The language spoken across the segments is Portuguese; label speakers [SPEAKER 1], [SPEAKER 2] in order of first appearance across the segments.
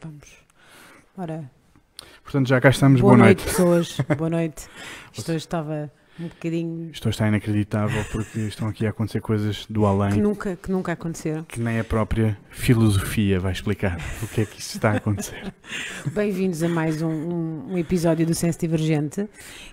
[SPEAKER 1] Vamos. Ora,
[SPEAKER 2] Portanto, já cá estamos.
[SPEAKER 1] boa,
[SPEAKER 2] Boa,
[SPEAKER 1] noite.
[SPEAKER 2] noite.
[SPEAKER 1] pessoas. Boa noite. Isto hoje estava um bocadinho
[SPEAKER 2] Isto está inacreditável porque estão aqui a acontecer coisas do
[SPEAKER 1] que
[SPEAKER 2] além
[SPEAKER 1] nunca, que nunca aconteceram.
[SPEAKER 2] que nem a própria filosofia vai explicar o que é que isto está a acontecer.
[SPEAKER 1] Bem-vindos a mais um, um- um episódio do Senso Divergente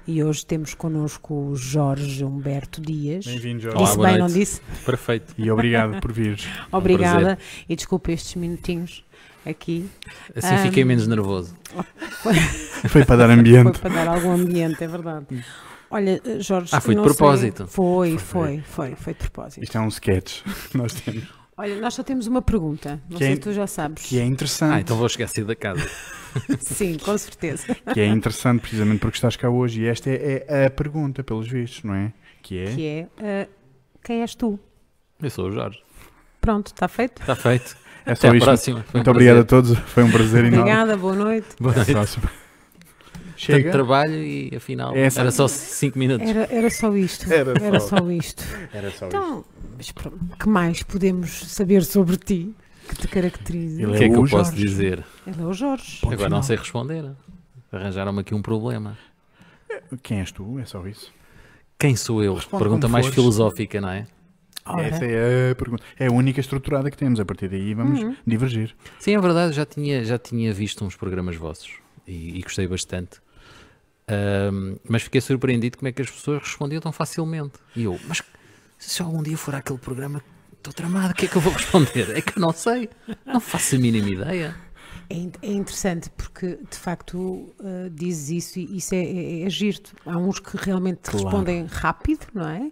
[SPEAKER 1] e hoje temos connosco o Jorge Humberto Dias.
[SPEAKER 2] Bem-vindo,
[SPEAKER 3] Olá,
[SPEAKER 1] disse
[SPEAKER 2] Jorge.
[SPEAKER 3] boa
[SPEAKER 1] bem, não
[SPEAKER 3] noite.
[SPEAKER 1] disse?
[SPEAKER 3] Perfeito.
[SPEAKER 2] E obrigado por vires.
[SPEAKER 1] Obrigada e desculpe estes minutinhos aqui.
[SPEAKER 3] Assim
[SPEAKER 1] Ahm.
[SPEAKER 3] fiquei menos nervoso. Ah,
[SPEAKER 2] Foi para dar
[SPEAKER 1] Foi
[SPEAKER 2] ambiente.
[SPEAKER 1] para dar algum ambiente, é verdade. Olha, Jorge.
[SPEAKER 3] Ah, foi de
[SPEAKER 1] não sei-
[SPEAKER 3] propósito.
[SPEAKER 1] Foi, foi,
[SPEAKER 2] Foi.
[SPEAKER 1] foi, foi de propósito.
[SPEAKER 2] Isto é um sketch. que Nós temos.
[SPEAKER 1] Olha, nós só temos uma pergunta. Não
[SPEAKER 2] Que é-
[SPEAKER 1] sei se tu já sabes.
[SPEAKER 2] Que é
[SPEAKER 3] Ah,
[SPEAKER 2] interessante.
[SPEAKER 3] então vou chegar cedo da casa.
[SPEAKER 1] Sim, com certeza.
[SPEAKER 2] Que é interessante precisamente porque estás cá hoje. E esta é, é a pergunta, pelos vistos, não é? Que é.
[SPEAKER 1] que é ah, quem és tu?
[SPEAKER 3] Eu sou o Jorge.
[SPEAKER 1] Pronto, está feito.
[SPEAKER 3] Está feito.
[SPEAKER 2] É
[SPEAKER 3] Até
[SPEAKER 2] só
[SPEAKER 3] à
[SPEAKER 2] isto.
[SPEAKER 3] próxima. Foi um
[SPEAKER 2] Muito obrigado a
[SPEAKER 3] prazer.
[SPEAKER 2] todos. Foi um prazer enorme.
[SPEAKER 1] Obrigada, boa noite.
[SPEAKER 3] Boa
[SPEAKER 2] Até a
[SPEAKER 3] noite.
[SPEAKER 2] próxima.
[SPEAKER 3] Tanto
[SPEAKER 2] Chega.
[SPEAKER 3] trabalho e afinal
[SPEAKER 2] É essa-
[SPEAKER 3] era só 5 minutos.
[SPEAKER 1] Era, era só isto.
[SPEAKER 2] Era
[SPEAKER 1] Era
[SPEAKER 2] só-
[SPEAKER 1] só isto.
[SPEAKER 2] Era só isto.
[SPEAKER 1] Então, mas pronto, que mais podemos saber sobre ti que te caracteriza?
[SPEAKER 2] Ele
[SPEAKER 3] O que é que
[SPEAKER 2] o
[SPEAKER 3] eu posso
[SPEAKER 2] Jorge.
[SPEAKER 3] dizer?
[SPEAKER 1] Ele é o Jorge.
[SPEAKER 2] Ponto
[SPEAKER 3] Agora não
[SPEAKER 2] final.
[SPEAKER 3] sei responder. Arranjaram-me aqui um problema.
[SPEAKER 2] Quem és tu? É só isso.
[SPEAKER 3] Quem sou eu?
[SPEAKER 2] Responde
[SPEAKER 3] Pergunta
[SPEAKER 2] como
[SPEAKER 3] mais
[SPEAKER 2] fores.
[SPEAKER 3] filosófica, não é?
[SPEAKER 2] Essa
[SPEAKER 1] Ora,
[SPEAKER 2] é a pergunta. É a única estruturada que temos. A partir daí vamos
[SPEAKER 1] Uhum.
[SPEAKER 2] divergir.
[SPEAKER 3] Sim, é verdade, já tinha, já tinha visto uns programas vossos e, e gostei bastante. Ahm, mas fiquei surpreendido como é que as pessoas respondiam tão facilmente. E eu, mas se eu algum dia for àquele programa, estou tramado, o que é que eu vou responder? É que eu não sei, não faço a mínima ideia.
[SPEAKER 1] é, in- é interessante porque de facto ah, dizes isso e isso é, é, é giro. Há uns que realmente te
[SPEAKER 2] Claro.
[SPEAKER 1] respondem rápido, não é?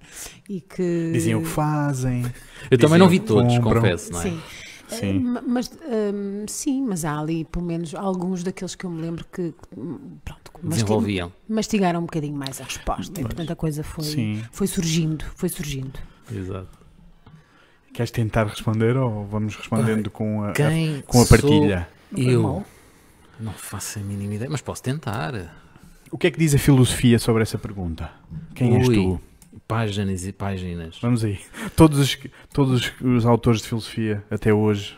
[SPEAKER 1] E que
[SPEAKER 2] Dizem o que fazem.
[SPEAKER 3] Eu também não vi
[SPEAKER 2] Dizem,
[SPEAKER 3] todos,
[SPEAKER 2] compram.
[SPEAKER 3] confesso, não é?
[SPEAKER 1] Sim. Eh,
[SPEAKER 2] Sim.
[SPEAKER 1] Ma- Mas, hum, sim, mas há ali pelo menos alguns daqueles que eu me lembro que que, hum, pronto, que masti-
[SPEAKER 3] Desenvolviam.
[SPEAKER 1] mastigaram um bocadinho mais a resposta. E, portanto, a coisa foi,
[SPEAKER 2] Sim.
[SPEAKER 1] foi surgindo, foi surgindo.
[SPEAKER 3] Exato.
[SPEAKER 2] Queres tentar responder ou vamos respondendo com a, a-
[SPEAKER 3] Quem
[SPEAKER 2] com a
[SPEAKER 3] sou
[SPEAKER 2] partilha?
[SPEAKER 3] Eu
[SPEAKER 2] é
[SPEAKER 3] não faço a mínima ideia, mas posso tentar.
[SPEAKER 2] O que é que diz a filosofia sobre essa pergunta? Quem és
[SPEAKER 3] Ui.
[SPEAKER 2] tu?
[SPEAKER 3] Páginas e páginas.
[SPEAKER 2] Vamos aí. Todos os, todos os autores de filosofia até hoje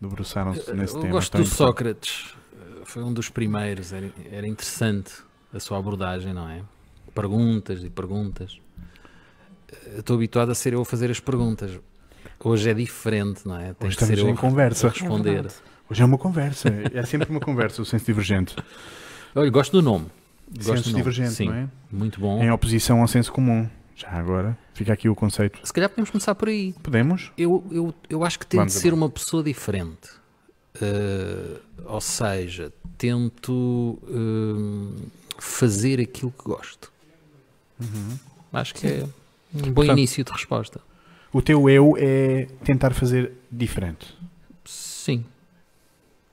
[SPEAKER 2] debruçaram-se nesse
[SPEAKER 3] Eu
[SPEAKER 2] tema.
[SPEAKER 3] gosto
[SPEAKER 2] tão
[SPEAKER 3] do
[SPEAKER 2] importante.
[SPEAKER 3] Sócrates, Eh, foi um dos primeiros, era, era interessante a sua abordagem, não é? Perguntas e perguntas. Eh, eu Estou habituado a ser eu a fazer as perguntas. Hoje é diferente, não é? Tem
[SPEAKER 2] Hoje
[SPEAKER 3] que ser
[SPEAKER 2] estamos
[SPEAKER 3] eu
[SPEAKER 2] em
[SPEAKER 3] a
[SPEAKER 2] conversa.
[SPEAKER 1] É
[SPEAKER 3] responder.
[SPEAKER 1] verdade.
[SPEAKER 2] Hoje é uma conversa. É sempre uma conversa, o senso divergente.
[SPEAKER 3] Olha, gosto do nome. Gosto do
[SPEAKER 2] senso
[SPEAKER 3] nome.
[SPEAKER 2] divergente,
[SPEAKER 3] Sim,
[SPEAKER 2] não é?
[SPEAKER 3] muito bom.
[SPEAKER 2] Em oposição ao senso comum. Já agora, fica aqui o conceito.
[SPEAKER 3] Se calhar podemos começar por aí.
[SPEAKER 2] Podemos?
[SPEAKER 3] Eu, eu, eu acho que tento
[SPEAKER 2] Vamos
[SPEAKER 3] ser
[SPEAKER 2] embora.
[SPEAKER 3] uma pessoa diferente. Eh, ou seja, tento hum, fazer aquilo que gosto. Acho que é um bom
[SPEAKER 2] Portanto-
[SPEAKER 3] início de resposta.
[SPEAKER 2] O teu eu é tentar fazer diferente.
[SPEAKER 3] Sim.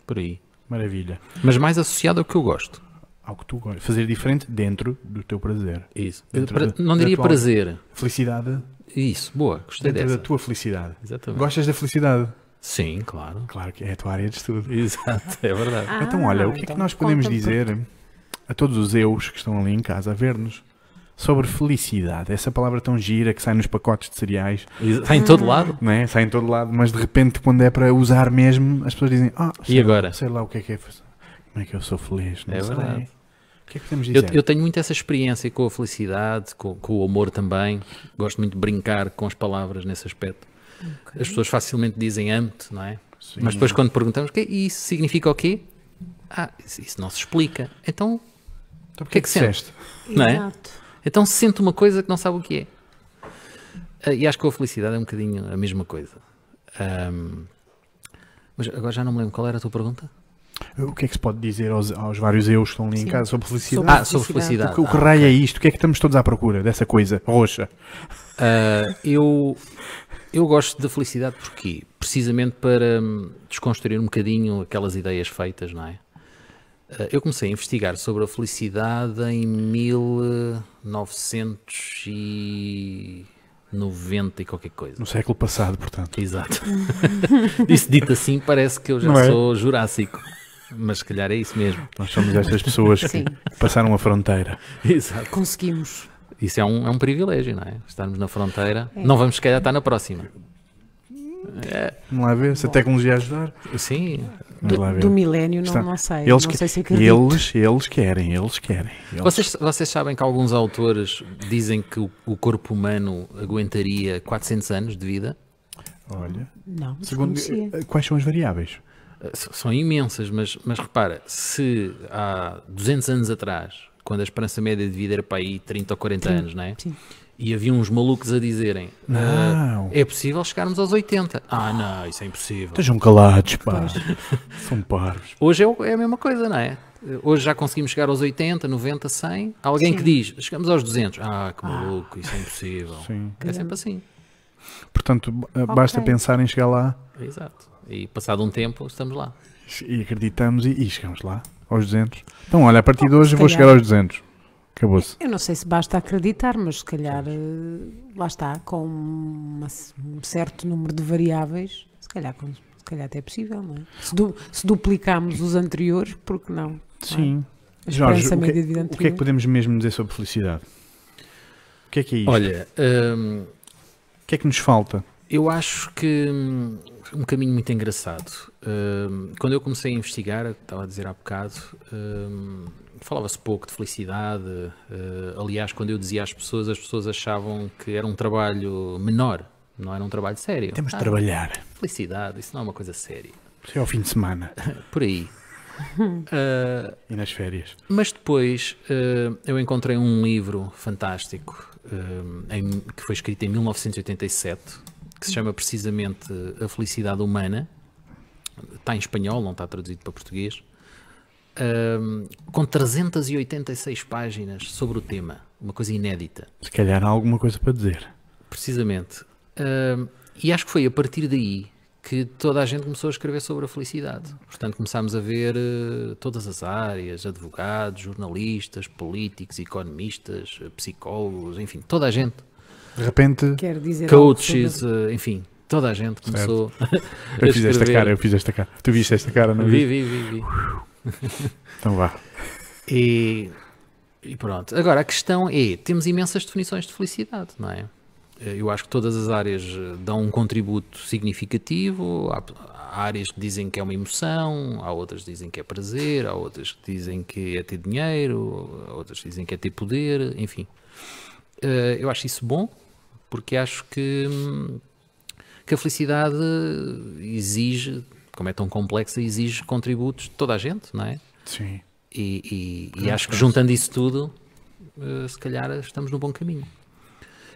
[SPEAKER 3] Por aí.
[SPEAKER 2] Maravilha.
[SPEAKER 3] Mas mais associado ao que eu gosto.
[SPEAKER 2] Ao que tu gostas. Fazer diferente dentro do teu prazer.
[SPEAKER 3] Isso.
[SPEAKER 2] Dentro da-
[SPEAKER 3] Eh, não
[SPEAKER 2] da
[SPEAKER 3] diria
[SPEAKER 2] tua-
[SPEAKER 3] prazer.
[SPEAKER 2] Felicidade
[SPEAKER 3] Isso, boa, gostei
[SPEAKER 2] dentro
[SPEAKER 3] dessa.
[SPEAKER 2] da tua felicidade.
[SPEAKER 3] Exatamente.
[SPEAKER 2] Gostas da felicidade?
[SPEAKER 3] Sim, claro.
[SPEAKER 2] Claro que é a tua área de estudo.
[SPEAKER 3] Exato, é verdade.
[SPEAKER 1] Ah,
[SPEAKER 2] então, olha, o que é
[SPEAKER 1] então
[SPEAKER 2] que nós podemos
[SPEAKER 1] conta-me
[SPEAKER 2] dizer a todos os eus que estão ali em casa a ver-nos sobre felicidade? Essa palavra tão gira que sai nos pacotes de cereais,
[SPEAKER 3] Está em todo lado.
[SPEAKER 2] não é? Sai em todo lado, mas de repente, quando é para usar mesmo, as pessoas dizem: Ah,
[SPEAKER 3] E
[SPEAKER 2] sei,
[SPEAKER 3] agora?
[SPEAKER 2] sei lá o que é que é. Como é que eu sou feliz? Não
[SPEAKER 3] É
[SPEAKER 2] sei.
[SPEAKER 3] verdade.
[SPEAKER 2] O que é que podemos
[SPEAKER 3] Eu,
[SPEAKER 2] dizer?
[SPEAKER 3] eu tenho muito essa experiência com a felicidade, com, com o amor também. Gosto muito de brincar com as palavras nesse aspecto. As pessoas facilmente dizem amo-te, não é?
[SPEAKER 2] Sim.
[SPEAKER 3] Mas depois, quando perguntamos, "Que- e isso significa o quê? Ah, isso, isso não se explica. Então,
[SPEAKER 2] Então, o
[SPEAKER 3] que é que sente?
[SPEAKER 2] disseste?
[SPEAKER 1] por-
[SPEAKER 3] não é?
[SPEAKER 1] Exato.
[SPEAKER 3] então se sente uma coisa que não sabe o que é. Ah, E acho que com a felicidade é um bocadinho a mesma coisa. Ahm, mas agora já não me lembro qual era a tua pergunta.
[SPEAKER 2] O que é que se pode dizer aos, aos vários eus que estão ali
[SPEAKER 1] Sim.
[SPEAKER 2] em casa sobre
[SPEAKER 1] Sobre-
[SPEAKER 2] felicidade?
[SPEAKER 3] Ah, sobre
[SPEAKER 1] Felicidade.
[SPEAKER 3] felicidade.
[SPEAKER 2] o que, o que
[SPEAKER 3] Ah,
[SPEAKER 2] raio é isto? O que é que estamos todos à procura dessa coisa roxa?
[SPEAKER 3] Ah, eu, eu gosto da felicidade porque precisamente para hum, desconstruir um bocadinho aquelas ideias feitas, não é? Ah, eu comecei a investigar sobre a felicidade em 1990 e qualquer coisa.
[SPEAKER 2] No século passado, portanto.
[SPEAKER 3] Exato. isso dito assim parece que eu já
[SPEAKER 2] Não é?
[SPEAKER 3] sou jurássico, mas se calhar é isso mesmo.
[SPEAKER 2] Nós somos estas pessoas que
[SPEAKER 1] Sim,
[SPEAKER 2] passaram a fronteira.
[SPEAKER 3] Exato.
[SPEAKER 1] conseguimos.
[SPEAKER 3] Isso é um, é um privilégio, não é? Estarmos na fronteira. Não vamos se calhar estar na próxima.
[SPEAKER 2] Vamos lá ver se a tecnologia ajudar.
[SPEAKER 3] É, Sim,
[SPEAKER 2] Vamos
[SPEAKER 1] Do,
[SPEAKER 2] lá ver.
[SPEAKER 1] do milénio, não,
[SPEAKER 2] Está-
[SPEAKER 1] não sei.
[SPEAKER 2] Eles
[SPEAKER 1] não
[SPEAKER 2] que-
[SPEAKER 1] sei se acredito.
[SPEAKER 2] Eles, eles querem, eles querem. Eles-
[SPEAKER 3] Vocês, vocês sabem que alguns autores dizem que o, o corpo humano aguentaria 400 anos de vida?
[SPEAKER 2] Olha,
[SPEAKER 1] Não,
[SPEAKER 2] segundo, eh,
[SPEAKER 1] desconhecia.
[SPEAKER 2] quais são as variáveis?
[SPEAKER 3] Uh, s- São imensas, mas, mas repara, se há 200 anos atrás, quando a esperança média de vida era para aí 30 ou 40 anos, não é?
[SPEAKER 1] sim.
[SPEAKER 3] E havia uns malucos a dizerem:
[SPEAKER 2] Não.
[SPEAKER 3] "Ah, é possível chegarmos aos 80. Ah, não, isso é impossível.
[SPEAKER 2] Estejam calados, pá. São parvos.
[SPEAKER 3] Hoje é, o- é a mesma coisa, não é? Hoje já conseguimos chegar aos 80, 90, 100. Há alguém que diz: chegamos aos 200. Ah, que maluco, isso é impossível.
[SPEAKER 2] Sim.
[SPEAKER 3] É sempre assim.
[SPEAKER 2] Portanto, b- eh, basta
[SPEAKER 1] Ok.
[SPEAKER 2] pensar em chegar lá
[SPEAKER 3] Exato. E passado um tempo, estamos lá.
[SPEAKER 2] e acreditamos e, e chegamos lá, aos 200. Então, olha, a partir de hoje
[SPEAKER 1] se
[SPEAKER 2] eu vou
[SPEAKER 1] calhar.
[SPEAKER 2] chegar aos 200. Acabou-se.
[SPEAKER 1] Eu não sei se basta acreditar, mas se calhar eh, lá está, com uma c- um certo número de variáveis, se calhar, com- se calhar até é possível, não é? Se, du- se duplicarmos os anteriores, por que não?
[SPEAKER 2] Sim.
[SPEAKER 1] A
[SPEAKER 2] Jorge,
[SPEAKER 1] esperança
[SPEAKER 2] o que,
[SPEAKER 1] média de vida
[SPEAKER 2] o que é que
[SPEAKER 1] anterior.
[SPEAKER 2] podemos mesmo dizer sobre felicidade? O que é que é isto?
[SPEAKER 3] Olha, hum,
[SPEAKER 2] O que é que nos falta?
[SPEAKER 3] Eu acho que hum, um caminho muito engraçado. Hum, Quando eu comecei a investigar, estava a dizer há bocado, hum, falava-se pouco de felicidade. eh, Aliás, quando eu dizia às pessoas, as pessoas achavam que era um trabalho menor, não era um trabalho sério.
[SPEAKER 2] Temos de
[SPEAKER 3] Ah,
[SPEAKER 2] trabalhar.
[SPEAKER 3] Felicidade, isso não é uma coisa séria.
[SPEAKER 2] Isso é ao fim de semana
[SPEAKER 3] Por aí. Ah,
[SPEAKER 2] e nas férias.
[SPEAKER 3] mas depois eh, eu encontrei um livro fantástico eh, em- que foi escrito em 1987, que se chama precisamente A Felicidade Humana. Está em espanhol, não está traduzido para português. Ahm, com 386 páginas sobre o tema, uma coisa inédita.
[SPEAKER 2] Se calhar há alguma coisa para dizer.
[SPEAKER 3] Precisamente. Ahm, e acho que foi a partir daí que toda a gente começou a escrever sobre a felicidade. Portanto, começámos a ver eh, todas as áreas, advogados, jornalistas, políticos, economistas, eh, psicólogos, enfim, toda a gente.
[SPEAKER 2] De repente,
[SPEAKER 1] Quer dizer algo
[SPEAKER 3] Coaches, eh, enfim, toda a gente começou a
[SPEAKER 2] eu fiz esta
[SPEAKER 3] escrever.
[SPEAKER 2] cara, eu fiz esta cara. Tu viste esta cara, não
[SPEAKER 3] Vi,
[SPEAKER 2] viste?
[SPEAKER 3] vi, vi, vi.
[SPEAKER 2] Então vá.
[SPEAKER 3] E, e pronto. Agora, a questão é: temos imensas definições de felicidade, não é? Eh, Eu acho que todas as áreas eh, dão um contributo significativo. Há, há áreas que dizem que é uma emoção, há outras que dizem que é prazer, há outras que dizem que é ter dinheiro, há outras que dizem que é ter poder, enfim. Eh, Eu acho isso bom, porque acho que, hum, que a felicidade exige, como é tão complexa, exige contributos de toda a gente, não é?
[SPEAKER 2] Sim.
[SPEAKER 3] E, e- e acho que juntando isso tudo, eh, se calhar estamos no bom caminho.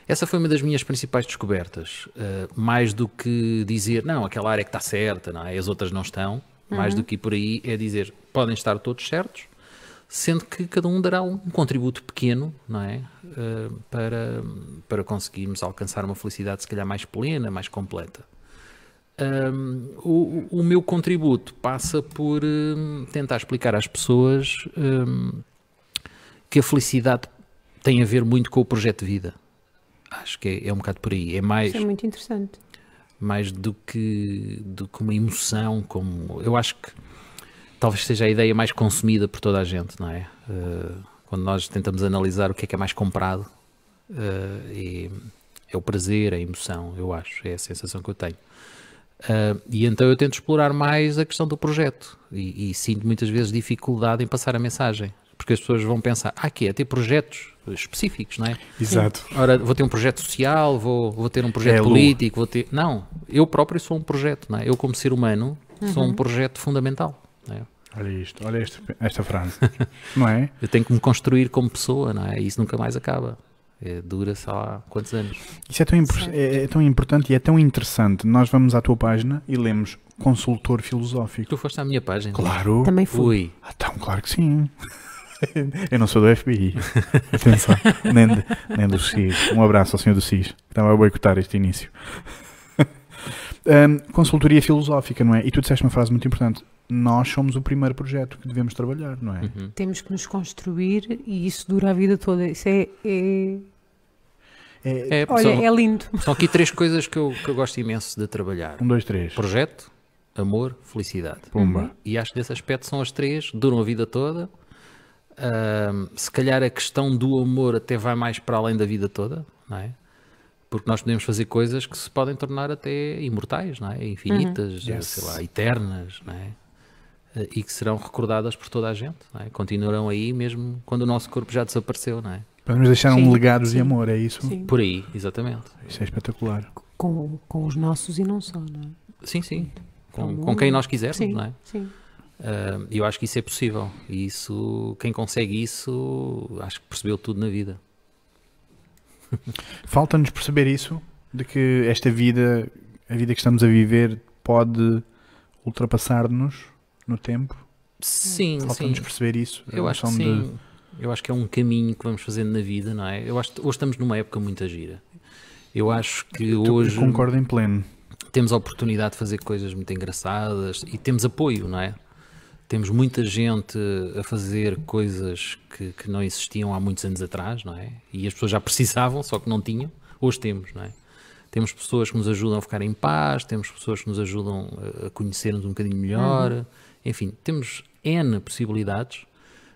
[SPEAKER 3] Essa foi uma das minhas principais descobertas. eh, mais do que dizer, não, aquela área que está certa, não é? as outras não estão, mais do que ir por aí é dizer, podem estar todos certos, sendo que cada um dará um contributo pequeno, não é? Eh, para, para conseguirmos alcançar uma felicidade, se calhar, mais plena, mais completa. Hum, o, o meu contributo passa por hum, tentar explicar às pessoas hum, que a felicidade tem a ver muito com o projeto de vida. Acho que é, é um bocado por aí. É mais,
[SPEAKER 1] Isso é muito interessante.
[SPEAKER 3] mais do, que, do que uma emoção. Como, eu acho que talvez seja a ideia mais consumida por toda a gente, não é? Uh, quando nós tentamos analisar o que é que é mais comprado, uh, e é o prazer, a emoção, eu acho, é a sensação que eu tenho. Uh, e então eu tento explorar mais a questão do projeto e, e sinto muitas vezes dificuldade em passar a mensagem, porque as pessoas vão pensar, ah, que é ter projetos específicos, não é?
[SPEAKER 2] Exato.
[SPEAKER 3] Ora, vou ter um projeto social, vou, vou ter um
[SPEAKER 2] É
[SPEAKER 3] projeto
[SPEAKER 2] a lua.
[SPEAKER 3] político, vou ter. Não, eu próprio sou um projeto, não é? Eu, como ser humano, sou
[SPEAKER 1] Uhum.
[SPEAKER 3] um projeto fundamental. não é?
[SPEAKER 2] Olha isto, olha esta, esta frase. não é?
[SPEAKER 3] Eu tenho que me construir como pessoa, não é? E isso nunca mais acaba. É, dura, sei lá, quantos anos.
[SPEAKER 2] Isso é tão, impor-
[SPEAKER 1] Certo.
[SPEAKER 2] é, é tão importante e é tão interessante. Nós vamos à tua página e lemos consultor filosófico.
[SPEAKER 3] Tu foste à minha página.
[SPEAKER 2] Claro.
[SPEAKER 1] Também fui.
[SPEAKER 3] Fui.
[SPEAKER 2] Ah, Então, claro que sim. Eu não sou do FBI. Atenção. Nem, de- nem do SIS. Um abraço ao senhor do SIS. que Estava a boicotar este início. Ahm, consultoria filosófica, não é? E tu disseste uma frase muito importante. Nós somos o primeiro projeto que devemos trabalhar, não é?
[SPEAKER 3] Uhum.
[SPEAKER 1] Temos que nos construir e isso dura a vida toda. Isso é. é-
[SPEAKER 2] É,
[SPEAKER 3] É,
[SPEAKER 1] Olha,
[SPEAKER 3] são,
[SPEAKER 1] é lindo.
[SPEAKER 3] são aqui três coisas que eu, que eu gosto imenso de trabalhar:
[SPEAKER 2] Um, dois, três.
[SPEAKER 3] projeto, amor, felicidade. Uhum.
[SPEAKER 2] Pumba.
[SPEAKER 3] E acho que desse aspecto são as três, duram a vida toda. Ahm, se calhar a questão do amor até vai mais para além da vida toda, não é? Porque nós podemos fazer coisas que se podem tornar até imortais, não é? Infinitas,
[SPEAKER 2] Uhum. Yes.
[SPEAKER 3] sei lá, eternas, não é? eh, e que serão recordadas por toda a gente. não é? Continuarão aí mesmo quando o nosso corpo já desapareceu, não é?
[SPEAKER 2] Podemos deixar
[SPEAKER 1] Sim,
[SPEAKER 2] um legado de
[SPEAKER 1] sim.
[SPEAKER 2] amor, é isso?
[SPEAKER 1] Sim.
[SPEAKER 3] Por aí, exatamente.
[SPEAKER 2] Isso é espetacular.
[SPEAKER 1] Com, com os nossos e não só, não é?
[SPEAKER 3] Sim, sim. Com,
[SPEAKER 2] Então,
[SPEAKER 1] Como-
[SPEAKER 3] com
[SPEAKER 2] uh,
[SPEAKER 3] quem nós quisermos,
[SPEAKER 1] Sim,
[SPEAKER 3] não é?
[SPEAKER 1] sim.
[SPEAKER 3] Ah, eu acho que isso é possível. E isso, quem consegue isso, acho que percebeu tudo na vida.
[SPEAKER 2] Falta-nos perceber isso, de que esta vida, a vida que estamos a viver, pode ultrapassar-nos no tempo.
[SPEAKER 3] Sim, sim.
[SPEAKER 2] Falta-nos perceber isso.
[SPEAKER 3] Eu
[SPEAKER 2] A
[SPEAKER 3] acho que
[SPEAKER 2] noção de-
[SPEAKER 3] sim. Eu acho que é um caminho que vamos fazendo na vida, não é? Eu acho que hoje estamos numa época muito gira. Eu acho que
[SPEAKER 2] Tu- eu
[SPEAKER 3] hoje
[SPEAKER 2] concordo em pleno.
[SPEAKER 3] temos a oportunidade de fazer coisas muito engraçadas e temos apoio, não é? Temos muita gente a fazer coisas que, que não existiam há muitos anos atrás, não é? E as pessoas já precisavam, só que não tinham. Hoje temos, não é? Temos pessoas que nos ajudam a ficar em paz, temos pessoas que nos ajudam a- a conhecermos um bocadinho melhor. Enfim, temos N possibilidades,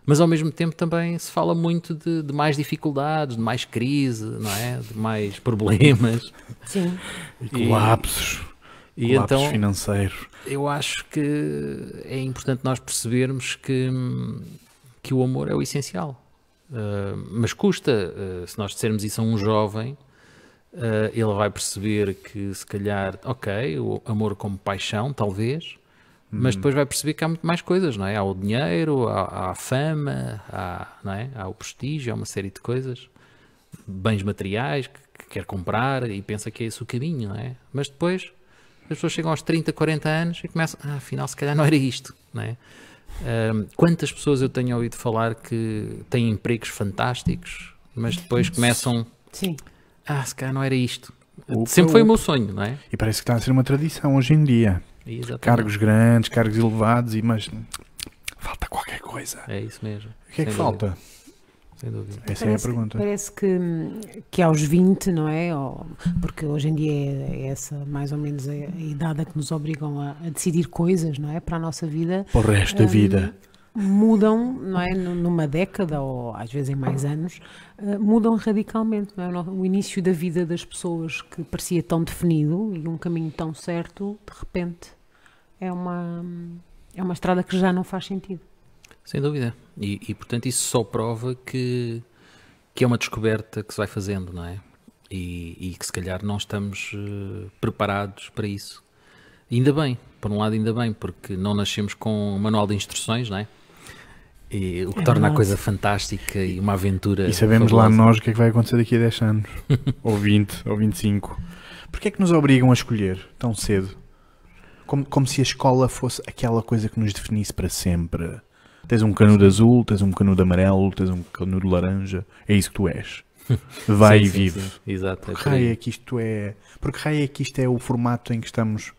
[SPEAKER 3] mas ao mesmo tempo também se fala muito de, de mais dificuldades, de mais crise, não é? De mais problemas.
[SPEAKER 1] Sim.
[SPEAKER 2] E colapsos.
[SPEAKER 3] E
[SPEAKER 2] colapsos
[SPEAKER 3] então
[SPEAKER 2] financeiros.
[SPEAKER 3] eu acho que é importante nós percebermos que, que o amor é o essencial. Ah, mas custa, ah, se nós dissermos isso a um jovem, ah, ele vai perceber que se calhar, ok, o amor como paixão, talvez, mas depois vai perceber que há muito mais coisas, não é? Há o dinheiro, há, há a fama, há, não é? há o prestígio, há uma série de coisas, bens materiais que, que quer comprar e pensa que é esse o caminho, não é? Mas depois as pessoas chegam aos 30, 40 anos e começam, ah, afinal, se calhar não era isto, não é? Ahm, quantas pessoas eu tenho ouvido falar que têm empregos fantásticos, mas depois começam,
[SPEAKER 1] Sim.
[SPEAKER 3] ah, se calhar não era isto.
[SPEAKER 2] Opa,
[SPEAKER 3] Sempre foi o
[SPEAKER 2] opa.
[SPEAKER 3] meu sonho, não é?
[SPEAKER 2] E parece que está a ser uma tradição hoje em dia.
[SPEAKER 3] Exatamente.
[SPEAKER 2] Cargos grandes, cargos elevados, e mas falta qualquer coisa.
[SPEAKER 3] É isso mesmo,
[SPEAKER 2] O que é que
[SPEAKER 3] Sem
[SPEAKER 2] falta?
[SPEAKER 3] sem dúvida.
[SPEAKER 2] Essa é a
[SPEAKER 1] Parece-
[SPEAKER 2] pergunta.
[SPEAKER 1] Parece que, que aos 20, não é? Ou- porque hoje em dia é essa mais ou menos a, a idade a que nos obrigam a, a decidir coisas, não é? Para a nossa vida.
[SPEAKER 2] Para o resto da
[SPEAKER 1] Hum,
[SPEAKER 2] vida.
[SPEAKER 1] Mudam, não é? Nu- Numa década ou às vezes em mais anos, eh, mudam radicalmente, não é? O no- O início da vida das pessoas que parecia tão definido e um caminho tão certo, de repente é uma, é uma estrada que já não faz sentido.
[SPEAKER 3] Sem dúvida. E, e, portanto isso só prova que, que é uma descoberta que se vai fazendo, não é? E, e que se calhar não estamos eh, preparados para isso. Ainda bem, por um lado ainda bem, porque não nascemos com um manual de instruções, não é? E, o que
[SPEAKER 1] É
[SPEAKER 3] torna a
[SPEAKER 1] verdade.
[SPEAKER 3] coisa fantástica e uma aventura.
[SPEAKER 2] E sabemos lá
[SPEAKER 3] fabulosa.
[SPEAKER 2] nós o que é que vai acontecer daqui a 10 anos, ou 20, ou 25. Porquê é que nos obrigam a escolher tão cedo? Como, como se a escola fosse aquela coisa que nos definisse para sempre. Tens um canudo azul, tens um canudo amarelo, tens um canudo laranja, é isso que tu és. Vai
[SPEAKER 3] Sim,
[SPEAKER 2] e
[SPEAKER 3] sim,
[SPEAKER 2] vive.
[SPEAKER 3] sim. Exato. é
[SPEAKER 2] Porque
[SPEAKER 3] por aí.
[SPEAKER 2] raio é que isto é. Porque raio é que isto é o formato em que estamos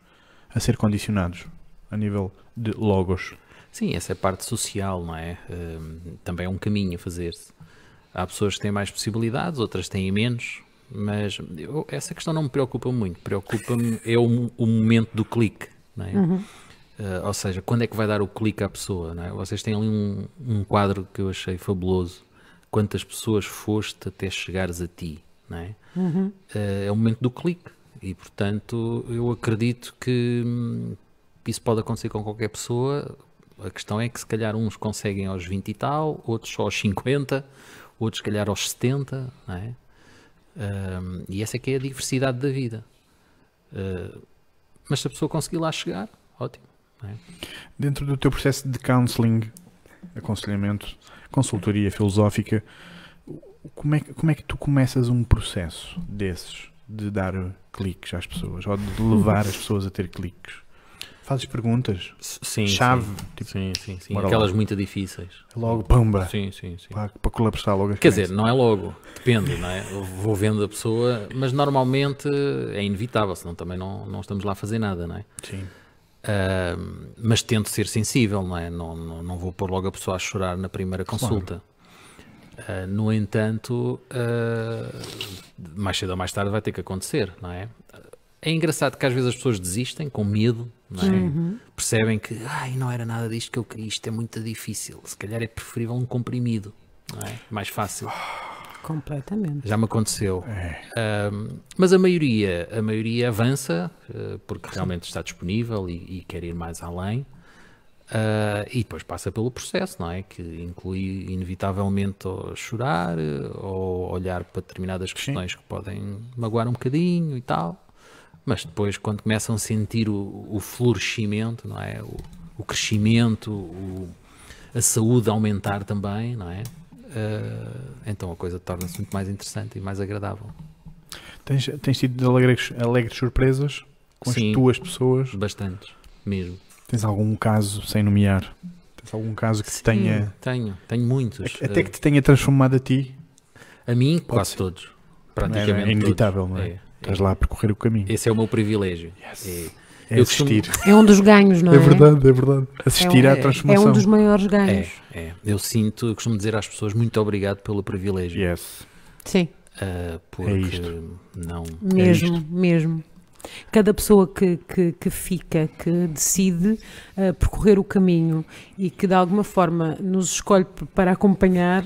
[SPEAKER 2] a ser condicionados a nível de logos.
[SPEAKER 3] Sim, essa é a parte social, não é? Hum, também é um caminho a fazer-se. Há pessoas que têm mais possibilidades, outras têm menos, mas eu- essa questão não me preocupa muito. Preocupa-me é o, o momento do clique, não é? Eh, ou seja, quando é que vai dar o clique à pessoa, não é? Vocês têm ali um, um quadro que eu achei fabuloso. Quantas pessoas foste até chegares a ti, não é?
[SPEAKER 2] Uhum.
[SPEAKER 3] Eh, é o momento do clique. E, portanto, eu acredito que hum, isso pode acontecer com qualquer pessoa. A questão é que, se calhar, uns conseguem aos 20 e tal, outros só aos 50, outros, se calhar, aos 70, não é? Ahm, e essa é que é a diversidade da vida. Ah, mas se a pessoa conseguir lá chegar, ótimo.
[SPEAKER 2] Dentro do teu processo de counseling, aconselhamento, consultoria filosófica, como é, que- como é que tu começas um processo desses de dar cliques às pessoas ou de levar as pessoas a ter cliques? Fazes perguntas,
[SPEAKER 3] Sim,
[SPEAKER 2] chave, tipo,
[SPEAKER 3] Sim, sim, sim.
[SPEAKER 2] Bora
[SPEAKER 3] Aquelas
[SPEAKER 2] lá.
[SPEAKER 3] muito difíceis.
[SPEAKER 2] logo pumba,
[SPEAKER 3] Sim, sim, sim.
[SPEAKER 2] para, para colapsar logo as
[SPEAKER 3] Quer dizer,
[SPEAKER 2] crenças.
[SPEAKER 3] não é logo, depende, não é? Eu Vou vendo a pessoa, mas normalmente é inevitável, senão também não, não estamos lá a fazer nada, não é?
[SPEAKER 2] Sim.
[SPEAKER 3] Ah, mas tento ser sensível, não é? Não, não, não vou pôr logo a pessoa a chorar na primeira consulta. Ah, no entanto, ah, mais cedo ou mais tarde vai ter que acontecer, não é? É engraçado que às vezes as pessoas desistem com medo, não é?
[SPEAKER 1] Uhum.
[SPEAKER 3] percebem que ai, não era nada disto que eu queria, isto é muito difícil, se calhar é preferível um comprimido, não é? mais fácil.
[SPEAKER 1] Completamente.
[SPEAKER 3] Já me aconteceu.
[SPEAKER 2] É.
[SPEAKER 3] Ahm, mas a maioria, a maioria avança eh, porque realmente está disponível e, e quer ir mais além. Ah, e depois passa pelo processo, não é? Que inclui inevitavelmente ou chorar eh, ou olhar para determinadas questões que podem magoar um bocadinho e tal. Mas depois, quando começam a sentir o, o florescimento, não é? O, o crescimento, o- a saúde aumentar também, não é? Ah, então a coisa torna-se muito mais interessante e mais agradável.
[SPEAKER 2] Tens, tens tido alegres, alegres surpresas com
[SPEAKER 3] Sim.
[SPEAKER 2] as tuas pessoas?
[SPEAKER 3] Bastante, mesmo.
[SPEAKER 2] Tens algum caso, sem nomear, tens algum caso que te tenha...
[SPEAKER 3] Tenho, tenho muitos.
[SPEAKER 2] Hum.
[SPEAKER 3] eh,
[SPEAKER 2] Até que te tenha transformado a ti? é
[SPEAKER 3] Ah, a mim, quase
[SPEAKER 2] ser.
[SPEAKER 3] todos.
[SPEAKER 2] Não
[SPEAKER 3] Praticamente.
[SPEAKER 2] É, é
[SPEAKER 3] todos.
[SPEAKER 2] inevitável, não é?
[SPEAKER 3] É,
[SPEAKER 2] Estás lá a percorrer o caminho.
[SPEAKER 3] Esse é o meu privilégio.
[SPEAKER 2] Yes.
[SPEAKER 3] É-
[SPEAKER 2] É
[SPEAKER 3] eu costumo-
[SPEAKER 2] assistir.
[SPEAKER 1] É um dos ganhos, não é?
[SPEAKER 2] É verdade, é verdade. Assistir
[SPEAKER 1] É um-
[SPEAKER 2] à
[SPEAKER 3] é-
[SPEAKER 1] É
[SPEAKER 2] transformação.
[SPEAKER 1] um dos maiores
[SPEAKER 3] É,
[SPEAKER 1] ganhos.
[SPEAKER 3] é. Eu sinto, eu costumo dizer às pessoas muito obrigado pelo privilégio.
[SPEAKER 2] Yes.
[SPEAKER 1] Sim,
[SPEAKER 3] Ah, porque
[SPEAKER 2] É isto.
[SPEAKER 3] não.
[SPEAKER 2] É
[SPEAKER 3] É
[SPEAKER 1] mesmo, mesmo. Cada pessoa que, que, que fica, que decide eh, percorrer o caminho e que de alguma forma nos escolhe p- para acompanhar,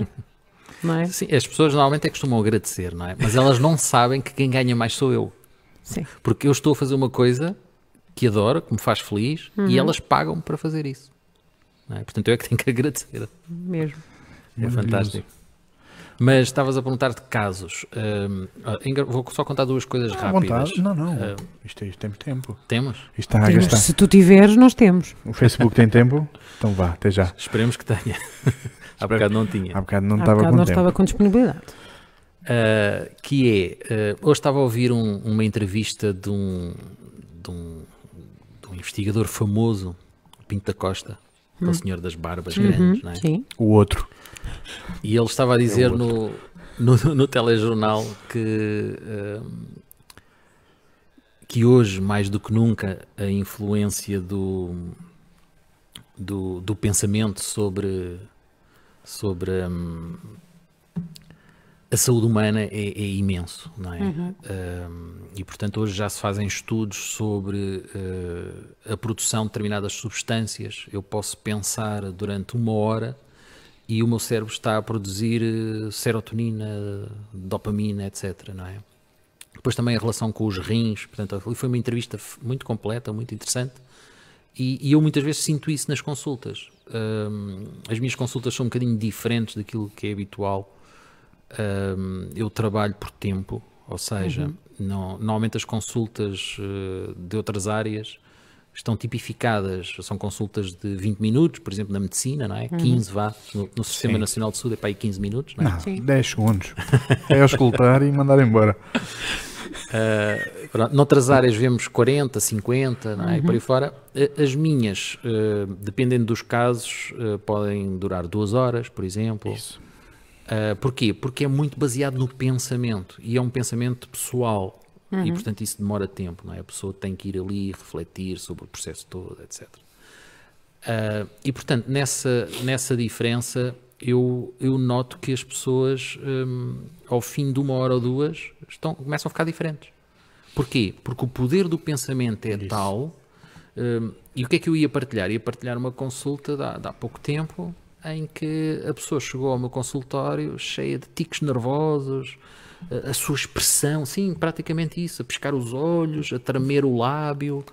[SPEAKER 1] não
[SPEAKER 2] né?
[SPEAKER 1] é?
[SPEAKER 3] Sim, as pessoas normalmente é que costumam agradecer, não é? Mas elas não sabem que quem ganha mais sou eu.
[SPEAKER 1] Sim.
[SPEAKER 3] Porque eu estou a fazer uma coisa que adoro, que me faz feliz,
[SPEAKER 2] Uhum.
[SPEAKER 3] e elas pagam para fazer isso. não é? Portanto, eu é que tenho que agradecer.
[SPEAKER 1] Mesmo.
[SPEAKER 3] É fantástico. Mas estavas a perguntar de casos. Hum, ah, engra- vou só contar duas coisas
[SPEAKER 2] À
[SPEAKER 3] rápidas.
[SPEAKER 2] vontade. Não, não.
[SPEAKER 3] Ah,
[SPEAKER 2] Isto, é, isto temos tempo.
[SPEAKER 3] temos?
[SPEAKER 2] Isto Ah, está a
[SPEAKER 1] Temos,
[SPEAKER 2] gastar.
[SPEAKER 1] se tu tiveres, nós temos.
[SPEAKER 2] O Facebook tem tempo? Então vá, até já.
[SPEAKER 3] Esperemos que tenha. Há bocado não tinha.
[SPEAKER 2] Há bocado não
[SPEAKER 1] Há
[SPEAKER 2] estava
[SPEAKER 1] bocado
[SPEAKER 2] com
[SPEAKER 1] não
[SPEAKER 2] tempo.
[SPEAKER 1] estava com disponibilidade.
[SPEAKER 3] Uh, que é, uh, hoje estava a ouvir um- uma entrevista de um, de, um, de um investigador famoso, Pinto da Costa,
[SPEAKER 2] Hum.
[SPEAKER 3] aquele senhor das barbas
[SPEAKER 2] Uhum.
[SPEAKER 3] grandes, não é?
[SPEAKER 1] Uhum, Sim.
[SPEAKER 2] O outro.
[SPEAKER 3] E ele estava a dizer no, no, no telejornal que, hum, que hoje, mais do que nunca, a influência do, do, do pensamento sobre, sobre hum, a saúde humana é, é imenso, não é? Hum, e, portanto, hoje já se fazem estudos sobre eh, a produção de determinadas substâncias. Eu posso pensar durante uma hora e o meu cérebro está a produzir eh, serotonina, dopamina, etc. Não é? Depois também a relação com os rins, portanto, ali foi uma entrevista f- muito completa, muito interessante. E, e eu muitas vezes sinto isso nas consultas. Hum, as minhas consultas são um bocadinho diferentes daquilo que é habitual. Hum, eu trabalho por tempo, ou seja, não- normalmente as consultas eh, de outras áreas estão tipificadas, são consultas de 20 minutos, por exemplo, na medicina, não é? 15 vá, no, no Sistema
[SPEAKER 2] Sim.
[SPEAKER 3] Nacional de Saúde é para aí 15 minutos, não é?
[SPEAKER 2] Não,
[SPEAKER 1] Sim.
[SPEAKER 2] 10 segundos. É eu escutar e mandar embora.
[SPEAKER 3] Uh, pronto, noutras áreas vemos 40, 50, não é? E por aí fora. A- As minhas, eh, dependendo dos casos, eh, podem durar duas horas, por exemplo.
[SPEAKER 2] Isso.
[SPEAKER 3] Eh, porquê? Porque é muito baseado no pensamento e é um pensamento pessoal. E portanto isso demora tempo, não é? A pessoa tem que ir ali refletir sobre o processo todo, etc. Ah, e portanto, nessa, nessa diferença, eu, eu noto que as pessoas, hum, ao fim de uma hora ou duas, estão, começam a ficar diferentes. Porquê? Porque o poder do pensamento é tal. hum, e o que é que eu ia partilhar? Ia partilhar uma consulta de há, de há pouco tempo em que a pessoa chegou ao meu consultório cheia de tiques nervosos, a, a sua expressão, sim, praticamente isso, a piscar os olhos, a tremer o lábio,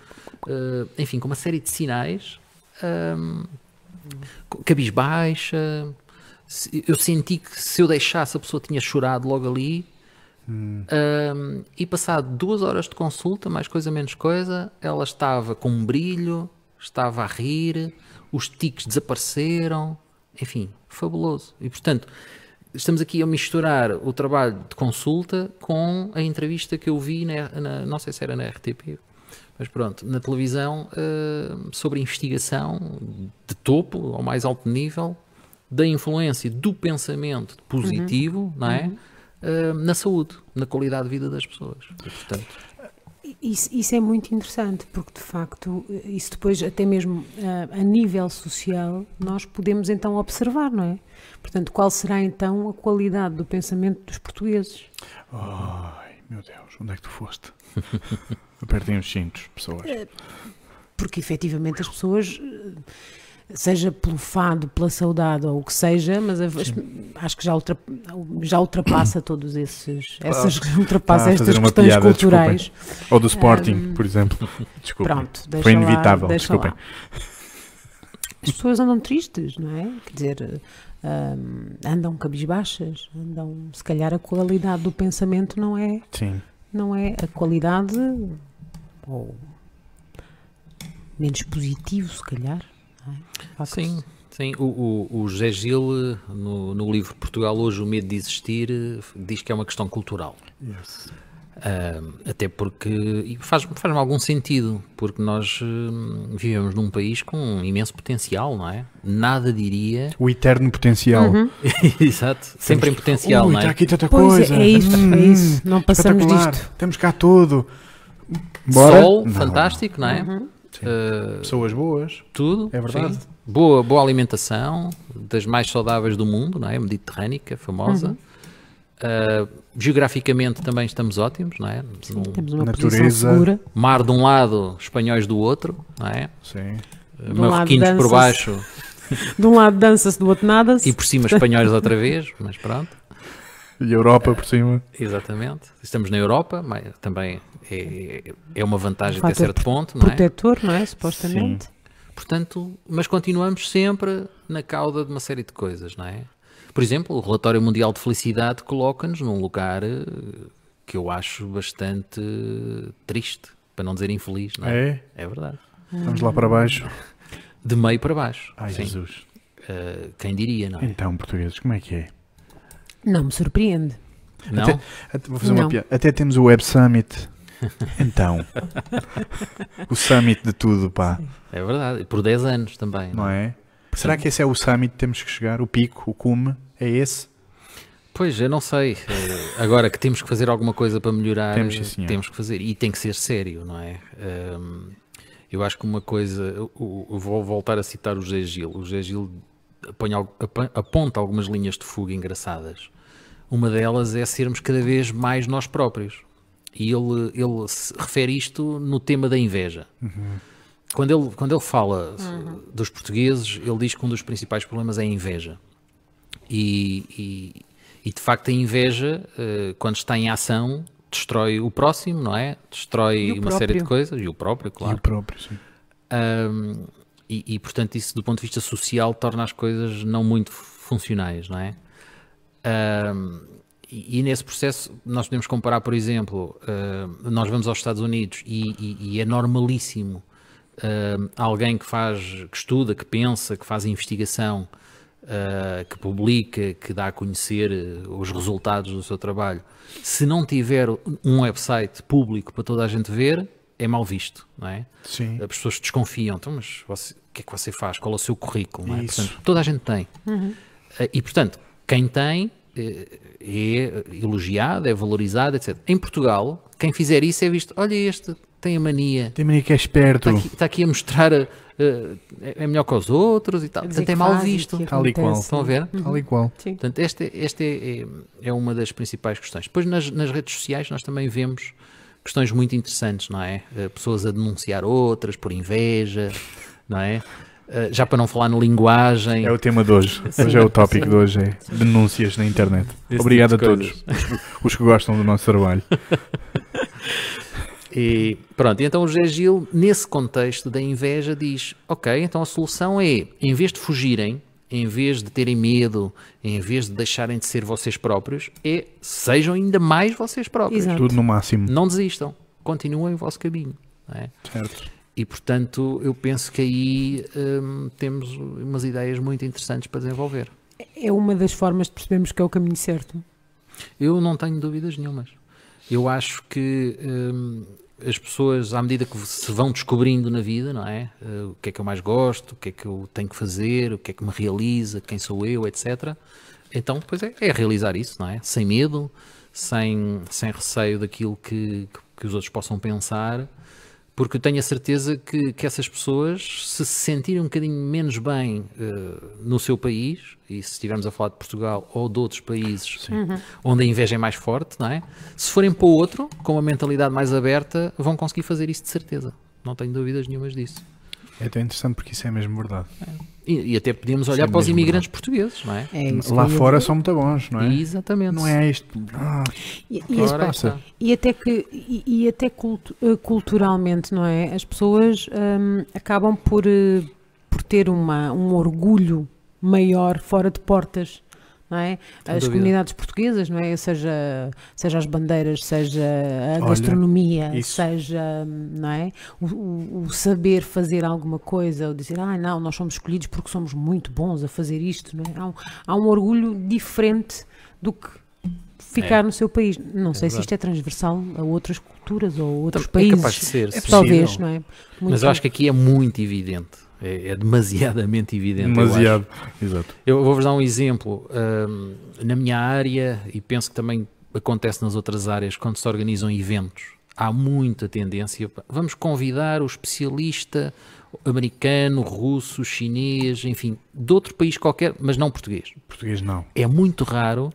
[SPEAKER 3] eh, enfim, com uma série de sinais hum, co- cabisbaixa. se- Eu senti que se eu deixasse a pessoa tinha chorado logo ali. Hum, e passado duas horas de consulta, mais coisa menos coisa, ela estava com um brilho, estava a rir, os tiques desapareceram, enfim, fabuloso. E portanto, estamos aqui a misturar o trabalho de consulta com a entrevista que eu vi, na, na- não sei se era na RTP, mas pronto, na televisão, eh, sobre investigação de topo, ao mais alto nível, da influência do pensamento positivo, não é? Eh, na saúde, na qualidade de vida das pessoas. E, portanto,
[SPEAKER 1] Isso, isso é muito interessante, porque de facto, eh, isso depois, até mesmo ah, a nível social, nós podemos então observar, não é? Portanto, qual será então a qualidade do pensamento dos portugueses?
[SPEAKER 2] Ai, meu Deus, onde é que tu foste? Apertem os cintos, pessoas.
[SPEAKER 1] Porque efetivamente as pessoas, eh, seja pelo fado, pela saudade ou o que seja, mas a- as- acho que já, ultra- já ultrapassa todos esses, essas, ultrapassa
[SPEAKER 2] Ah, a
[SPEAKER 1] estas
[SPEAKER 2] fazer uma
[SPEAKER 1] questões
[SPEAKER 2] piada,
[SPEAKER 1] culturais.
[SPEAKER 2] Ou do Sporting, por exemplo. Desculpa.
[SPEAKER 1] Hum. Pronto, deixa
[SPEAKER 2] Foi
[SPEAKER 1] lá,
[SPEAKER 2] inevitável,
[SPEAKER 1] deixa
[SPEAKER 2] desculpem.
[SPEAKER 1] lá. as pessoas andam tristes, não é? Quer dizer, hum, andam cabisbaixas, andam. Se calhar a qualidade do pensamento não é,
[SPEAKER 2] Sim.
[SPEAKER 1] não é a qualidade. Ou. menos positivo, se calhar. não é? Há que
[SPEAKER 3] Sim, sim. O, o, o José Gil, eh, no, no livro Portugal Hoje, O Medo de Existir, eh, diz que é uma questão cultural. Ah, até porque e faz, faz algum sentido, porque nós eh, vivemos num país com um imenso potencial, não é? Nada diria.
[SPEAKER 2] O eterno potencial.
[SPEAKER 1] Uhum.
[SPEAKER 3] Exato, sempre em potencial,
[SPEAKER 2] Ui,
[SPEAKER 3] não
[SPEAKER 2] está
[SPEAKER 3] é?
[SPEAKER 2] aqui tanta
[SPEAKER 1] Pois
[SPEAKER 2] coisa.
[SPEAKER 1] é, é isso, é isso. Não passamos
[SPEAKER 2] Hum. espetacular.
[SPEAKER 1] disto.
[SPEAKER 2] Temos cá tudo. Bora.
[SPEAKER 3] Sol,
[SPEAKER 2] Não.
[SPEAKER 3] fantástico, não é?
[SPEAKER 1] Uhum.
[SPEAKER 3] Ah,
[SPEAKER 2] Pessoas boas.
[SPEAKER 3] tudo.
[SPEAKER 2] É verdade.
[SPEAKER 3] sim. Boa, boa alimentação, das mais saudáveis do mundo, não é? Mediterrânica, famosa. Ah, geograficamente também estamos ótimos, não é? Num
[SPEAKER 1] Temos uma
[SPEAKER 2] Natureza.
[SPEAKER 1] posição segura.
[SPEAKER 3] mar de um lado, espanhóis do outro, não é?
[SPEAKER 2] Sim.
[SPEAKER 3] Ah,
[SPEAKER 1] lado
[SPEAKER 3] Marroquinos por
[SPEAKER 1] danças.
[SPEAKER 3] baixo
[SPEAKER 1] De um lado dança-se, do outro nada-se.
[SPEAKER 3] e por cima espanhóis outra vez, mas pronto.
[SPEAKER 2] E a Europa por cima.
[SPEAKER 3] Exatamente. Estamos na Europa, mas também é, é uma vantagem até
[SPEAKER 1] Fator
[SPEAKER 3] certo ponto, não é?
[SPEAKER 1] Protetor, não é? Supostamente.
[SPEAKER 3] Portanto, mas continuamos sempre na cauda de uma série de coisas, não é? Por exemplo, o relatório mundial de felicidade coloca-nos num lugar eh, que eu acho bastante eh, triste, para não dizer infeliz, não é?
[SPEAKER 2] É?
[SPEAKER 3] É, verdade.
[SPEAKER 2] Vamos lá para baixo.
[SPEAKER 3] De meio para baixo.
[SPEAKER 2] Ai,
[SPEAKER 3] sim.
[SPEAKER 2] Jesus.
[SPEAKER 3] Eh, quem diria, não é?
[SPEAKER 2] Então, portugueses, como é que é?
[SPEAKER 1] Não me surpreende.
[SPEAKER 3] Não?
[SPEAKER 2] Até, até- vou fazer uma
[SPEAKER 1] Não.
[SPEAKER 2] piada. Até temos o Web Summit. Então. o Summit de tudo, pá.
[SPEAKER 3] É verdade. Por 10 anos também.
[SPEAKER 2] Não é? Será que esse é o Summit que temos que chegar? O pico, o cume? É esse?
[SPEAKER 3] Pois, eu não sei. Eh, Agora que temos que fazer alguma coisa para melhorar,
[SPEAKER 2] Temos, sim,
[SPEAKER 3] eh,
[SPEAKER 2] senhor.
[SPEAKER 3] temos que fazer. E tem que ser sério, não é? Ahm, eu acho que uma coisa. Eu, eu- eu vou voltar a citar o G. Gil. O G. Gil apanha al- apa- aponta algumas linhas de fuga engraçadas. Uma delas é sermos cada vez mais nós próprios. E ele, ele se refere isto no tema da inveja. Quando, ele, quando ele fala
[SPEAKER 1] Uhum.
[SPEAKER 3] eh, dos portugueses, ele diz que um dos principais problemas é a inveja. E, e- e, de facto a inveja, eh, quando está em ação, destrói o próximo, não é? Destrói
[SPEAKER 1] E o
[SPEAKER 3] uma série de
[SPEAKER 1] próprio.
[SPEAKER 3] coisas, e o próprio,
[SPEAKER 2] E
[SPEAKER 3] claro.
[SPEAKER 2] o próprio, sim.
[SPEAKER 3] Ahm, e, e, portanto, isso do ponto de vista social torna as coisas não muito funcionais, não é? Ahm, e, e nesse processo, nós podemos comparar, por exemplo, ahm, nós vamos aos Estados Unidos e, e- e é normalíssimo ahm, alguém que faz, que estuda, que pensa, que faz investigação, ah, que publica, que dá a conhecer eh, os resultados do seu trabalho, se não tiver um website público para toda a gente ver, é mal visto, não é?
[SPEAKER 2] Sim.
[SPEAKER 3] As pessoas desconfiam, então, mas você- o que é que você faz? Qual é o seu currículo? não é?
[SPEAKER 2] Isso.
[SPEAKER 3] Portanto, toda a gente tem.
[SPEAKER 1] Uhum.
[SPEAKER 3] Eh, E, portanto, quem tem eh, é elogiado, é valorizado, etc. Em Portugal, quem fizer isso é visto, olha este, tem a mania,
[SPEAKER 2] Tem mania que é esperto.
[SPEAKER 3] está
[SPEAKER 1] Tá
[SPEAKER 3] aqui, está aqui a mostrar, eh, eh, é melhor que os outros e tal.
[SPEAKER 1] Quer dizer
[SPEAKER 3] Portanto, é
[SPEAKER 1] que
[SPEAKER 3] mal
[SPEAKER 1] fazem,
[SPEAKER 3] visto.
[SPEAKER 1] que
[SPEAKER 2] Tal e qual.
[SPEAKER 1] acontece. Uhum.
[SPEAKER 3] Estão a ver?
[SPEAKER 2] Tal e qual.
[SPEAKER 1] Sim.
[SPEAKER 3] Portanto, esta, esta é, é- é uma das principais questões. Depois, nas, nas redes sociais, nós também vemos questões muito interessantes, não é? Eh, Pessoas a denunciar outras por inveja, não é? Eh, Já para não falar na linguagem.
[SPEAKER 2] É o tema de hoje. Hoje é o tópico de hoje. É denúncias na internet.
[SPEAKER 3] Esse
[SPEAKER 2] Obrigado a
[SPEAKER 3] tipo de
[SPEAKER 2] todos os que gostam do nosso trabalho.
[SPEAKER 3] E pronto, então o José Gil, nesse contexto da inveja, diz: Ok, então a solução é, em vez de fugirem, em vez de terem medo, em vez de deixarem de ser vocês próprios, é sejam ainda mais vocês próprios.
[SPEAKER 1] Exato.
[SPEAKER 2] Tudo no máximo.
[SPEAKER 3] Não desistam, continuem o vosso caminho. Não é?
[SPEAKER 2] Certo.
[SPEAKER 3] E portanto, eu penso que aí hum, temos umas ideias muito interessantes para desenvolver.
[SPEAKER 1] É uma das formas de percebermos que é o caminho certo.
[SPEAKER 3] Eu não tenho dúvidas nenhumas. Eu acho que hum, as pessoas, à medida que se vão descobrindo na vida, não é? Eh, o que é que eu mais gosto, o que é que eu tenho que fazer, o que é que me realiza, quem sou eu, etc. Então, pois é, é realizar isso, não é? Sem medo, sem, sem receio daquilo que, que os outros possam pensar, porque eu tenho a certeza que, que essas pessoas, se se sentirem um bocadinho menos bem eh, no seu país, e se estivermos a falar de Portugal ou de outros países onde a inveja é mais forte, não é? Se forem para o outro, com uma mentalidade mais aberta, vão conseguir fazer isso de certeza. Não tenho dúvidas nenhumas disso.
[SPEAKER 2] É até interessante porque isso é mesmo verdade.
[SPEAKER 3] E, e até podíamos olhar
[SPEAKER 2] Sim,
[SPEAKER 3] para os
[SPEAKER 2] mesmo,
[SPEAKER 3] imigrantes portugueses, não é?
[SPEAKER 1] É isso
[SPEAKER 2] Lá
[SPEAKER 1] que eu ia
[SPEAKER 2] fora
[SPEAKER 1] dizer.
[SPEAKER 2] são muito bons, não é?
[SPEAKER 3] Exatamente.
[SPEAKER 2] Não é isto. Ah,
[SPEAKER 1] E, e-
[SPEAKER 2] Claro.
[SPEAKER 3] Ora, aí
[SPEAKER 2] passa.
[SPEAKER 3] está.
[SPEAKER 1] e até que e, e até cultu- eh, culturalmente, não é? As pessoas hum, acabam por eh, por ter uma, um orgulho maior fora de portas. Não é?
[SPEAKER 3] Sem
[SPEAKER 1] As
[SPEAKER 3] dúvida.
[SPEAKER 1] comunidades portuguesas, não é? seja, seja as bandeiras, seja a
[SPEAKER 2] Olha,
[SPEAKER 1] gastronomia,
[SPEAKER 2] isso.
[SPEAKER 1] seja não é? o, o- o saber fazer alguma coisa, ou dizer, ah, não, nós somos escolhidos porque somos muito bons a fazer isto. Não é? há, um, há um orgulho diferente do que ficar
[SPEAKER 3] É.
[SPEAKER 1] no seu país. Não sei se
[SPEAKER 3] verdade.
[SPEAKER 1] isto é transversal a outras culturas ou a outros
[SPEAKER 3] É
[SPEAKER 1] países.
[SPEAKER 3] capaz de ser, sim.
[SPEAKER 1] Talvez, não é?
[SPEAKER 3] Mas eu acho que aqui é muito evidente. É, é demasiadamente evidente. eu acho.
[SPEAKER 2] Demasiado. Exato.
[SPEAKER 3] Eu vou-vos dar um exemplo. Ahm, na minha área, e penso que também acontece nas outras áreas, quando se organizam eventos, há muita tendência. pá, Vamos convidar o especialista americano, russo, chinês, enfim, de outro país qualquer, mas não português
[SPEAKER 2] Português não.
[SPEAKER 3] é muito raro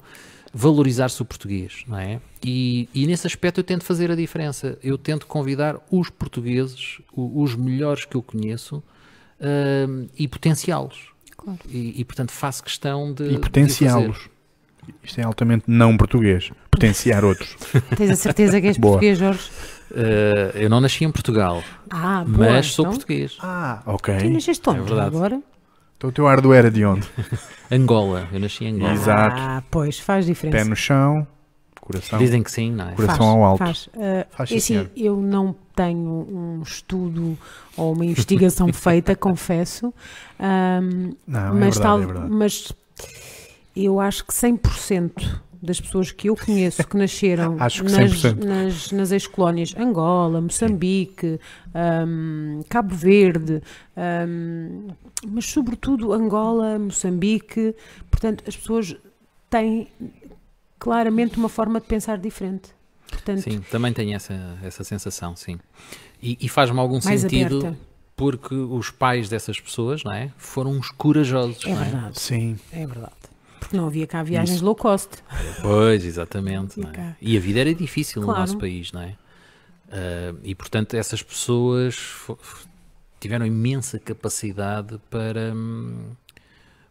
[SPEAKER 3] valorizar-se o português, não é? E, e nesse aspecto eu tento fazer a diferença. Eu tento convidar os portugueses, o- os melhores que eu conheço, hum, e potenciá-los.
[SPEAKER 1] Claro.
[SPEAKER 3] E, e, portanto faço questão
[SPEAKER 1] Eh,
[SPEAKER 3] de. de
[SPEAKER 2] E
[SPEAKER 3] o fazer.
[SPEAKER 2] potenciá-los. Isto é altamente não português. Potenciar outros.
[SPEAKER 1] Tens a certeza que és
[SPEAKER 2] Boa.
[SPEAKER 1] português, Jorge?
[SPEAKER 3] Ah, eu não nasci em Portugal,
[SPEAKER 1] Ah, boa,
[SPEAKER 3] mas sou
[SPEAKER 1] então.
[SPEAKER 3] português.
[SPEAKER 2] Ah, ok.
[SPEAKER 1] Tu nasceste onde
[SPEAKER 3] É verdade.
[SPEAKER 1] agora?
[SPEAKER 2] Então o teu ardo era de onde?
[SPEAKER 3] Angola, eu nasci em Angola.
[SPEAKER 2] Exato.
[SPEAKER 1] Ah, pois, faz
[SPEAKER 2] Pé
[SPEAKER 1] diferença.
[SPEAKER 2] no chão, coração.
[SPEAKER 3] Dizem que sim, não é?
[SPEAKER 2] Por-
[SPEAKER 1] Faz,
[SPEAKER 2] coração ao alto.
[SPEAKER 1] Faz. Ah,
[SPEAKER 2] Faz, sim,
[SPEAKER 1] e assim,
[SPEAKER 2] senhor.
[SPEAKER 1] eu não tenho um estudo ou uma investigação feita, confesso, Ahm,
[SPEAKER 2] Não, é
[SPEAKER 1] mas,
[SPEAKER 2] verdade,
[SPEAKER 1] tal,
[SPEAKER 2] é verdade.
[SPEAKER 1] mas eu acho que 100% das pessoas que eu conheço que nasceram
[SPEAKER 2] Acho que
[SPEAKER 1] nas,
[SPEAKER 2] 100%.
[SPEAKER 1] nas, nas ex-colónias Angola, Moçambique, ahm, Cabo Verde, ahm, mas sobretudo Angola, Moçambique, portanto, as pessoas têm claramente uma forma de pensar diferente. Portanto,
[SPEAKER 3] Sim, também tenho essa, essa sensação, sim. E, e faz-me algum
[SPEAKER 1] mais
[SPEAKER 3] sentido
[SPEAKER 1] aberta.
[SPEAKER 3] porque os pais dessas pessoas, não é? Foram uns corajosos,
[SPEAKER 1] É
[SPEAKER 3] não é?
[SPEAKER 1] verdade,
[SPEAKER 2] Sim.
[SPEAKER 1] é verdade. Porque não havia cá viagens low cost.
[SPEAKER 3] Pois, exatamente.
[SPEAKER 1] E
[SPEAKER 3] não é?
[SPEAKER 1] cá.
[SPEAKER 3] E a vida era difícil
[SPEAKER 1] Claro.
[SPEAKER 3] no nosso país, não é? Ah, e portanto, essas pessoas fo- f- tiveram imensa capacidade para, hum,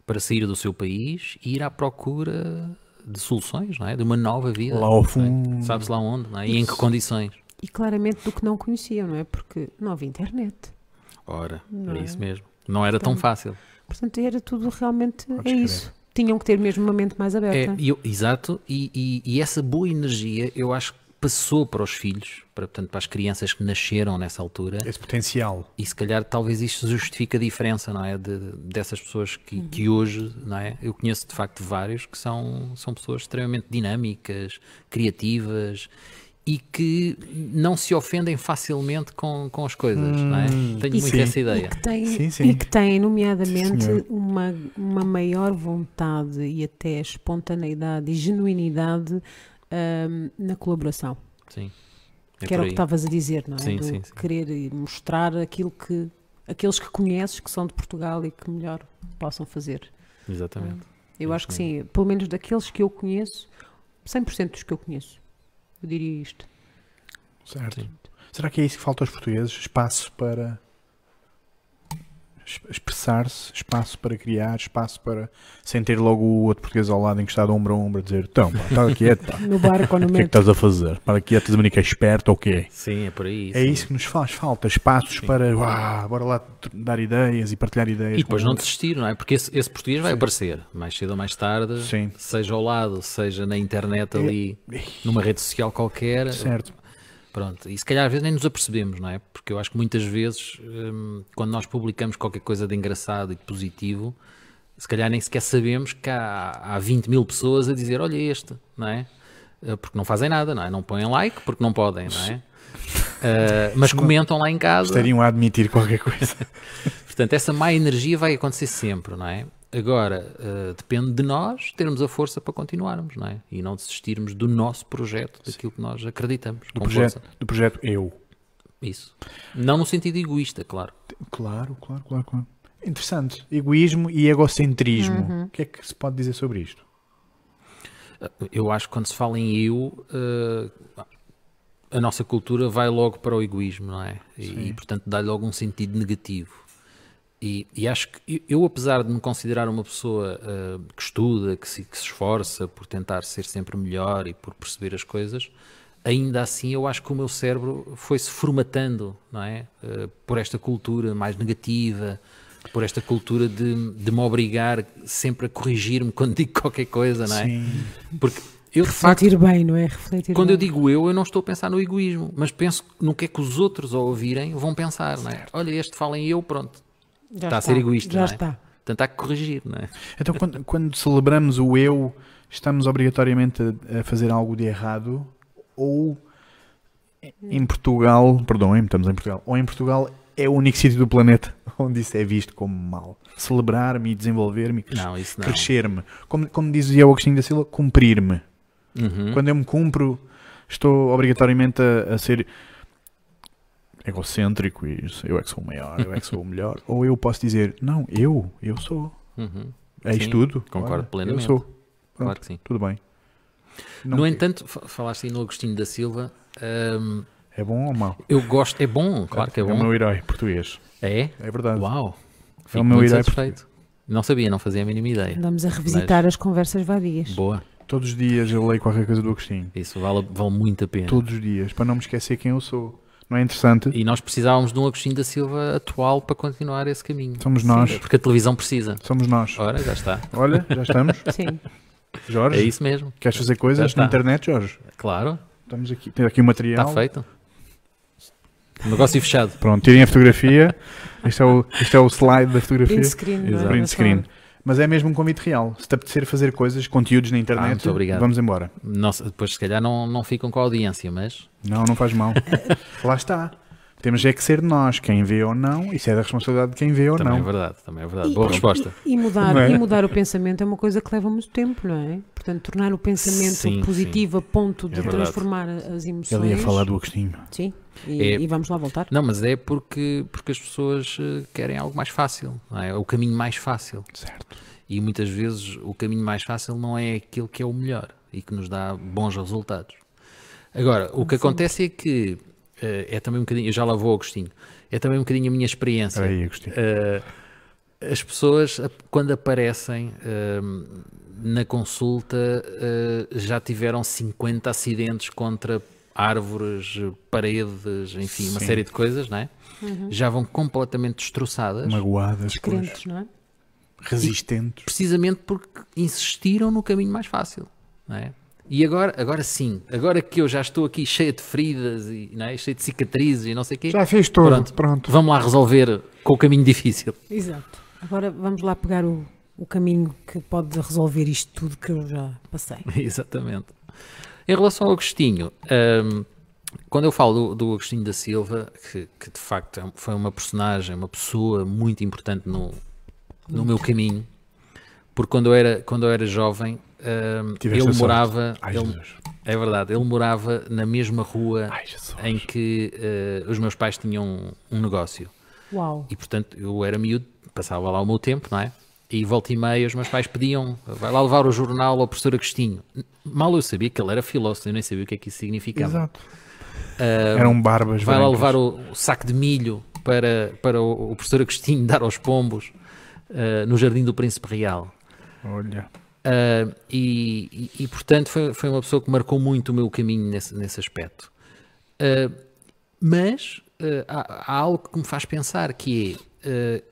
[SPEAKER 3] para sair do seu país e ir à procura de soluções, não é? De uma nova vida.
[SPEAKER 2] Lá ao
[SPEAKER 3] não é?
[SPEAKER 2] fundo.
[SPEAKER 3] Sabes lá onde, não é? E em que
[SPEAKER 1] Isso.
[SPEAKER 3] condições.
[SPEAKER 1] E claramente do que não conheciam, não é? Porque não havia internet.
[SPEAKER 3] Ora,
[SPEAKER 1] Não
[SPEAKER 3] é
[SPEAKER 1] é?
[SPEAKER 3] isso mesmo. Não era tão
[SPEAKER 1] Portanto,
[SPEAKER 3] fácil.
[SPEAKER 1] Portanto, era tudo realmente
[SPEAKER 2] Podes
[SPEAKER 1] é
[SPEAKER 2] crer.
[SPEAKER 1] isso. Tinham que ter mesmo uma mente mais
[SPEAKER 3] É,
[SPEAKER 1] aberta.
[SPEAKER 3] e eu- exato, e, e- e essa boa energia eu acho que passou para os filhos, para, portanto, para as crianças que nasceram nessa altura,
[SPEAKER 2] Esse potencial.
[SPEAKER 3] e se calhar talvez isto justifique a diferença, não é? De, dessas pessoas que,
[SPEAKER 1] Uhum.
[SPEAKER 3] que hoje, não é? Eu conheço de facto vários que são, são pessoas extremamente dinâmicas, criativas e que não se ofendem facilmente com, com as coisas, não é? Tenho
[SPEAKER 1] E
[SPEAKER 3] muito
[SPEAKER 2] sim.
[SPEAKER 3] essa
[SPEAKER 1] E
[SPEAKER 3] ideia.
[SPEAKER 1] que têm,
[SPEAKER 2] Sim, sim.
[SPEAKER 1] E que têm nomeadamente,
[SPEAKER 2] Sim, senhor.
[SPEAKER 1] uma, uma maior vontade e até espontaneidade e genuinidade hum, na colaboração.
[SPEAKER 3] Sim. É
[SPEAKER 1] que
[SPEAKER 3] por
[SPEAKER 1] era o
[SPEAKER 3] aí.
[SPEAKER 1] que estavas a dizer, não é?
[SPEAKER 3] Sim,
[SPEAKER 1] Do
[SPEAKER 3] sim, sim.
[SPEAKER 1] querer mostrar aquilo que aqueles que conheces que são de Portugal e que melhor possam fazer.
[SPEAKER 3] Exatamente.
[SPEAKER 1] Eu
[SPEAKER 3] Isso
[SPEAKER 1] acho que sim, pelo menos daqueles que eu conheço, 100% dos que eu conheço. Eu diria isto.
[SPEAKER 2] Certo.
[SPEAKER 3] Sim.
[SPEAKER 2] Será que é isso que falta aos portugueses? Espaço para es- expressar-se, espaço para criar, espaço para sem ter logo o outro português ao lado encostado ombro a ombro a dizer então, pá, estás quieto, pá.
[SPEAKER 1] No barco ou no
[SPEAKER 2] o que é que
[SPEAKER 1] metro.
[SPEAKER 2] estás a fazer? Para é, quieto, estás a brincar esperto ou quê?
[SPEAKER 3] Sim, é por aí.
[SPEAKER 2] É isso que nos faz falta, espaços
[SPEAKER 3] Sim.
[SPEAKER 2] para uau, bora lá tr- dar ideias e partilhar ideias.
[SPEAKER 3] E
[SPEAKER 2] com
[SPEAKER 3] depois não
[SPEAKER 2] outros.
[SPEAKER 3] desistir, não é? Porque esse, esse português vai aparecer mais cedo ou mais tarde,
[SPEAKER 2] Sim.
[SPEAKER 3] seja ao lado, seja na internet ali, numa rede social qualquer.
[SPEAKER 2] É Certo.
[SPEAKER 3] Pronto. E se calhar às vezes nem nos apercebemos, não é? Porque eu acho que muitas vezes, hum, quando nós publicamos qualquer coisa de engraçado e de positivo, se calhar nem sequer sabemos que há, há 20 mil pessoas a dizer: olha este, não é? Eh, Porque não fazem nada, não é? Não põem like porque não podem, não é? Eh, mas comentam lá em casa.
[SPEAKER 2] Estariam a admitir qualquer coisa.
[SPEAKER 3] Portanto, essa má energia vai acontecer sempre, não é? Agora, eh, depende de nós termos a força para continuarmos, não é? E não desistirmos do nosso projeto, daquilo que nós acreditamos.
[SPEAKER 2] Do
[SPEAKER 3] com
[SPEAKER 2] projeto,
[SPEAKER 3] força.
[SPEAKER 2] do projeto eu.
[SPEAKER 3] Isso. Não no sentido egoísta, claro.
[SPEAKER 2] Claro, claro, claro, claro. É Interessante. Egoísmo e egocentrismo. O que é que se pode dizer sobre isto?
[SPEAKER 3] Eu acho que quando se fala em eu, eh, a nossa cultura vai logo para o egoísmo, não é? E, e, portanto, dá-lhe logo um sentido negativo. E, e acho que eu- eu, apesar de me considerar uma pessoa eh, que estuda, que se, que se esforça por tentar ser sempre melhor e por perceber as coisas, ainda assim eu acho que o meu cérebro foi-se formatando, não é? Eh, por esta cultura mais negativa, por esta cultura de, de me obrigar sempre a corrigir-me quando digo qualquer coisa, não é?
[SPEAKER 2] Sim.
[SPEAKER 3] Porque eu, de facto,
[SPEAKER 1] Refletir bem, não é? Refletir
[SPEAKER 3] quando
[SPEAKER 1] bem.
[SPEAKER 3] eu digo eu, eu não estou a pensar no egoísmo, mas penso no que é que os outros ao ouvirem vão pensar, não é? Olha, este fala em eu, pronto.
[SPEAKER 1] Já
[SPEAKER 3] está a ser egoísta,
[SPEAKER 1] Já
[SPEAKER 3] não é?
[SPEAKER 1] está.
[SPEAKER 3] Portanto, há que corrigir, não é?
[SPEAKER 2] Então, quando, quando celebramos o eu, estamos obrigatoriamente a, a fazer algo de errado? Ou em Portugal, perdoem, estamos em Portugal, ou em Portugal é o único sítio do planeta onde isso é visto como mal? Celebrar-me, e desenvolver-me, cres-
[SPEAKER 3] Não, isso não.
[SPEAKER 2] crescer-me. Como, como dizia o Agostinho da Silva, cumprir-me.
[SPEAKER 3] Uhum.
[SPEAKER 2] Quando eu me cumpro, estou obrigatoriamente a, a ser egocêntrico e eu é que sou o maior, eu é que sou o melhor. Ou eu posso dizer, não, eu, eu sou.
[SPEAKER 3] Uhum.
[SPEAKER 2] É
[SPEAKER 3] Sim,
[SPEAKER 2] isto tudo.
[SPEAKER 3] concordo
[SPEAKER 2] Olha,
[SPEAKER 3] plenamente.
[SPEAKER 2] Eu sou,
[SPEAKER 3] Claro que sim.
[SPEAKER 2] tudo bem. Não-
[SPEAKER 3] no entanto, fa- falaste aí no Agostinho da Silva. hum,
[SPEAKER 2] é bom ou mau?
[SPEAKER 3] eu gosto, é bom, claro que é
[SPEAKER 2] É o
[SPEAKER 3] bom.
[SPEAKER 2] meu herói português.
[SPEAKER 3] É?
[SPEAKER 2] É verdade.
[SPEAKER 3] Uau! Fico
[SPEAKER 2] meu
[SPEAKER 3] muito
[SPEAKER 2] herói
[SPEAKER 3] satisfeito. Não sabia, não fazia a mínima ideia.
[SPEAKER 1] Andamos a revisitar as conversas vadias.
[SPEAKER 3] Boa,
[SPEAKER 2] Todos os dias eu leio qualquer coisa do Agostinho.
[SPEAKER 3] isso vale, vale muito a pena.
[SPEAKER 2] Todos os dias, para não me esquecer quem eu sou. Não é interessante?
[SPEAKER 3] É. E nós precisávamos de um Agostinho da Silva atual para continuar esse caminho.
[SPEAKER 2] Somos nós.
[SPEAKER 3] Porque a televisão precisa.
[SPEAKER 2] Somos nós.
[SPEAKER 3] Ora, já está.
[SPEAKER 2] Olha, já estamos.
[SPEAKER 1] Sim.
[SPEAKER 2] Jorge,
[SPEAKER 3] É isso mesmo.
[SPEAKER 2] queres fazer coisas
[SPEAKER 3] está. Tá
[SPEAKER 2] na internet, Jorge?
[SPEAKER 3] Claro,
[SPEAKER 2] Estamos aqui. Tem aqui o material.
[SPEAKER 3] está feito. Negócio fechado.
[SPEAKER 2] Pronto, tirem a fotografia. Este é o, este é o slide da fotografia.
[SPEAKER 1] Print screen. não é?
[SPEAKER 2] Print screen.
[SPEAKER 1] Só-
[SPEAKER 2] Mas é mesmo um convite real. Se te apetecer fazer coisas, conteúdos na internet,
[SPEAKER 3] Ah, muito obrigado.
[SPEAKER 2] vamos embora.
[SPEAKER 3] Nossa, depois se calhar não, não ficam com a audiência, mas
[SPEAKER 2] Não, não faz mal. Lá está. Temos é que ser nós, quem vê ou não, isso é da responsabilidade de quem vê ou
[SPEAKER 3] também é
[SPEAKER 2] não.
[SPEAKER 3] verdade, também é verdade.
[SPEAKER 1] E-
[SPEAKER 3] Boa
[SPEAKER 1] e-
[SPEAKER 3] resposta.
[SPEAKER 1] E mudar,
[SPEAKER 2] Não é?
[SPEAKER 1] e mudar o pensamento é uma coisa que leva muito tempo, não é? Portanto, tornar o pensamento
[SPEAKER 3] Sim,
[SPEAKER 1] positivo a ponto de
[SPEAKER 3] É verdade.
[SPEAKER 1] transformar as emoções.
[SPEAKER 2] Ele ia falar do Agostinho.
[SPEAKER 1] Sim, e,
[SPEAKER 3] É-
[SPEAKER 1] e vamos lá voltar.
[SPEAKER 3] Não, mas é porque, porque as pessoas eh, querem algo mais fácil, não é? o caminho mais fácil.
[SPEAKER 2] Certo.
[SPEAKER 3] E muitas vezes o caminho mais fácil não é aquele que é o melhor e que nos dá bons resultados. Agora, o que acontece é que eh, é também um bocadinho, eu já lá vou, Agostinho, é também um bocadinho a minha experiência.
[SPEAKER 2] Espera aí, Agostinho.
[SPEAKER 3] Eh, as pessoas, ap- quando aparecem ehm, na consulta, eh, já tiveram 50 acidentes contra árvores, eh, paredes, enfim, uma
[SPEAKER 2] Sim.
[SPEAKER 3] série de coisas, não é? Já vão completamente destroçadas,
[SPEAKER 2] Magoadas, pois.
[SPEAKER 1] Crentes, não é?
[SPEAKER 2] resistentes.
[SPEAKER 3] precisamente porque insistiram no caminho mais fácil, não é? E agora, agora sim, agora que eu já estou aqui cheia de feridas e não é? cheia de cicatrizes e não sei o quê,
[SPEAKER 2] Já fez tudo.
[SPEAKER 3] Pronto.
[SPEAKER 2] Pronto.
[SPEAKER 3] vamos lá resolver com o caminho difícil.
[SPEAKER 1] Exato. Agora vamos lá pegar o, o caminho que pode resolver isto tudo que eu já passei.
[SPEAKER 3] Exatamente. Em relação ao Agostinho, hum, quando eu falo do, do Agostinho da Silva, que, que de facto é um- foi uma personagem, uma pessoa muito importante no, no meu caminho, porque quando eu era, quando eu era jovem, hum,
[SPEAKER 2] Tiveste
[SPEAKER 3] ele
[SPEAKER 2] a sorte.
[SPEAKER 3] morava,
[SPEAKER 2] Ai,
[SPEAKER 3] ele- Ah,
[SPEAKER 2] Jesus.
[SPEAKER 3] é verdade, ele morava na mesma rua
[SPEAKER 2] Ai, Jesus.
[SPEAKER 3] em que eh, os meus pais tinham um, um negócio.
[SPEAKER 1] Uau.
[SPEAKER 3] E portanto eu era miúdo, passava lá o meu tempo, não é? E volta e meia os meus pais pediam, vai lá levar o jornal ao professor Agostinho. Mal eu sabia que ele era filósofo, eu nem sabia o que é que isso significava.
[SPEAKER 2] Exato. um
[SPEAKER 3] Ah,
[SPEAKER 2] Eram barbas.
[SPEAKER 3] vai lá
[SPEAKER 2] brancas.
[SPEAKER 3] levar o, o saco de milho para, para o, o professor Agostinho dar aos pombos ah, no jardim do Príncipe Real.
[SPEAKER 2] Olha.
[SPEAKER 3] Ah, e, e- e, portanto foi, foi uma pessoa que marcou muito o meu caminho nesse, nesse aspecto. Ah, mas ah, há, há algo que me faz pensar que é ah,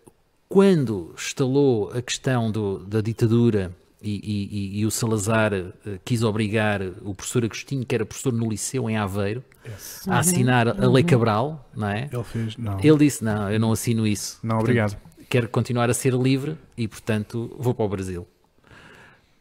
[SPEAKER 3] quando estalou a questão do- da ditadura e, e- e- e o Salazar ah, quis obrigar o professor Agostinho, que era professor no liceu em Aveiro, a assinar a Lei Cabral, não é?
[SPEAKER 2] Ele fez. Uhum. Não.
[SPEAKER 3] Ele disse: Não, eu não assino isso.
[SPEAKER 2] Não,
[SPEAKER 3] Portanto,
[SPEAKER 2] obrigado.
[SPEAKER 3] quero continuar a ser livre e, portanto, vou para o Brasil.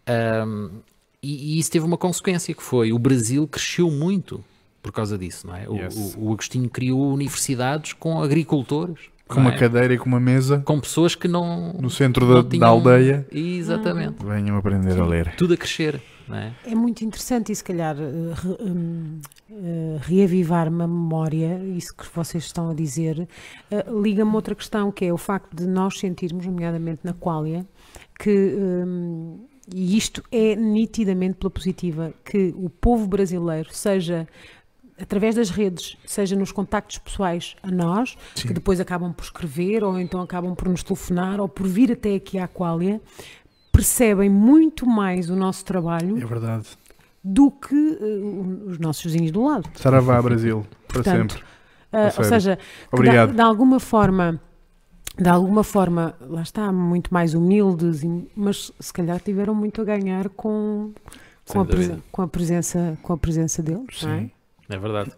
[SPEAKER 3] Ahm, e, e isso teve uma consequência que foi o Brasil cresceu muito por causa disso, não é? O,
[SPEAKER 2] Yes.
[SPEAKER 3] o- o Agostinho criou universidades com agricultores,
[SPEAKER 2] Com
[SPEAKER 3] não
[SPEAKER 2] uma
[SPEAKER 3] é?
[SPEAKER 2] cadeira e com uma mesa
[SPEAKER 3] com pessoas que não
[SPEAKER 2] no centro
[SPEAKER 3] não
[SPEAKER 2] da,
[SPEAKER 3] tinham-
[SPEAKER 2] da aldeia.
[SPEAKER 3] Exatamente,
[SPEAKER 2] Venham aprender a ler.
[SPEAKER 3] tudo a crescer, não é?
[SPEAKER 1] É muito interessante e se calhar eh, re- hum, eh, reavivar uma memória, isso que vocês estão a dizer, eh, liga-me outra questão, que é o facto de nós sentirmos, nomeadamente na Qualia, que, hum, e isto é nitidamente pela positiva, que o povo brasileiro seja através das redes, seja nos contactos pessoais a nós, que depois acabam por escrever, ou então acabam por nos telefonar, ou por vir até aqui à Qualia, percebem muito mais o nosso trabalho
[SPEAKER 2] É verdade.
[SPEAKER 1] do que eh, o- os nossos vizinhos do lado.
[SPEAKER 2] Saravá, Brasil. Para
[SPEAKER 1] Portanto,
[SPEAKER 2] sempre.
[SPEAKER 1] Ah,
[SPEAKER 2] A
[SPEAKER 1] ou
[SPEAKER 2] sério.
[SPEAKER 1] seja, que
[SPEAKER 2] Obrigado.
[SPEAKER 1] de, de alguma forma de alguma forma, lá está, muito mais humildes, e- mas se calhar tiveram muito a ganhar com,
[SPEAKER 3] Sem
[SPEAKER 1] com, a, presen-
[SPEAKER 3] dúvida.
[SPEAKER 1] com a presença, com a presença deles, não é?
[SPEAKER 2] Sim.
[SPEAKER 3] É verdade.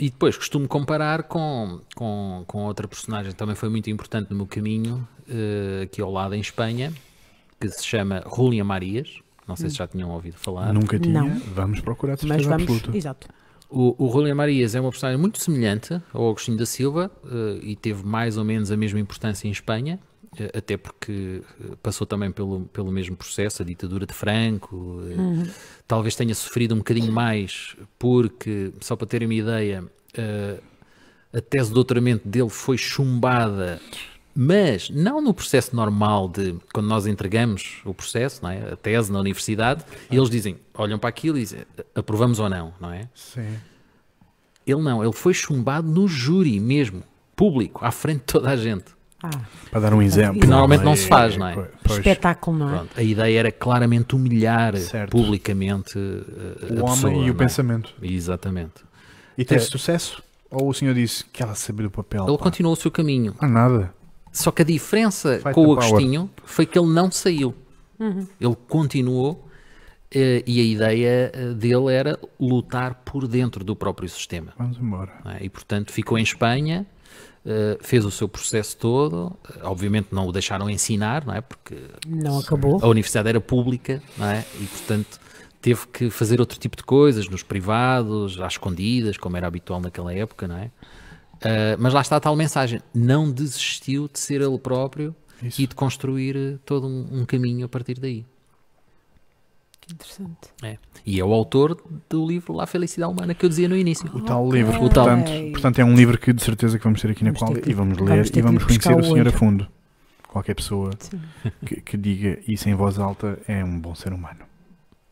[SPEAKER 3] E depois costumo comparar com, com, com outra personagem que também foi muito importante no meu caminho, eh, aqui ao lado em Espanha, que se chama Julia Marias. Não sei se já tinham ouvido falar.
[SPEAKER 2] Nunca tinha.
[SPEAKER 1] Não.
[SPEAKER 2] Vamos procurar de
[SPEAKER 1] Mas
[SPEAKER 2] certeza
[SPEAKER 1] vamos,
[SPEAKER 2] absoluta.
[SPEAKER 1] exato.
[SPEAKER 3] O, o Julián Marias é uma personagem muito semelhante ao Agostinho da Silva eh, e teve mais ou menos a mesma importância em Espanha, eh, até porque eh, passou também pelo, pelo mesmo processo, a ditadura de Franco. eh, Talvez tenha sofrido um bocadinho mais, porque, só para terem uma ideia, eh, a tese de doutoramento dele foi chumbada, mas não no processo normal de quando nós entregamos o processo, não é? a tese na universidade, e eles dizem, olham para aquilo e dizem, aprovamos ou não, não é?
[SPEAKER 2] Sim.
[SPEAKER 3] Ele não, ele foi chumbado no júri mesmo, público, à frente de toda a gente.
[SPEAKER 1] Ah,
[SPEAKER 2] Para dar um exemplo.
[SPEAKER 1] Que
[SPEAKER 3] normalmente
[SPEAKER 2] é?
[SPEAKER 3] não se faz, não é?
[SPEAKER 2] Pois,
[SPEAKER 1] espetáculo, não é?
[SPEAKER 3] Pronto, a ideia era claramente humilhar
[SPEAKER 2] Certo.
[SPEAKER 3] publicamente uh,
[SPEAKER 2] o
[SPEAKER 3] a
[SPEAKER 2] homem
[SPEAKER 3] pessoa,
[SPEAKER 2] e
[SPEAKER 3] não
[SPEAKER 2] o
[SPEAKER 3] é?
[SPEAKER 2] pensamento.
[SPEAKER 3] Exatamente.
[SPEAKER 2] E teve
[SPEAKER 3] É.
[SPEAKER 2] sucesso? Ou o senhor disse que ela sabia do papel?
[SPEAKER 3] Ele
[SPEAKER 2] pá?
[SPEAKER 3] continuou o seu caminho.
[SPEAKER 2] Ah, nada.
[SPEAKER 3] Só que a diferença
[SPEAKER 2] Fight
[SPEAKER 3] com o
[SPEAKER 2] the power.
[SPEAKER 3] Agostinho foi que ele não saiu. Ele continuou eh, e a ideia eh, dele era lutar por dentro do próprio sistema.
[SPEAKER 2] Vamos embora.
[SPEAKER 3] não é? E, portanto, ficou em Espanha, eh, fez o seu processo todo. Eh, Obviamente não o deixaram ensinar, não é? Porque
[SPEAKER 1] Não acabou.
[SPEAKER 3] a universidade era pública, não é? E, portanto, teve que fazer outro tipo de coisas nos privados, às escondidas, como era habitual naquela época, não é? Ah, mas lá está a tal mensagem. Não desistiu de ser ele próprio
[SPEAKER 2] Isso.
[SPEAKER 3] e de construir eh, todo um, um caminho a partir daí.
[SPEAKER 1] Que interessante.
[SPEAKER 3] É. E é o autor do livro La Felicidade Humana que eu dizia no início.
[SPEAKER 2] O tal livro.
[SPEAKER 1] Ok.
[SPEAKER 2] Portanto, portanto, é um livro que de certeza que vamos ter aqui na
[SPEAKER 1] Vamos ter
[SPEAKER 2] qual
[SPEAKER 1] que-
[SPEAKER 2] e vamos
[SPEAKER 1] vamos
[SPEAKER 2] ler
[SPEAKER 1] ter que
[SPEAKER 2] e vamos
[SPEAKER 1] ir buscar
[SPEAKER 2] conhecer o
[SPEAKER 1] o
[SPEAKER 2] senhor a
[SPEAKER 1] olho.
[SPEAKER 2] fundo. Qualquer pessoa
[SPEAKER 1] Sim.
[SPEAKER 2] que, que diga isso em voz alta é um bom ser humano.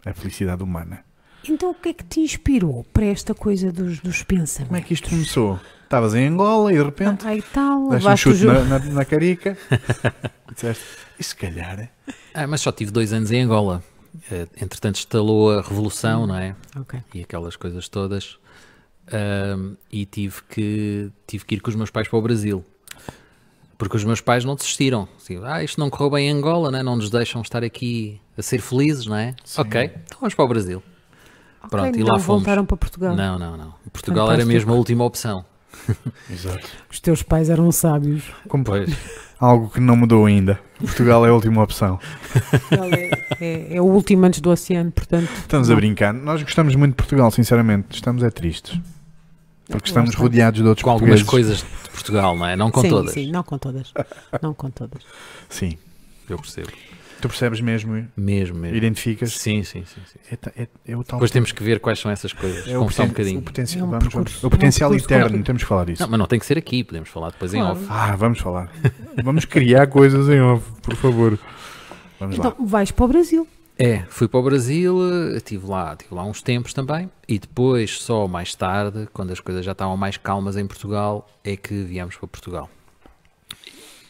[SPEAKER 2] É a felicidade humana.
[SPEAKER 1] Então o que é que te inspirou para esta coisa dos, dos pensamentos?
[SPEAKER 2] Como é que isto começou? Estavas em Angola e de repente
[SPEAKER 1] Ai tal,
[SPEAKER 2] deste um
[SPEAKER 1] levaste o
[SPEAKER 2] chute
[SPEAKER 1] jogo.
[SPEAKER 2] na, na, na carica e disseste, e se calhar é?
[SPEAKER 3] Ah, mas só tive dois anos em Angola. Eh, entretanto, estalou a revolução, não é?
[SPEAKER 1] Ok.
[SPEAKER 3] e aquelas coisas todas. Ahm, e tive que, tive que ir com os meus pais para o Brasil. Porque os meus pais não desistiram. Assim, ah, isto não correu bem em Angola, né? não nos deixam estar aqui a ser felizes, não é? Ok, então vamos para o Brasil.
[SPEAKER 1] Ok,
[SPEAKER 3] Pronto, e
[SPEAKER 1] não
[SPEAKER 3] lá fomos.
[SPEAKER 1] voltaram para Portugal.
[SPEAKER 3] Não, não, não. Portugal era
[SPEAKER 1] Fantástico.
[SPEAKER 3] mesmo a última opção.
[SPEAKER 2] Exato.
[SPEAKER 1] Os teus pais eram sábios.
[SPEAKER 2] Como
[SPEAKER 3] Pois.
[SPEAKER 2] Algo que não mudou ainda. Portugal é a última opção.
[SPEAKER 1] Ele é, é- é o último antes do oceano, portanto.
[SPEAKER 2] Estamos a brincar. Nós gostamos muito de Portugal, sinceramente. Estamos é tristes. Porque estamos
[SPEAKER 1] Lá está.
[SPEAKER 2] rodeados de outros
[SPEAKER 3] Com algumas
[SPEAKER 2] portugueses.
[SPEAKER 3] coisas de Portugal, não é? Não com
[SPEAKER 1] sim,
[SPEAKER 3] todas.
[SPEAKER 1] Sim, não com todas. Não com todas.
[SPEAKER 2] Sim.
[SPEAKER 3] Eu percebo.
[SPEAKER 2] Tu percebes mesmo,
[SPEAKER 3] Mesmo, mesmo.
[SPEAKER 2] identificas.
[SPEAKER 3] Sim, sim, sim. sim.
[SPEAKER 2] É, ta- é- é o tal.
[SPEAKER 3] É. Depois temos que ver quais são essas coisas.
[SPEAKER 2] é o,
[SPEAKER 3] Conversar
[SPEAKER 2] poten-
[SPEAKER 3] um
[SPEAKER 2] o
[SPEAKER 3] bocadinho.
[SPEAKER 2] potencial,
[SPEAKER 1] É um
[SPEAKER 2] vamos-
[SPEAKER 1] percurso.
[SPEAKER 2] vamos- o
[SPEAKER 1] É
[SPEAKER 2] potencial
[SPEAKER 1] um percurso
[SPEAKER 2] eterno,
[SPEAKER 1] contínuo.
[SPEAKER 2] temos que falar disso.
[SPEAKER 3] Não, mas não tem que ser aqui, podemos falar depois em
[SPEAKER 1] Claro.
[SPEAKER 3] off.
[SPEAKER 2] Ah, vamos falar. Vamos criar coisas em off, por favor. Vamos lá.
[SPEAKER 1] Então, vais para o Brasil.
[SPEAKER 3] É, fui para o Brasil, eh, estive lá, estive lá uns tempos também, e depois, só mais tarde, quando as coisas já estavam mais calmas em Portugal, é que viemos para Portugal.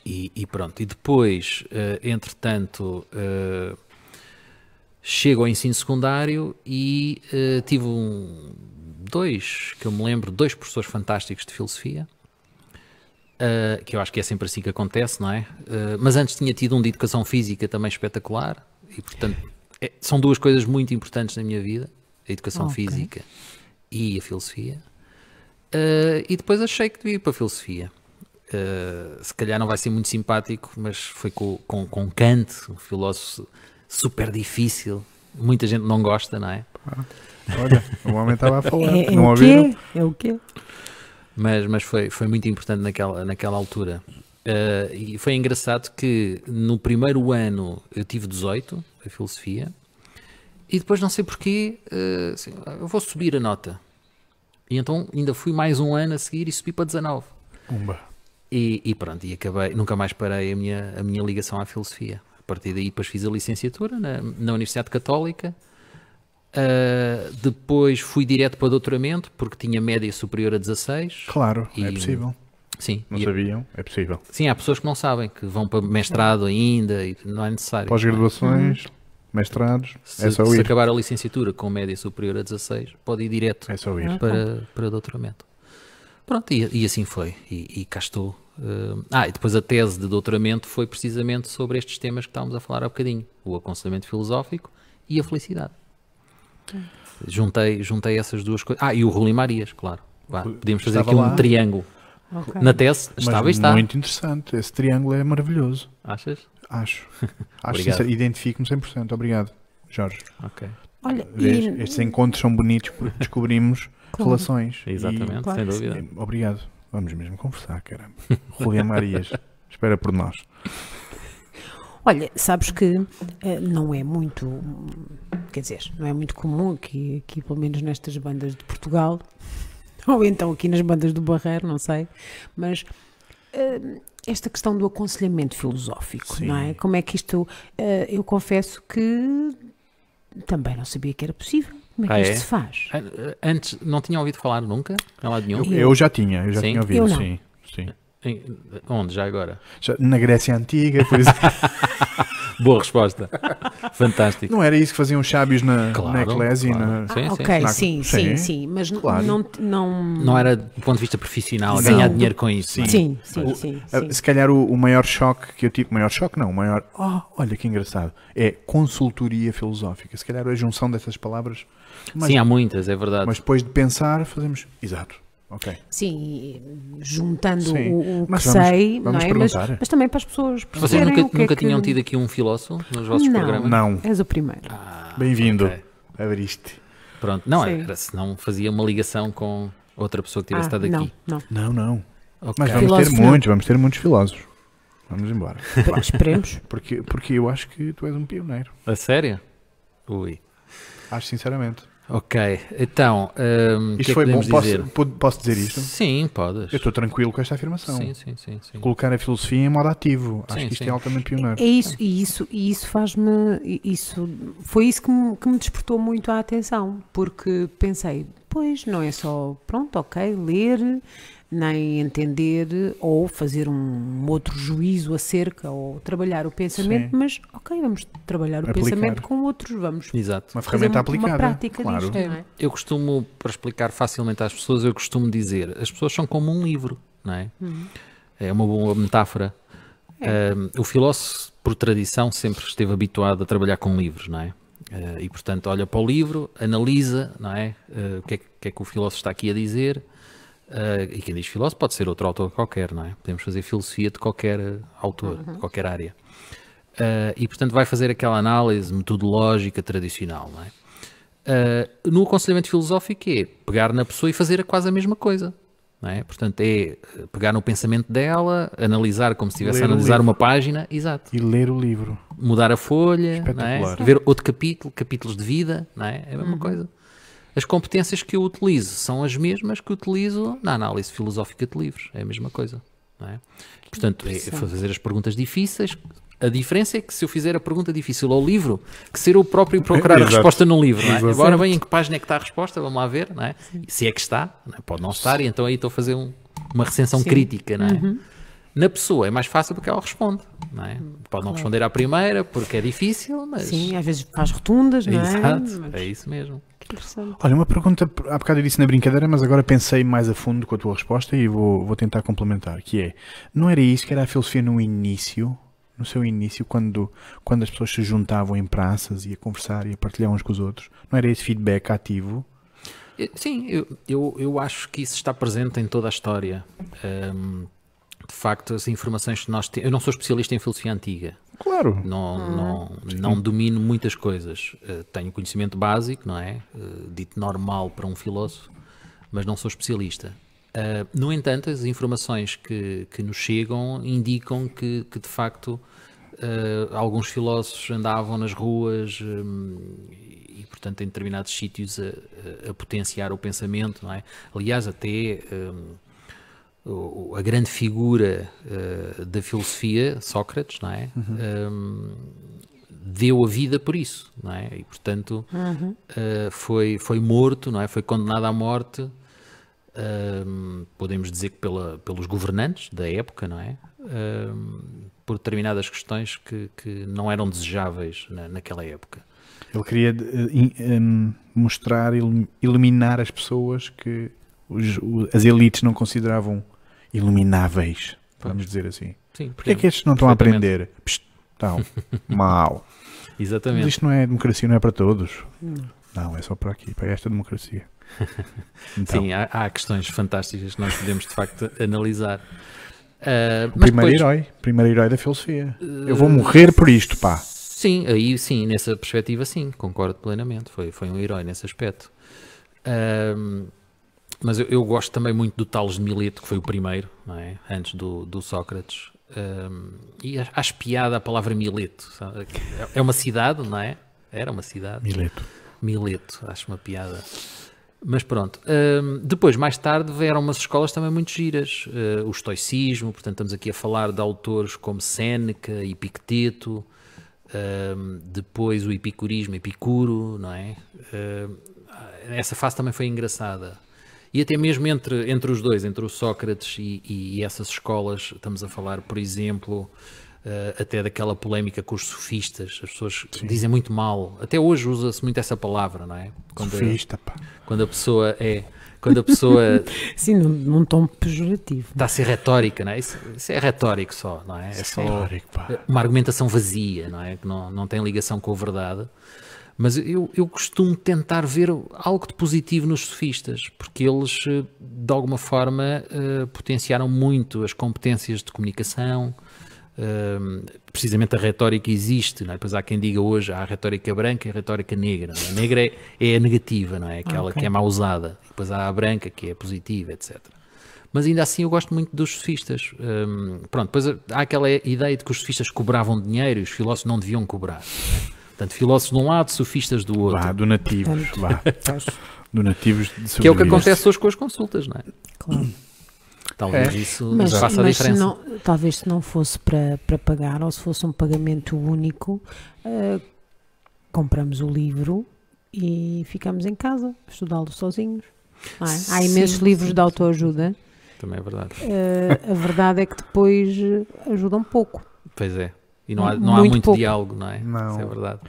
[SPEAKER 3] E, e pronto, e depois, eh, entretanto, eh, chego ao ensino secundário e eh, tive um, dois, que eu me lembro, dois professores fantásticos de filosofia, eh, que eu acho que é sempre assim que acontece, não é? Eh, mas antes tinha tido um de educação física também espetacular, e portanto, é- são duas coisas muito importantes na minha vida: a educação
[SPEAKER 1] Ok.
[SPEAKER 3] física e a filosofia. Eh, e depois achei que devia ir para a filosofia. Eh, se calhar não vai ser muito simpático, mas foi com, com, com Kant, um filósofo super difícil. Muita gente não gosta, não é?
[SPEAKER 2] Olha, o homem estava a falar.
[SPEAKER 1] É, é
[SPEAKER 2] não
[SPEAKER 1] o
[SPEAKER 2] ouviram?
[SPEAKER 1] quê? É o quê?
[SPEAKER 3] Mas, mas foi, foi muito importante naquela, naquela altura. Eh, e foi engraçado que no primeiro ano eu tive 18, a filosofia, e depois não sei porquê, eh, assim, "Ah, eu vou subir a nota. E então ainda fui mais um ano a seguir e subi para 19.
[SPEAKER 2] Pumba.
[SPEAKER 3] E, e pronto, e acabei, nunca mais parei a minha, a minha ligação à filosofia. A partir daí depois fiz a licenciatura na, na Universidade Católica. Ah, depois fui direto para o doutoramento, porque tinha média superior a 16.
[SPEAKER 2] Claro, é
[SPEAKER 3] E-
[SPEAKER 2] possível.
[SPEAKER 3] Sim,
[SPEAKER 2] Não
[SPEAKER 3] e-
[SPEAKER 2] sabiam? É possível.
[SPEAKER 3] sim, há pessoas que não sabem, que vão para mestrado ainda e não é necessário.
[SPEAKER 1] Ah.
[SPEAKER 2] Pós-graduações, mestrados,
[SPEAKER 3] Se,
[SPEAKER 2] é só
[SPEAKER 3] se
[SPEAKER 2] ir.
[SPEAKER 3] acabar a licenciatura com média superior a 16, pode ir direto
[SPEAKER 2] É só ir.
[SPEAKER 1] Ah.
[SPEAKER 3] para, para doutoramento. Pronto, e, e assim foi. E, e cá estou Eh, ah, e depois a tese de doutoramento foi precisamente sobre estes temas que estávamos a falar há bocadinho: o aconselhamento filosófico e a felicidade. Juntei, juntei essas duas coisas. Ah, e o Rolim Marias, claro. Vá, podíamos fazer
[SPEAKER 2] Estava
[SPEAKER 3] aqui um
[SPEAKER 2] lá.
[SPEAKER 3] triângulo.
[SPEAKER 1] Ok.
[SPEAKER 3] Na tese, estava e
[SPEAKER 2] Mas
[SPEAKER 3] está.
[SPEAKER 2] muito interessante. Esse triângulo é maravilhoso.
[SPEAKER 3] Achas?
[SPEAKER 2] Acho. Acho
[SPEAKER 3] Obrigado.
[SPEAKER 2] sincero. Identifico-me 100%. Obrigado, Jorge.
[SPEAKER 3] Ok.
[SPEAKER 1] Olha,
[SPEAKER 2] Vês?
[SPEAKER 1] e-
[SPEAKER 2] Estes encontros são bonitos porque descobrimos
[SPEAKER 1] Claro.
[SPEAKER 2] relações. e-
[SPEAKER 3] Exatamente,
[SPEAKER 1] Claro
[SPEAKER 3] sem
[SPEAKER 1] que
[SPEAKER 3] dúvida.
[SPEAKER 2] e- Obrigado. Vamos mesmo conversar, caramba. Julián Marias, espera por nós.
[SPEAKER 1] Olha, sabes que eh, não é muito, hum, quer dizer, não é muito comum aqui, aqui, pelo menos nestas bandas de Portugal, ou então aqui nas bandas do Barreiro, não sei, mas eh, esta questão do aconselhamento filosófico,
[SPEAKER 2] Sim.
[SPEAKER 1] não é? Como é que isto, eh, eu confesso que também não sabia que era possível. Como é que
[SPEAKER 3] Ah,
[SPEAKER 1] isto
[SPEAKER 3] é?
[SPEAKER 1] se faz?
[SPEAKER 3] An- Antes, não tinham ouvido falar nunca? Em lado nenhum?
[SPEAKER 2] Eu, eu já tinha, eu já
[SPEAKER 3] Sim.
[SPEAKER 2] tinha ouvido,
[SPEAKER 1] Eu não.
[SPEAKER 2] sim. sim.
[SPEAKER 3] Em- onde, já agora?
[SPEAKER 2] Já- na Grécia Antiga, por exemplo.
[SPEAKER 3] Boa resposta. Fantástico.
[SPEAKER 2] não era isso que faziam os sábios na,
[SPEAKER 3] Claro,
[SPEAKER 2] na Eclésia? e
[SPEAKER 3] claro.
[SPEAKER 2] na-
[SPEAKER 3] Sim,
[SPEAKER 1] Ah,
[SPEAKER 3] sim,
[SPEAKER 1] ok,
[SPEAKER 2] sim.
[SPEAKER 1] sim, sim,
[SPEAKER 2] Sim.
[SPEAKER 1] sim, mas n-
[SPEAKER 2] Claro.
[SPEAKER 1] não, não,
[SPEAKER 3] Não era do ponto de vista profissional
[SPEAKER 1] Sim.
[SPEAKER 3] ganhar dinheiro com isso. não é?
[SPEAKER 1] Sim, sim,
[SPEAKER 2] O-
[SPEAKER 1] sim,
[SPEAKER 2] Ah,
[SPEAKER 1] sim.
[SPEAKER 2] Se calhar o, o maior choque que eu tive, maior choque não, o maior, oh, olha que engraçado, é consultoria filosófica. Se calhar a junção dessas palavras, mas,
[SPEAKER 3] Sim, há muitas, é verdade.
[SPEAKER 2] mas depois de pensar, fazemos. Exato, ok.
[SPEAKER 1] Sim, juntando
[SPEAKER 2] Sim,
[SPEAKER 1] o, o que
[SPEAKER 2] mas vamos-
[SPEAKER 1] sei,
[SPEAKER 2] vamos
[SPEAKER 1] não é? Mas,
[SPEAKER 2] perguntar.
[SPEAKER 1] mas também para as pessoas
[SPEAKER 3] Vocês
[SPEAKER 1] perceberem
[SPEAKER 3] nunca,
[SPEAKER 1] o que
[SPEAKER 3] nunca
[SPEAKER 1] é que...
[SPEAKER 3] tinham tido aqui um filósofo nos vossos
[SPEAKER 1] Não.
[SPEAKER 3] programas?
[SPEAKER 2] Não,
[SPEAKER 1] És o primeiro.
[SPEAKER 3] Ah,
[SPEAKER 2] bem-vindo.
[SPEAKER 3] ok.
[SPEAKER 2] Abriste.
[SPEAKER 3] Pronto, não,
[SPEAKER 1] Sim.
[SPEAKER 3] era, senão fazia uma ligação com outra pessoa que tivesse
[SPEAKER 1] Ah,
[SPEAKER 3] estado
[SPEAKER 1] não,
[SPEAKER 3] aqui.
[SPEAKER 1] não.
[SPEAKER 2] Não, não.
[SPEAKER 3] Ok.
[SPEAKER 2] Mas vamos
[SPEAKER 1] Filósofo
[SPEAKER 2] ter
[SPEAKER 1] não.
[SPEAKER 2] muitos, vamos ter muitos filósofos. Vamos embora. Vá,
[SPEAKER 1] Esperemos.
[SPEAKER 2] Porque, porque eu acho que tu és um pioneiro.
[SPEAKER 3] A sério? Ui.
[SPEAKER 2] Acho sinceramente.
[SPEAKER 3] Ok, então, hum, o que
[SPEAKER 2] Isto
[SPEAKER 3] é que
[SPEAKER 2] foi bom.
[SPEAKER 3] podemos dizer?
[SPEAKER 2] Posso, pod- posso dizer isto?
[SPEAKER 3] Sim, podes.
[SPEAKER 2] Eu estou tranquilo com esta afirmação.
[SPEAKER 3] Sim, sim, sim. sim.
[SPEAKER 2] Colocar a filosofia em modo ativo. Acho
[SPEAKER 3] Sim,
[SPEAKER 2] que isto
[SPEAKER 3] sim.
[SPEAKER 2] é altamente pioneiro.
[SPEAKER 1] É isso, e isso, e isso faz-me. e Isso, foi isso que me, que me despertou muito a atenção, porque pensei, pois não é só, pronto, ok, ler, nem entender, ou fazer um outro juízo acerca, ou trabalhar o pensamento,
[SPEAKER 2] Sim.
[SPEAKER 1] mas ok, vamos trabalhar o
[SPEAKER 2] Aplicar.
[SPEAKER 1] pensamento com outros, vamos
[SPEAKER 3] Exato.
[SPEAKER 2] Uma
[SPEAKER 1] fazer
[SPEAKER 3] tá
[SPEAKER 2] ferramenta
[SPEAKER 1] uma,
[SPEAKER 2] aplicada.
[SPEAKER 1] uma prática
[SPEAKER 2] claro.
[SPEAKER 1] disto, não é?
[SPEAKER 3] Eu costumo, para explicar facilmente às pessoas, eu costumo dizer, as pessoas são como um livro, não é?
[SPEAKER 1] Uhum.
[SPEAKER 3] É uma boa metáfora.
[SPEAKER 1] É.
[SPEAKER 3] Ahm, o filósofo, por tradição, sempre esteve habituado a trabalhar com livros, não é? Ah, e, portanto, olha para o livro, analisa, não é? Ah, o que é, que- que é que o filósofo está aqui a dizer? Ah, e quem diz filósofo pode ser outro autor qualquer, não é? Podemos fazer filosofia de qualquer eh, autor, de qualquer área. Ah, e, portanto, vai fazer aquela análise metodológica tradicional, não é? Ah, no aconselhamento filosófico é pegar na pessoa e fazer quase a mesma coisa. Não é? Portanto, é eh, pegar no pensamento dela, analisar como se estivesse a
[SPEAKER 2] Ler o
[SPEAKER 3] analisar
[SPEAKER 2] livro.
[SPEAKER 3] uma página, exato.
[SPEAKER 2] E ler o livro.
[SPEAKER 3] Mudar a folha, não é?
[SPEAKER 2] Espetacular.
[SPEAKER 3] ver outro capítulo, capítulos de vida, não é? É a mesma
[SPEAKER 1] Uhum.
[SPEAKER 3] coisa. As competências que eu utilizo são as mesmas que utilizo na análise filosófica de livros, é a mesma coisa. Não é? Portanto, é
[SPEAKER 1] interessante.
[SPEAKER 3] fazer as perguntas difíceis. A diferença é que se eu fizer a pergunta difícil ao livro, que ser eu próprio procurar a
[SPEAKER 2] Exato.
[SPEAKER 3] resposta no livro, não é?
[SPEAKER 2] Exato.
[SPEAKER 3] Agora bem, em que página é que está a resposta? Vamos lá ver, não é? Se é que está, não é? pode não estar, e então aí estou a fazer um- uma recensão
[SPEAKER 1] Sim. Uhum.
[SPEAKER 3] crítica, não é? Na pessoa é mais fácil porque ela responde, não é? Pode não responder à primeira porque é difícil, mas.
[SPEAKER 1] Sim, às vezes faz rotundas, não é?
[SPEAKER 3] Exato,
[SPEAKER 1] Mas
[SPEAKER 3] é isso mesmo.
[SPEAKER 1] que interessante.
[SPEAKER 2] Olha, uma pergunta, há bocado eu disse na brincadeira, mas agora pensei mais a fundo com a tua resposta e vou, vou tentar complementar, que é, não era isso que era a filosofia no início, no seu início, quando, quando as pessoas se juntavam em praças e a conversar e a partilhar uns com os outros? Não era esse feedback ativo?
[SPEAKER 3] Eh, Sim, eu, eu, eu acho que isso está presente em toda a história. Ahm, de facto, as informações que nós temos. Eu não sou especialista em filosofia antiga,
[SPEAKER 2] Claro.
[SPEAKER 3] não, não, não domino muitas coisas. Eh, tenho conhecimento básico, não é? Eh, dito normal para um filósofo, mas não sou especialista. Ah, no entanto, as informações que, que nos chegam indicam que, que de facto, ah, alguns filósofos andavam nas ruas hum, e, portanto, em determinados sítios a, a- a potenciar o pensamento, não é? Aliás, até. hum, o- o- a grande figura eh, da filosofia, Sócrates, não é?
[SPEAKER 2] Uhum.
[SPEAKER 3] Um, deu a vida por isso, não é? E portanto eh, foi foi morto, não é? Foi condenado à morte, um, podemos dizer que pela, pelos governantes da época, não é? Um, por determinadas questões que, que não eram desejáveis na- naquela época.
[SPEAKER 2] Ele queria eh, in- em, mostrar, ilu- iluminar as pessoas que os- o- as elites não consideravam ilumináveis. vamos dizer assim.
[SPEAKER 3] Sim,
[SPEAKER 2] Porquê é que estes não estão a aprender? Psst, estão. Mal. Mas
[SPEAKER 3] Exatamente.
[SPEAKER 2] isto não é democracia, não é para todos.
[SPEAKER 1] Não.
[SPEAKER 2] Não, é só para aqui, para esta democracia. Então,
[SPEAKER 3] Sim, é. há, há questões fantásticas que nós podemos de facto analisar. Ah,
[SPEAKER 2] o
[SPEAKER 3] mas
[SPEAKER 2] primeiro
[SPEAKER 3] depois,
[SPEAKER 2] herói, primeiro herói da filosofia. Eu
[SPEAKER 3] eh,
[SPEAKER 2] vou morrer por isto, pá.
[SPEAKER 3] Sim, aí sim, nessa perspectiva sim, concordo plenamente. Foi, foi um herói nesse aspecto. Ahm, mas eu, eu gosto também muito do Tales de Mileto, que foi o primeiro, não é? Antes do, do Sócrates. Ahm, e a- acho piada a palavra Mileto. sabe? É uma cidade, não é? Era uma cidade.
[SPEAKER 2] Mileto.
[SPEAKER 3] Mileto, acho uma piada. Mas pronto. hum, depois, mais tarde, vieram umas escolas também muito giras. Uh, o estoicismo, portanto, estamos aqui a falar de autores como Séneca, Epicteto, hum, depois o epicurismo, Epicuro, não é? Hum, essa fase também foi engraçada. E até mesmo entre, entre os dois, entre o Sócrates e, e essas escolas, estamos a falar, por exemplo, eh, até daquela polémica com os sofistas. As pessoas dizem muito mal. Até hoje usa-se muito essa palavra, não é? Quando, a,
[SPEAKER 2] Sofista, pá.
[SPEAKER 3] quando a pessoa é. Quando a pessoa
[SPEAKER 1] Sim, num, num tom pejorativo.
[SPEAKER 3] está a ser retórica, não é? Isso, isso é retórico só, não é? É
[SPEAKER 2] É
[SPEAKER 3] só
[SPEAKER 2] teórico, pá.
[SPEAKER 3] uma argumentação vazia, não é? Que não, não tem ligação com a verdade. Mas eu, eu costumo tentar ver algo de positivo nos sofistas, porque eles, eh, de alguma forma, eh, potenciaram muito as competências de comunicação. Ehm, precisamente a retórica existe, não é? Pois há quem diga hoje há a retórica é branca e a retórica negra. não é? A negra é, é a negativa, não é? Aquela que é mal usada. Depois há a branca que é positiva, etc. Mas ainda assim eu gosto muito dos sofistas. Hum, pronto, depois há aquela ideia de que os sofistas cobravam dinheiro e os filósofos não deviam cobrar. não é? Portanto, filósofos de um lado, sofistas do outro.
[SPEAKER 1] Ah,
[SPEAKER 2] Vá, donativos,
[SPEAKER 1] Portanto,
[SPEAKER 2] vá.
[SPEAKER 1] Faz,
[SPEAKER 2] Donativos de
[SPEAKER 3] que é o que
[SPEAKER 2] sobrevivência.
[SPEAKER 3] acontece hoje com as consultas, não é?
[SPEAKER 1] claro.
[SPEAKER 3] Talvez
[SPEAKER 2] É.
[SPEAKER 3] isso
[SPEAKER 1] Mas,
[SPEAKER 3] faça a
[SPEAKER 1] mas se
[SPEAKER 3] diferença.
[SPEAKER 1] não, talvez se não fosse para, para pagar ou se fosse um pagamento único, eh, compramos o livro e ficamos em casa, a estudá-lo sozinhos. não é? Há imensos
[SPEAKER 3] Sim,
[SPEAKER 1] livros
[SPEAKER 3] sim,
[SPEAKER 1] de autoajuda.
[SPEAKER 3] Também é verdade.
[SPEAKER 1] eh, a verdade é que depois eh, ajudam pouco.
[SPEAKER 3] Pois é. E não há, não há
[SPEAKER 1] Muito
[SPEAKER 3] muito
[SPEAKER 1] pouco.
[SPEAKER 3] diálogo, não é?
[SPEAKER 2] Não.
[SPEAKER 3] Isso é verdade.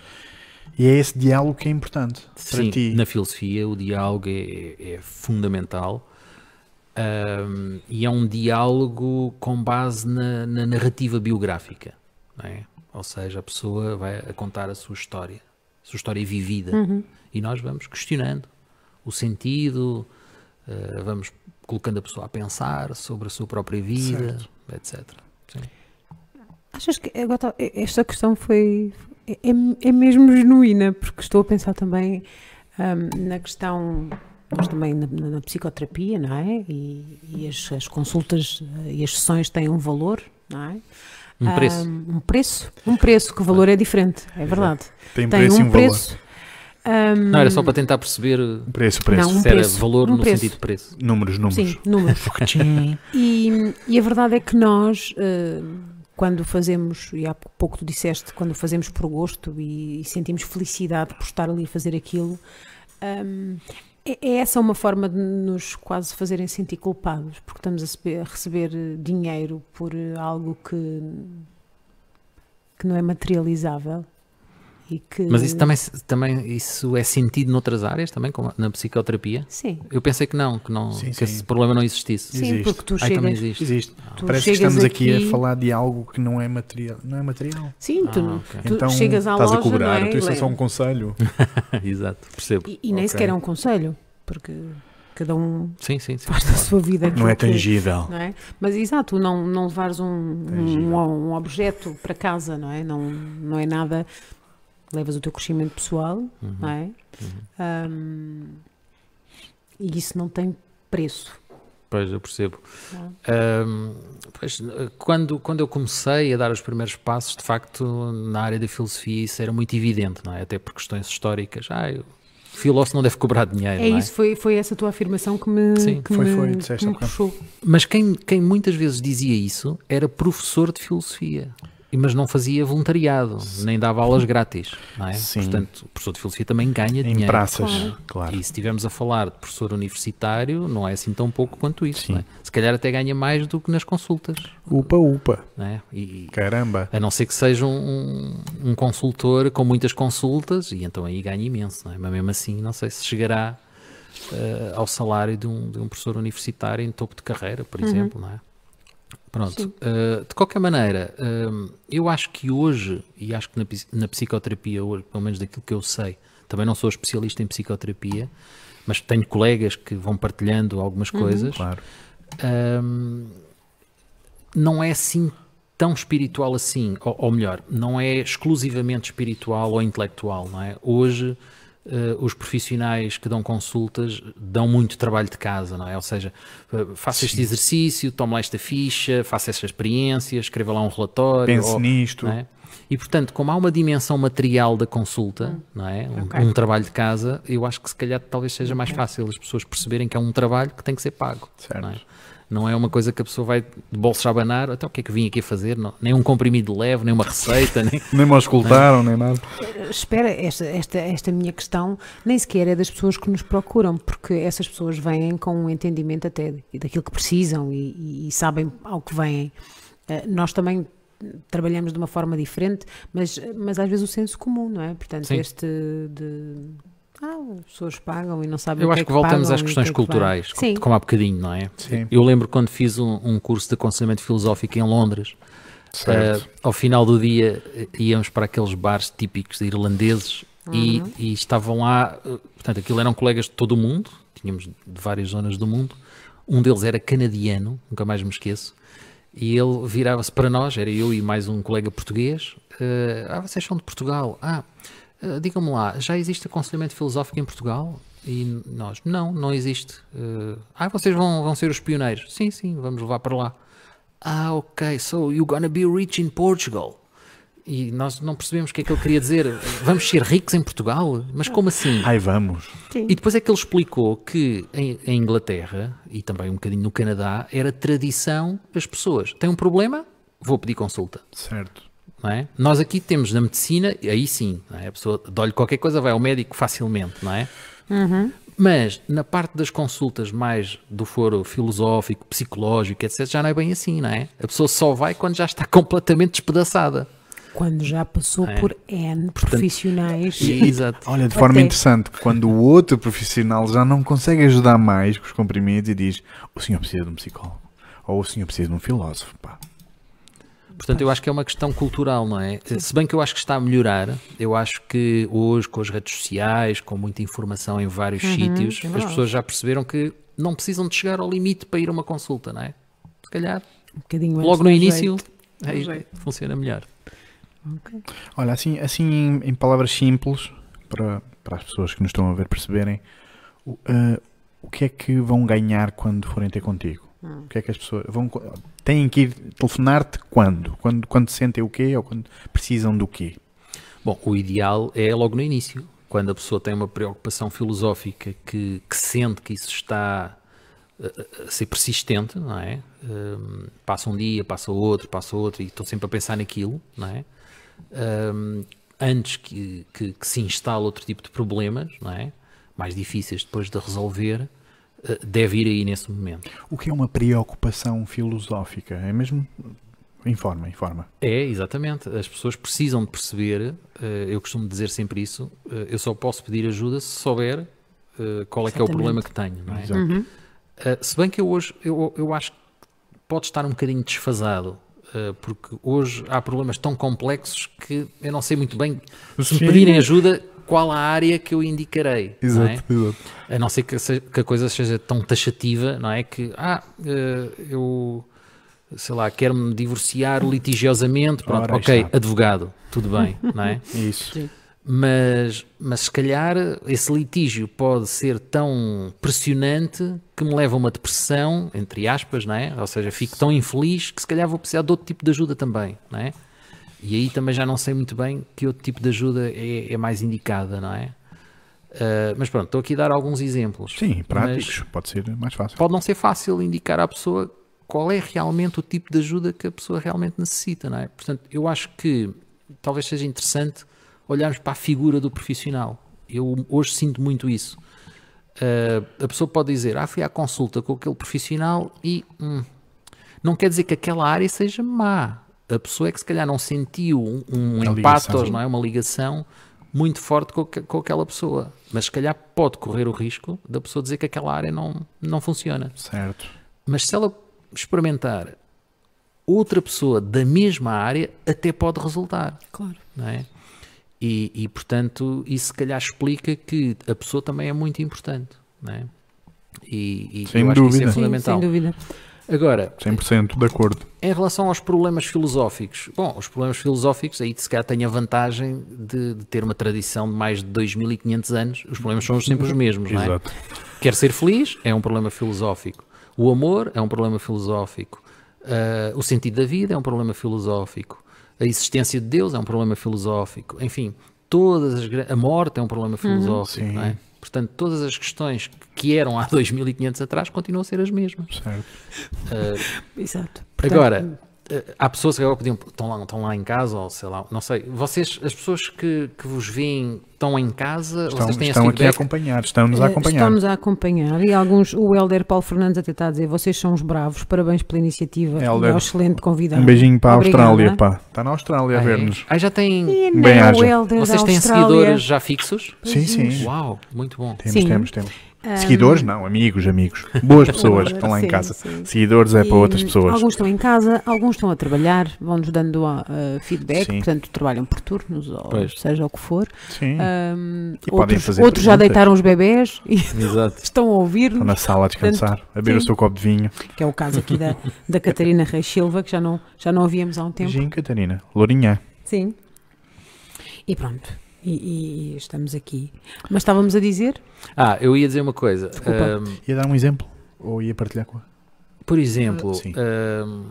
[SPEAKER 2] E é esse diálogo que é importante para
[SPEAKER 3] Sim,
[SPEAKER 2] ti.
[SPEAKER 3] na filosofia o diálogo é, é- é fundamental Ahm, e é um diálogo com base na, na narrativa biográfica, não é? ou seja, a pessoa vai a contar a sua história, a sua história
[SPEAKER 1] Hum.
[SPEAKER 3] vivida,
[SPEAKER 1] Uhum.
[SPEAKER 3] e nós vamos questionando o sentido, ah, vamos colocando a pessoa a pensar sobre a sua própria vida, etc. Sim.
[SPEAKER 1] Achas que agora tá- esta questão foi é, é- é mesmo genuína, porque estou a pensar também ahm, na questão, nós também na, na- na psicoterapia, não é? E, e as, as consultas eh, e as sessões têm um valor, não é?
[SPEAKER 3] Um preço.
[SPEAKER 1] Ahm, um preço, um preço, que o valor é diferente, é verdade.
[SPEAKER 2] Tem
[SPEAKER 1] Tem
[SPEAKER 2] preço e
[SPEAKER 1] um
[SPEAKER 2] um valor.
[SPEAKER 1] preço. hum, ahm,
[SPEAKER 3] Não era só para tentar perceber eh,
[SPEAKER 2] Um Preço, preço.
[SPEAKER 1] Um
[SPEAKER 3] se era
[SPEAKER 1] preço,
[SPEAKER 3] valor
[SPEAKER 1] um
[SPEAKER 3] no
[SPEAKER 1] preço.
[SPEAKER 3] sentido de preço.
[SPEAKER 2] Números, números.
[SPEAKER 1] Sim, números. E, e a verdade é que nós, eh, quando fazemos, e há pouco tu disseste, quando fazemos por gosto e, e sentimos felicidade por estar ali a fazer aquilo, ahm, é, é essa uma forma de nos quase fazerem sentir culpados, porque estamos a, sebe- a receber eh, dinheiro por eh, algo que, que não é materializável. E que,
[SPEAKER 3] Mas isso também, se- também isso é sentido noutras áreas também, como na psicoterapia?
[SPEAKER 1] Sim,
[SPEAKER 3] Eu pensei que não, que, não,
[SPEAKER 2] Sim,
[SPEAKER 3] que
[SPEAKER 2] sim.
[SPEAKER 3] esse problema não existisse.
[SPEAKER 1] sim
[SPEAKER 2] Existe.
[SPEAKER 1] porque tu
[SPEAKER 3] Aí também
[SPEAKER 1] chegas.
[SPEAKER 3] existe.
[SPEAKER 2] Existe.
[SPEAKER 1] Tu
[SPEAKER 2] Parece que
[SPEAKER 1] chegas
[SPEAKER 2] estamos aqui...
[SPEAKER 1] aqui-
[SPEAKER 2] a falar de algo que não é material. Não é material.
[SPEAKER 1] Sim, tu,
[SPEAKER 3] Ah, ok.
[SPEAKER 1] tu
[SPEAKER 2] então
[SPEAKER 1] chegas à
[SPEAKER 2] estás
[SPEAKER 1] loja.
[SPEAKER 2] a cobrar,
[SPEAKER 1] não é?
[SPEAKER 2] tu isso é
[SPEAKER 1] E
[SPEAKER 2] só um conselho.
[SPEAKER 3] Exato, percebo.
[SPEAKER 1] E, e nem
[SPEAKER 2] Ok.
[SPEAKER 1] sequer é um conselho, porque cada um
[SPEAKER 3] Sim, sim, sim.
[SPEAKER 1] faz da sua vida aquilo
[SPEAKER 2] Não é
[SPEAKER 1] que-
[SPEAKER 2] tangível.
[SPEAKER 1] não é? Mas exato, não, não levares um, um,
[SPEAKER 2] Tangível.
[SPEAKER 1] um objeto para casa, não é? Não, não é nada. Levas o teu crescimento pessoal,
[SPEAKER 3] Uhum.
[SPEAKER 1] não é? Ahm, e isso não tem preço.
[SPEAKER 3] Pois, eu percebo.
[SPEAKER 1] não é?
[SPEAKER 3] Ahm, pois, quando, quando eu comecei a dar os primeiros passos, de facto, na área da filosofia, isso era muito evidente, não é? Até por questões históricas. Ah, eu- o filósofo não deve cobrar dinheiro,
[SPEAKER 1] É
[SPEAKER 3] não é?
[SPEAKER 1] isso, foi, foi essa tua afirmação que me,
[SPEAKER 3] Sim,
[SPEAKER 1] que
[SPEAKER 2] foi-
[SPEAKER 1] me,
[SPEAKER 2] foi,
[SPEAKER 1] que
[SPEAKER 2] disseste
[SPEAKER 1] me
[SPEAKER 2] há bocado.
[SPEAKER 1] puxou.
[SPEAKER 3] Mas quem, quem muitas vezes dizia isso era professor de filosofia, e- mas não fazia voluntariado, nem dava aulas grátis, não é?
[SPEAKER 2] Sim.
[SPEAKER 3] Portanto, o professor de filosofia também ganha
[SPEAKER 2] Em
[SPEAKER 3] dinheiro.
[SPEAKER 2] praças,
[SPEAKER 1] é Claro.
[SPEAKER 2] claro.
[SPEAKER 3] E se estivermos a falar de professor universitário, não é assim tão pouco quanto isso.
[SPEAKER 2] Sim.
[SPEAKER 3] não é? Se calhar até ganha mais do que nas consultas.
[SPEAKER 2] Upa, upa.
[SPEAKER 3] não é? E-
[SPEAKER 2] Caramba.
[SPEAKER 3] a não ser que seja um, um consultor com muitas consultas, e então aí ganha imenso. Não é? Mas mesmo assim, não sei se chegará eh, ao salário de um, de um professor universitário em topo de carreira, por exemplo. Não é? Pronto.
[SPEAKER 1] Sim.
[SPEAKER 3] Uh, de qualquer maneira, um, eu acho que hoje, e acho que na, psi- na psicoterapia, hoje, pelo menos daquilo que eu sei, também não sou especialista em psicoterapia, mas tenho colegas que vão partilhando algumas coisas.
[SPEAKER 2] Claro.
[SPEAKER 3] um, não é assim tão espiritual assim, ou, ou melhor, não é exclusivamente espiritual ou intelectual, não é? Hoje eh, os profissionais que dão consultas dão muito trabalho de casa, não é? Ou seja, eh, faça este exercício, tome lá esta ficha, faça esta experiência, escreva lá um relatório.
[SPEAKER 2] Pense
[SPEAKER 3] ou-
[SPEAKER 2] nisto.
[SPEAKER 3] não é? E portanto, como há uma dimensão material da consulta, não é? Um, um trabalho de casa, eu acho que se calhar talvez seja mais fácil as pessoas perceberem que é um trabalho que tem que ser pago.
[SPEAKER 2] Certo.
[SPEAKER 3] Não, é? Não é uma coisa que a pessoa vai de bolsa a abanar, até o que é que vim aqui fazer? Não- nem um comprimido leve, nem uma receita, nem.
[SPEAKER 2] Nem me auscultaram, nem nada.
[SPEAKER 1] Espera, esta, esta, esta minha questão nem sequer é das pessoas que nos procuram, porque essas pessoas vêm com um entendimento até de- daquilo que precisam e, e- e sabem ao que vêm. Eh, Nós também trabalhamos de uma forma diferente, mas, mas às vezes o senso comum, não é? Portanto,
[SPEAKER 3] Sim.
[SPEAKER 1] este de. Ah, as pessoas pagam e não sabem
[SPEAKER 3] Eu
[SPEAKER 1] o que
[SPEAKER 3] acho
[SPEAKER 1] é
[SPEAKER 3] que voltamos
[SPEAKER 1] pagam
[SPEAKER 3] às
[SPEAKER 1] e o
[SPEAKER 3] questões
[SPEAKER 1] que é que vai.
[SPEAKER 3] culturais,
[SPEAKER 1] Sim.
[SPEAKER 3] como há bocadinho, não é?
[SPEAKER 2] Sim.
[SPEAKER 3] Eu lembro quando fiz um, um curso de aconselhamento filosófico em Londres,
[SPEAKER 2] É, Certo.
[SPEAKER 3] Eh, ao final do dia eh, íamos para aqueles bares típicos de irlandeses e,
[SPEAKER 1] Uhum.
[SPEAKER 3] e estavam lá, eh, portanto, aquilo eram colegas de todo o mundo, tínhamos de várias zonas do mundo. Um deles era canadiano, nunca mais me esqueço, e ele virava-se para nós, era eu e mais um colega português. eh, ah, vocês são de Portugal? Ah, eh, digam-me lá, já existe aconselhamento filosófico em Portugal? E nós, não, não existe. Eh, ah, vocês vão, vão ser os pioneiros? Sim, sim, vamos levar para lá. Ah, ok, so you're gonna be rich in Portugal. E nós não percebemos o que é que ele queria dizer. Vamos ser ricos em Portugal? Mas como assim?
[SPEAKER 2] Ai, vamos.
[SPEAKER 1] Sim.
[SPEAKER 3] E depois é que ele explicou que em, em Inglaterra e também um bocadinho no Canadá era tradição as pessoas. Tem um problema? Vou pedir consulta.
[SPEAKER 2] Certo.
[SPEAKER 3] Não é? Nós aqui temos na medicina, e aí sim, não é? a pessoa dói-lhe qualquer coisa, vai ao médico facilmente, não é? Mas na parte das consultas mais do foro filosófico, psicológico, etc., já não é bem assim, não é? A pessoa só vai quando já está completamente despedaçada.
[SPEAKER 1] Quando já passou por N profissionais.
[SPEAKER 3] É. E- Exato.
[SPEAKER 2] Olha, de forma
[SPEAKER 1] Até.
[SPEAKER 2] interessante, quando o outro profissional já não consegue ajudar mais com os comprimidos e diz o senhor precisa de um psicólogo ou o senhor precisa de um filósofo, pá.
[SPEAKER 3] Portanto, eu acho que é uma questão cultural, não é? Se bem que eu acho que está a melhorar, eu acho que hoje, com as redes sociais, com muita informação em vários
[SPEAKER 1] Uhum,
[SPEAKER 3] sítios,
[SPEAKER 1] é
[SPEAKER 3] as pessoas já perceberam que não precisam de chegar ao limite para ir a uma consulta, não é? Se calhar,
[SPEAKER 1] um bocadinho antes
[SPEAKER 3] logo no
[SPEAKER 1] do
[SPEAKER 3] início,
[SPEAKER 1] jeito.
[SPEAKER 3] aí
[SPEAKER 1] jeito.
[SPEAKER 3] funciona melhor.
[SPEAKER 2] Olha, assim, assim em, em palavras simples, para, para as pessoas que nos estão a ver perceberem, o, ah, o que é que vão ganhar quando forem ter contigo?
[SPEAKER 3] Hum.
[SPEAKER 2] O que é que as pessoas vão co- têm que ir telefonar-te quando? Quando quando sentem o quê ou quando precisam do quê?
[SPEAKER 3] Bom, o ideal é logo no início, quando a pessoa tem uma preocupação filosófica que, que sente que isso está eh, a, a- a ser persistente, não é? Hum, passa um dia, passa outro, passa outro, e estou sempre a pensar naquilo, não é? Hum, antes que, que- que se instale outro tipo de problemas, não é? Mais difíceis depois de resolver, eh, deve ir aí nesse momento.
[SPEAKER 2] O que é uma preocupação filosófica? É mesmo informa, informa.
[SPEAKER 3] É, exatamente. As pessoas precisam de perceber, eh, eu costumo dizer sempre isso, eh, eu só posso pedir ajuda se souber eh, qual é que é o
[SPEAKER 1] Exatamente.
[SPEAKER 3] problema que tenho, não é?
[SPEAKER 2] Exato.
[SPEAKER 3] Eh, se bem que eu hoje, eu, eu acho que pode estar um bocadinho desfasado, eh, porque hoje há problemas tão complexos que eu não sei muito bem, se
[SPEAKER 2] Sim.
[SPEAKER 3] me pedirem ajuda, qual a área que eu indicarei, não é?
[SPEAKER 2] Exato, exato.
[SPEAKER 3] A não ser que, se- que a coisa seja tão taxativa, não é? Que, ah, eh, eu, sei lá, quero-me divorciar litigiosamente, pronto,
[SPEAKER 2] Ora, aí
[SPEAKER 3] ok,
[SPEAKER 2] está.
[SPEAKER 3] advogado, tudo bem, não é?
[SPEAKER 2] Isso.
[SPEAKER 3] Mas, mas se calhar esse litígio pode ser tão pressionante que me leva a uma depressão, entre aspas, não é? Ou seja, fico tão infeliz que se calhar vou precisar de outro tipo de ajuda também, não é? E aí também já não sei muito bem que outro tipo de ajuda é, é mais indicada, não é? Ah, mas pronto, estou aqui a dar alguns exemplos.
[SPEAKER 2] Sim,
[SPEAKER 3] Mas-
[SPEAKER 2] práticos, pode ser mais fácil.
[SPEAKER 3] pode não ser fácil indicar à pessoa qual é realmente o tipo de ajuda que a pessoa realmente necessita, não é? Portanto, eu acho que talvez seja interessante olharmos para a figura do profissional. Eu hoje sinto muito isso. Ah, a pessoa pode dizer, ah, fui à consulta com aquele profissional e hum, não quer dizer que aquela área seja má. A pessoa é que se calhar não sentiu um, um
[SPEAKER 2] A
[SPEAKER 3] empatos,
[SPEAKER 2] ligação.
[SPEAKER 3] não é? Uma ligação muito forte com, aque- com aquela pessoa. Mas se calhar pode correr o risco da pessoa dizer que aquela área não, não funciona.
[SPEAKER 2] Certo.
[SPEAKER 3] Mas se ela experimentar outra pessoa da mesma área até pode resultar,
[SPEAKER 1] Claro.
[SPEAKER 3] não é? E, e, portanto, isso se calhar explica que a pessoa também é muito importante, não é? E, e
[SPEAKER 2] Sem
[SPEAKER 3] eu acho que isso
[SPEAKER 2] dúvida.
[SPEAKER 3] é
[SPEAKER 2] Sim,
[SPEAKER 3] fundamental.
[SPEAKER 1] sem dúvida.
[SPEAKER 3] Agora,
[SPEAKER 2] 100% de acordo.
[SPEAKER 3] em relação aos problemas filosóficos, bom, os problemas filosóficos aí se calhar tem a vantagem de, de ter uma tradição de mais de 2500 anos, os problemas são sempre os mesmos, não é?
[SPEAKER 2] Uhum. Exato.
[SPEAKER 3] Quer ser feliz é um problema filosófico. O amor é um problema filosófico. Ah, o sentido da vida é um problema filosófico. A existência de Deus é um problema filosófico. Enfim, todas as gra- a morte é um problema filosófico.
[SPEAKER 2] Sim.
[SPEAKER 3] não é? Portanto, todas as questões que eram há 2500 atrás continuam a ser as mesmas.
[SPEAKER 2] Certo.
[SPEAKER 3] Ah,
[SPEAKER 1] Exato.
[SPEAKER 3] Agora, eh, há pessoas que agora podiam, estão lá, estão lá em casa, ou sei lá, não sei. Vocês, as pessoas que, que vos veem estão em casa,
[SPEAKER 2] Estão,
[SPEAKER 3] vocês têm
[SPEAKER 2] estão
[SPEAKER 3] esse
[SPEAKER 2] aqui a
[SPEAKER 3] feedback?
[SPEAKER 2] acompanhar, estão-nos a
[SPEAKER 1] Eh,
[SPEAKER 2] acompanhar.
[SPEAKER 1] Estamos a acompanhar e alguns, o Helder Paulo Fernandes até está a dizer, vocês são os bravos, parabéns pela iniciativa,
[SPEAKER 2] Hélder,
[SPEAKER 1] é um excelente convidado.
[SPEAKER 2] Um beijinho para a
[SPEAKER 1] Obrigada.
[SPEAKER 2] Austrália, pá. Está na Austrália a
[SPEAKER 3] Ah, é?
[SPEAKER 2] ver-nos.
[SPEAKER 3] Ah, já têm.
[SPEAKER 1] E
[SPEAKER 2] Um
[SPEAKER 1] não,
[SPEAKER 2] bem-aja.
[SPEAKER 1] o Helder
[SPEAKER 3] Vocês
[SPEAKER 1] da
[SPEAKER 3] têm
[SPEAKER 1] Austrália.
[SPEAKER 3] seguidores já fixos?
[SPEAKER 2] Sim, sim.
[SPEAKER 3] Uau, muito bom.
[SPEAKER 2] Temos,
[SPEAKER 1] Sim.
[SPEAKER 2] temos, temos.
[SPEAKER 1] eh,
[SPEAKER 2] Seguidores, não, amigos, amigos. Boas pessoas que estão lá em
[SPEAKER 1] Sim,
[SPEAKER 2] casa.
[SPEAKER 1] sim.
[SPEAKER 2] Seguidores é para
[SPEAKER 1] E,
[SPEAKER 2] outras pessoas.
[SPEAKER 1] Alguns estão em casa, alguns estão a trabalhar, vão-nos dando ah, ah, feedback,
[SPEAKER 2] Sim.
[SPEAKER 1] portanto trabalham por turnos, ou
[SPEAKER 3] Pois.
[SPEAKER 1] seja o que for.
[SPEAKER 2] Sim.
[SPEAKER 1] Ah, Ahm,
[SPEAKER 2] E podem
[SPEAKER 1] outros
[SPEAKER 2] fazer
[SPEAKER 1] outros já
[SPEAKER 2] perguntas.
[SPEAKER 1] deitaram os bebés e
[SPEAKER 3] Exato.
[SPEAKER 1] estão a ouvir-nos.
[SPEAKER 2] Estão na sala a descansar, a beber o
[SPEAKER 1] sim.
[SPEAKER 2] seu copo de vinho.
[SPEAKER 1] que é o caso aqui da, da Catarina Reis Silva, que já não, já não a víamos há um tempo.
[SPEAKER 2] Beijinho, Catarina. Lourinha.
[SPEAKER 1] Sim. E pronto. E, e estamos aqui. Mas estávamos a dizer,
[SPEAKER 3] Ah, eu ia dizer uma coisa.
[SPEAKER 1] Desculpa.
[SPEAKER 3] Ahm,
[SPEAKER 2] Ia dar um exemplo? Ou ia partilhar com a...
[SPEAKER 3] por exemplo,
[SPEAKER 2] Sim.
[SPEAKER 3] ahm,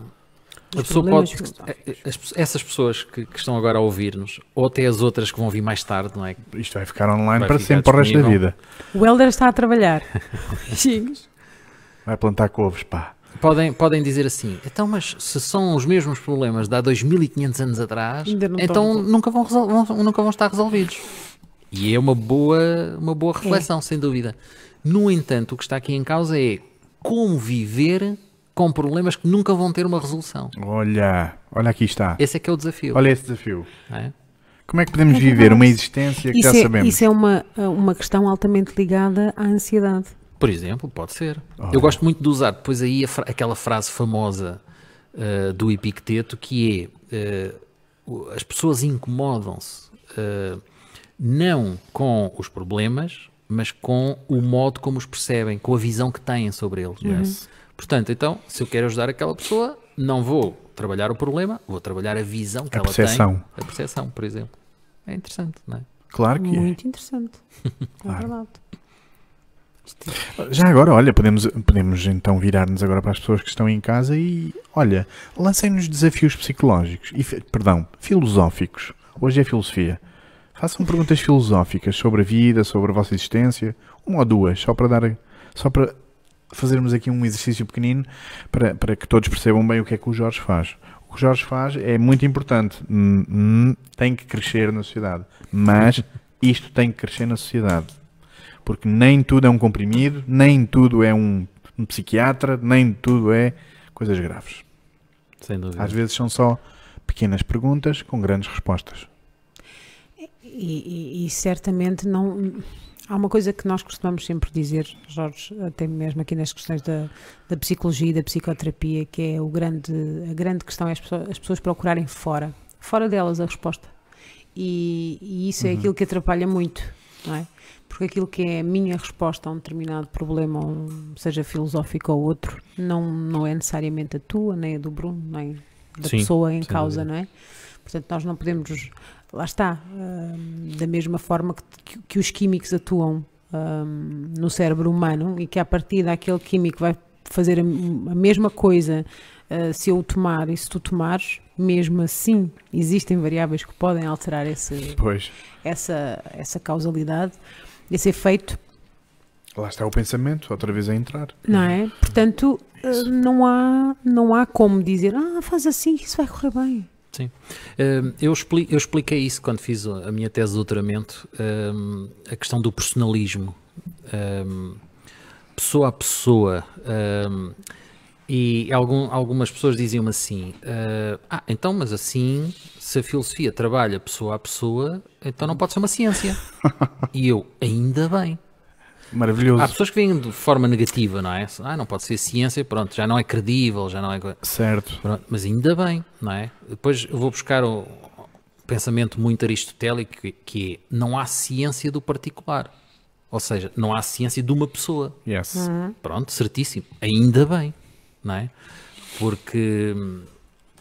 [SPEAKER 3] a
[SPEAKER 1] Os
[SPEAKER 3] pessoa
[SPEAKER 1] problemas
[SPEAKER 3] pode. eh,
[SPEAKER 1] filosóficos.
[SPEAKER 3] as pe- essas pessoas que, que estão agora a ouvir-nos, ou até as outras que vão vir mais tarde, não é?
[SPEAKER 2] Isto vai ficar online
[SPEAKER 3] Vai
[SPEAKER 2] para
[SPEAKER 3] ficar
[SPEAKER 2] sempre, para o resto da
[SPEAKER 3] disponível.
[SPEAKER 2] vida.
[SPEAKER 1] o Helder está a trabalhar. Beijinhos.
[SPEAKER 2] Vai plantar couves, pá.
[SPEAKER 3] Podem, podem dizer assim, então, mas se são os mesmos problemas de há 2500 anos atrás,
[SPEAKER 1] Ainda não
[SPEAKER 3] então
[SPEAKER 1] estão
[SPEAKER 3] nunca vão, resol- vão- nunca vão estar resolvidos. E é uma boa, uma
[SPEAKER 1] É.
[SPEAKER 3] boa reflexão, sem dúvida. No entanto, o que está aqui em causa é como viver com problemas que nunca vão ter uma resolução.
[SPEAKER 2] Olha, olha aqui está.
[SPEAKER 3] Esse é que é o desafio.
[SPEAKER 2] Olha esse desafio.
[SPEAKER 3] não é?
[SPEAKER 2] Como é que podemos viver uma existência que já
[SPEAKER 1] Isso é,
[SPEAKER 2] sabemos?
[SPEAKER 1] isso é uma, uma questão altamente ligada à ansiedade.
[SPEAKER 3] Por exemplo, pode ser.
[SPEAKER 2] Oh.
[SPEAKER 3] Eu gosto muito de usar depois aí a fra- aquela frase famosa eh, do Epicteto que é eh, o- as pessoas incomodam-se eh, não com os problemas, mas com o modo como os percebem, com a visão que têm sobre eles. não é?
[SPEAKER 2] Uhum.
[SPEAKER 3] Portanto, então, se eu quero ajudar aquela pessoa, não vou trabalhar o problema, vou trabalhar a visão que
[SPEAKER 2] A
[SPEAKER 3] ela
[SPEAKER 2] percepção.
[SPEAKER 3] tem. A percepção, por exemplo. É interessante, não é?
[SPEAKER 2] Claro que é.
[SPEAKER 1] Muito interessante. É verdade. Isto-
[SPEAKER 2] Já agora, olha, podemos, podemos então virar-nos agora para as pessoas que estão em casa e, olha, lancem-nos desafios psicológicos, e, fi- perdão, filosóficos. Hoje é filosofia. Façam perguntas filosóficas sobre a vida, sobre a vossa existência, uma ou duas, só para dar, só para fazermos aqui um exercício pequenino para, para que todos percebam bem o que é que o Jorge faz. O que o Jorge faz é muito importante. Hum, hum, tem que crescer na sociedade, mas isto tem que crescer na sociedade porque nem tudo é um comprimido, nem tudo é um, um psiquiatra, nem tudo é coisas graves.
[SPEAKER 3] Sem dúvida.
[SPEAKER 2] Às vezes são só pequenas perguntas com grandes respostas.
[SPEAKER 1] E, e- e certamente não. Há uma coisa que nós costumamos sempre dizer, Jorge, até mesmo aqui nas questões da, da psicologia e da psicoterapia, que é o grande, a grande questão é as pessoas, as pessoas procurarem fora, fora delas a resposta. E, e isso é aquilo que atrapalha muito, não é? Porque aquilo que é a minha resposta a um determinado problema, um- seja filosófico ou outro, não, não é necessariamente a tua, nem a do Bruno, nem da
[SPEAKER 3] Sim,
[SPEAKER 1] pessoa em
[SPEAKER 3] sem
[SPEAKER 1] causa,
[SPEAKER 3] dúvida.
[SPEAKER 1] não é? Portanto, nós não podemos lá está, hum, da mesma forma que, que os químicos atuam hum, no cérebro humano e que a partir daquele químico vai fazer a, a mesma coisa ah, se eu o tomar e se tu tomares, mesmo assim existem variáveis que podem alterar esse,
[SPEAKER 2] Pois,
[SPEAKER 1] essa, essa causalidade, esse efeito,
[SPEAKER 2] lá está o pensamento, outra vez a entrar.
[SPEAKER 1] não é? Portanto, ah, não há, não há como dizer, ah, faz assim que isso vai correr bem.
[SPEAKER 3] Hum, Eu, expli- eu expliquei isso quando fiz a minha tese de doutoramento, hum, a questão do personalismo, hum, pessoa a pessoa. hum, e algum- algumas pessoas diziam-me assim: eh, Ah, então, mas assim, se a filosofia trabalha pessoa a pessoa, então não pode ser uma ciência. e eu, ainda bem.
[SPEAKER 2] Maravilhoso.
[SPEAKER 3] Há
[SPEAKER 2] Ah,
[SPEAKER 3] pessoas que vêm de forma negativa, não é? Ah, não pode ser ciência, pronto, já não é credível, já não é. co-
[SPEAKER 2] Certo.
[SPEAKER 3] Pronto, mas ainda bem, não é? Depois eu vou buscar o pensamento muito aristotélico que- que é não há ciência do particular. Ou seja, não há ciência de uma pessoa.
[SPEAKER 2] Yes.
[SPEAKER 1] Uhum.
[SPEAKER 3] Pronto, certíssimo. Ainda bem, não é? Porque,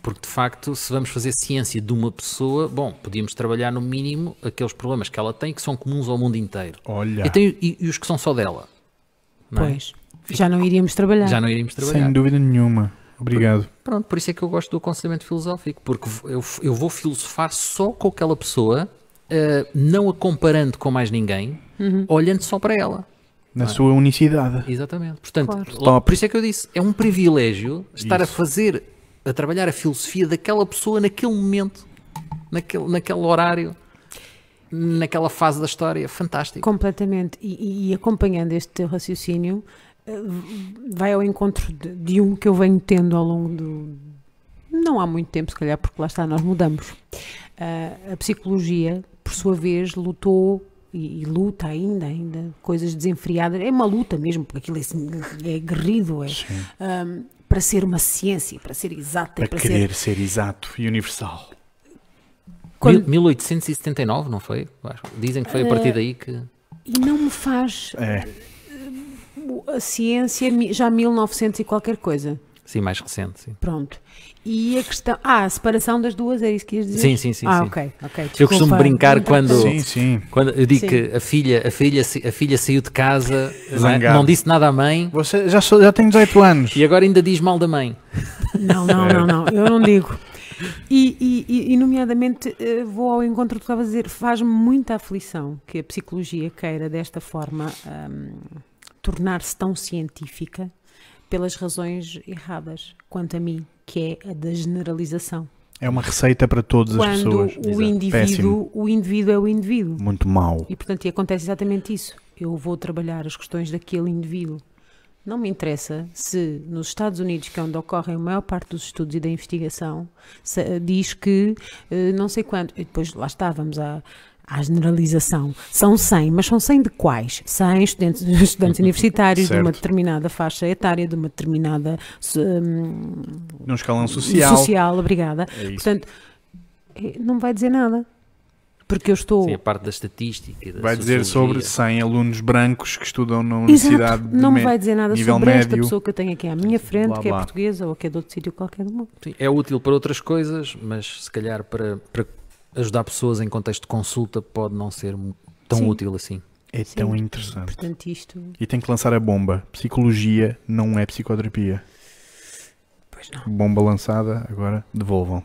[SPEAKER 3] porque de facto, se vamos fazer ciência de uma pessoa, bom, podíamos trabalhar no mínimo aqueles problemas que ela tem que são comuns ao mundo inteiro.
[SPEAKER 2] Olha.
[SPEAKER 3] E, tem- e- e os que são só dela. não é?
[SPEAKER 1] Pois. Já não iríamos trabalhar.
[SPEAKER 3] Já não iríamos trabalhar.
[SPEAKER 2] Sem dúvida nenhuma. Obrigado.
[SPEAKER 3] Pronto, por isso é que eu gosto do aconselhamento filosófico, porque v- eu, f- eu vou filosofar só com aquela pessoa, eh, não a comparando com mais ninguém,
[SPEAKER 1] Uhum.
[SPEAKER 3] olhando só para ela.
[SPEAKER 2] Na sua unicidade.
[SPEAKER 3] Exatamente. Portanto,
[SPEAKER 1] Claro.
[SPEAKER 3] lá-
[SPEAKER 2] Stop.
[SPEAKER 3] por isso é que eu disse, é um privilégio estar a
[SPEAKER 2] Isso.
[SPEAKER 3] fazer, a trabalhar a filosofia daquela pessoa naquele momento, naquele, naquele horário, naquela fase da história. Fantástico.
[SPEAKER 1] Completamente. E, e- e acompanhando este teu raciocínio, eh, vai ao encontro de, de um que eu venho tendo ao longo do. Não há muito tempo, se calhar, porque lá está, nós mudamos. Ah, a psicologia, por sua vez, lutou e, e luta ainda, ainda, coisas desenfreadas. É uma luta mesmo, porque aquilo é, assim, é guerrido, é,
[SPEAKER 2] Sim.
[SPEAKER 1] ah, para ser uma ciência, para ser exata,
[SPEAKER 2] Para
[SPEAKER 1] para, ser.
[SPEAKER 2] querer ser exato e universal.
[SPEAKER 1] Quando- Eh,
[SPEAKER 3] Mil- 1879, não foi? Acho- Dizem que foi a partir daí que.
[SPEAKER 1] E não me faz
[SPEAKER 2] É.
[SPEAKER 1] a ciência mi- já 1900 e qualquer coisa.
[SPEAKER 3] Sim, mais recente. Sim,
[SPEAKER 1] Pronto. E a questão. Ah, a separação das duas, era isso que ias dizer?
[SPEAKER 3] sim, sim. sim,
[SPEAKER 1] ah,
[SPEAKER 3] sim.
[SPEAKER 1] ok, ok.
[SPEAKER 3] Eu costumo
[SPEAKER 1] desculpa.
[SPEAKER 3] brincar quando.
[SPEAKER 2] Sim, sim.
[SPEAKER 3] Quando eu digo
[SPEAKER 1] Sim.
[SPEAKER 3] que a filha, a, filha, sa- a filha saiu de casa, não, é?
[SPEAKER 2] Zangada.
[SPEAKER 3] Não disse nada à mãe
[SPEAKER 2] Você já, sou- já tem 18 anos.
[SPEAKER 3] e agora ainda diz mal da mãe.
[SPEAKER 1] Não, não, não, não, eu não digo. E, e- e- e, nomeadamente, eh, vou ao encontro do que estava a dizer. Faz-me muita aflição que a psicologia queira, desta forma, ahm, tornar-se tão científica pelas razões erradas, quanto a mim, que é a da generalização.
[SPEAKER 2] É uma receita para todas as
[SPEAKER 1] Quando o
[SPEAKER 2] pessoas. Exato. Péssimo.
[SPEAKER 1] indivíduo, o indivíduo é o indivíduo.
[SPEAKER 2] Muito mau.
[SPEAKER 1] E portanto, e acontece exatamente isso. Eu vou trabalhar as questões daquele indivíduo. Não me interessa se nos Estados Unidos, que é onde ocorrem a maior parte dos estudos e da investigação, se- eh, diz que eh, não sei quanto. E depois lá está, vamos à, à generalização. São 100, mas são 100 de quais? 100 estudantes, estudantes universitários de uma
[SPEAKER 2] Certo.
[SPEAKER 1] determinada faixa etária, de uma determinada se- hum,
[SPEAKER 2] Num escalão social.
[SPEAKER 1] social, obrigada.
[SPEAKER 2] É isso.
[SPEAKER 1] Portanto, eh, não vai dizer nada. Porque eu estou.
[SPEAKER 3] Sim, a parte da estatística. e Da
[SPEAKER 2] Vai dizer sobre
[SPEAKER 3] É
[SPEAKER 2] 100
[SPEAKER 3] sociologia.
[SPEAKER 2] alunos brancos que estudam na
[SPEAKER 1] Exato,
[SPEAKER 2] universidade de
[SPEAKER 1] não me
[SPEAKER 2] me-
[SPEAKER 1] vai dizer nada
[SPEAKER 2] nível
[SPEAKER 1] sobre esta
[SPEAKER 2] médio.
[SPEAKER 1] pessoa que eu tenho aqui à minha frente,
[SPEAKER 2] Blá,
[SPEAKER 1] que é
[SPEAKER 2] blá.
[SPEAKER 1] portuguesa ou que é de outro sítio qualquer do mundo.
[SPEAKER 3] Sim, É útil para outras coisas, mas se calhar para, para ajudar pessoas em contexto de consulta pode não ser mu- tão
[SPEAKER 1] Sim.
[SPEAKER 3] útil assim.
[SPEAKER 2] É
[SPEAKER 1] Sim.
[SPEAKER 2] tão interessante.
[SPEAKER 1] Portanto, isto.
[SPEAKER 2] E tem que lançar a bomba. Psicologia não é psicoterapia.
[SPEAKER 1] Pois não.
[SPEAKER 2] Bomba lançada, agora devolvam.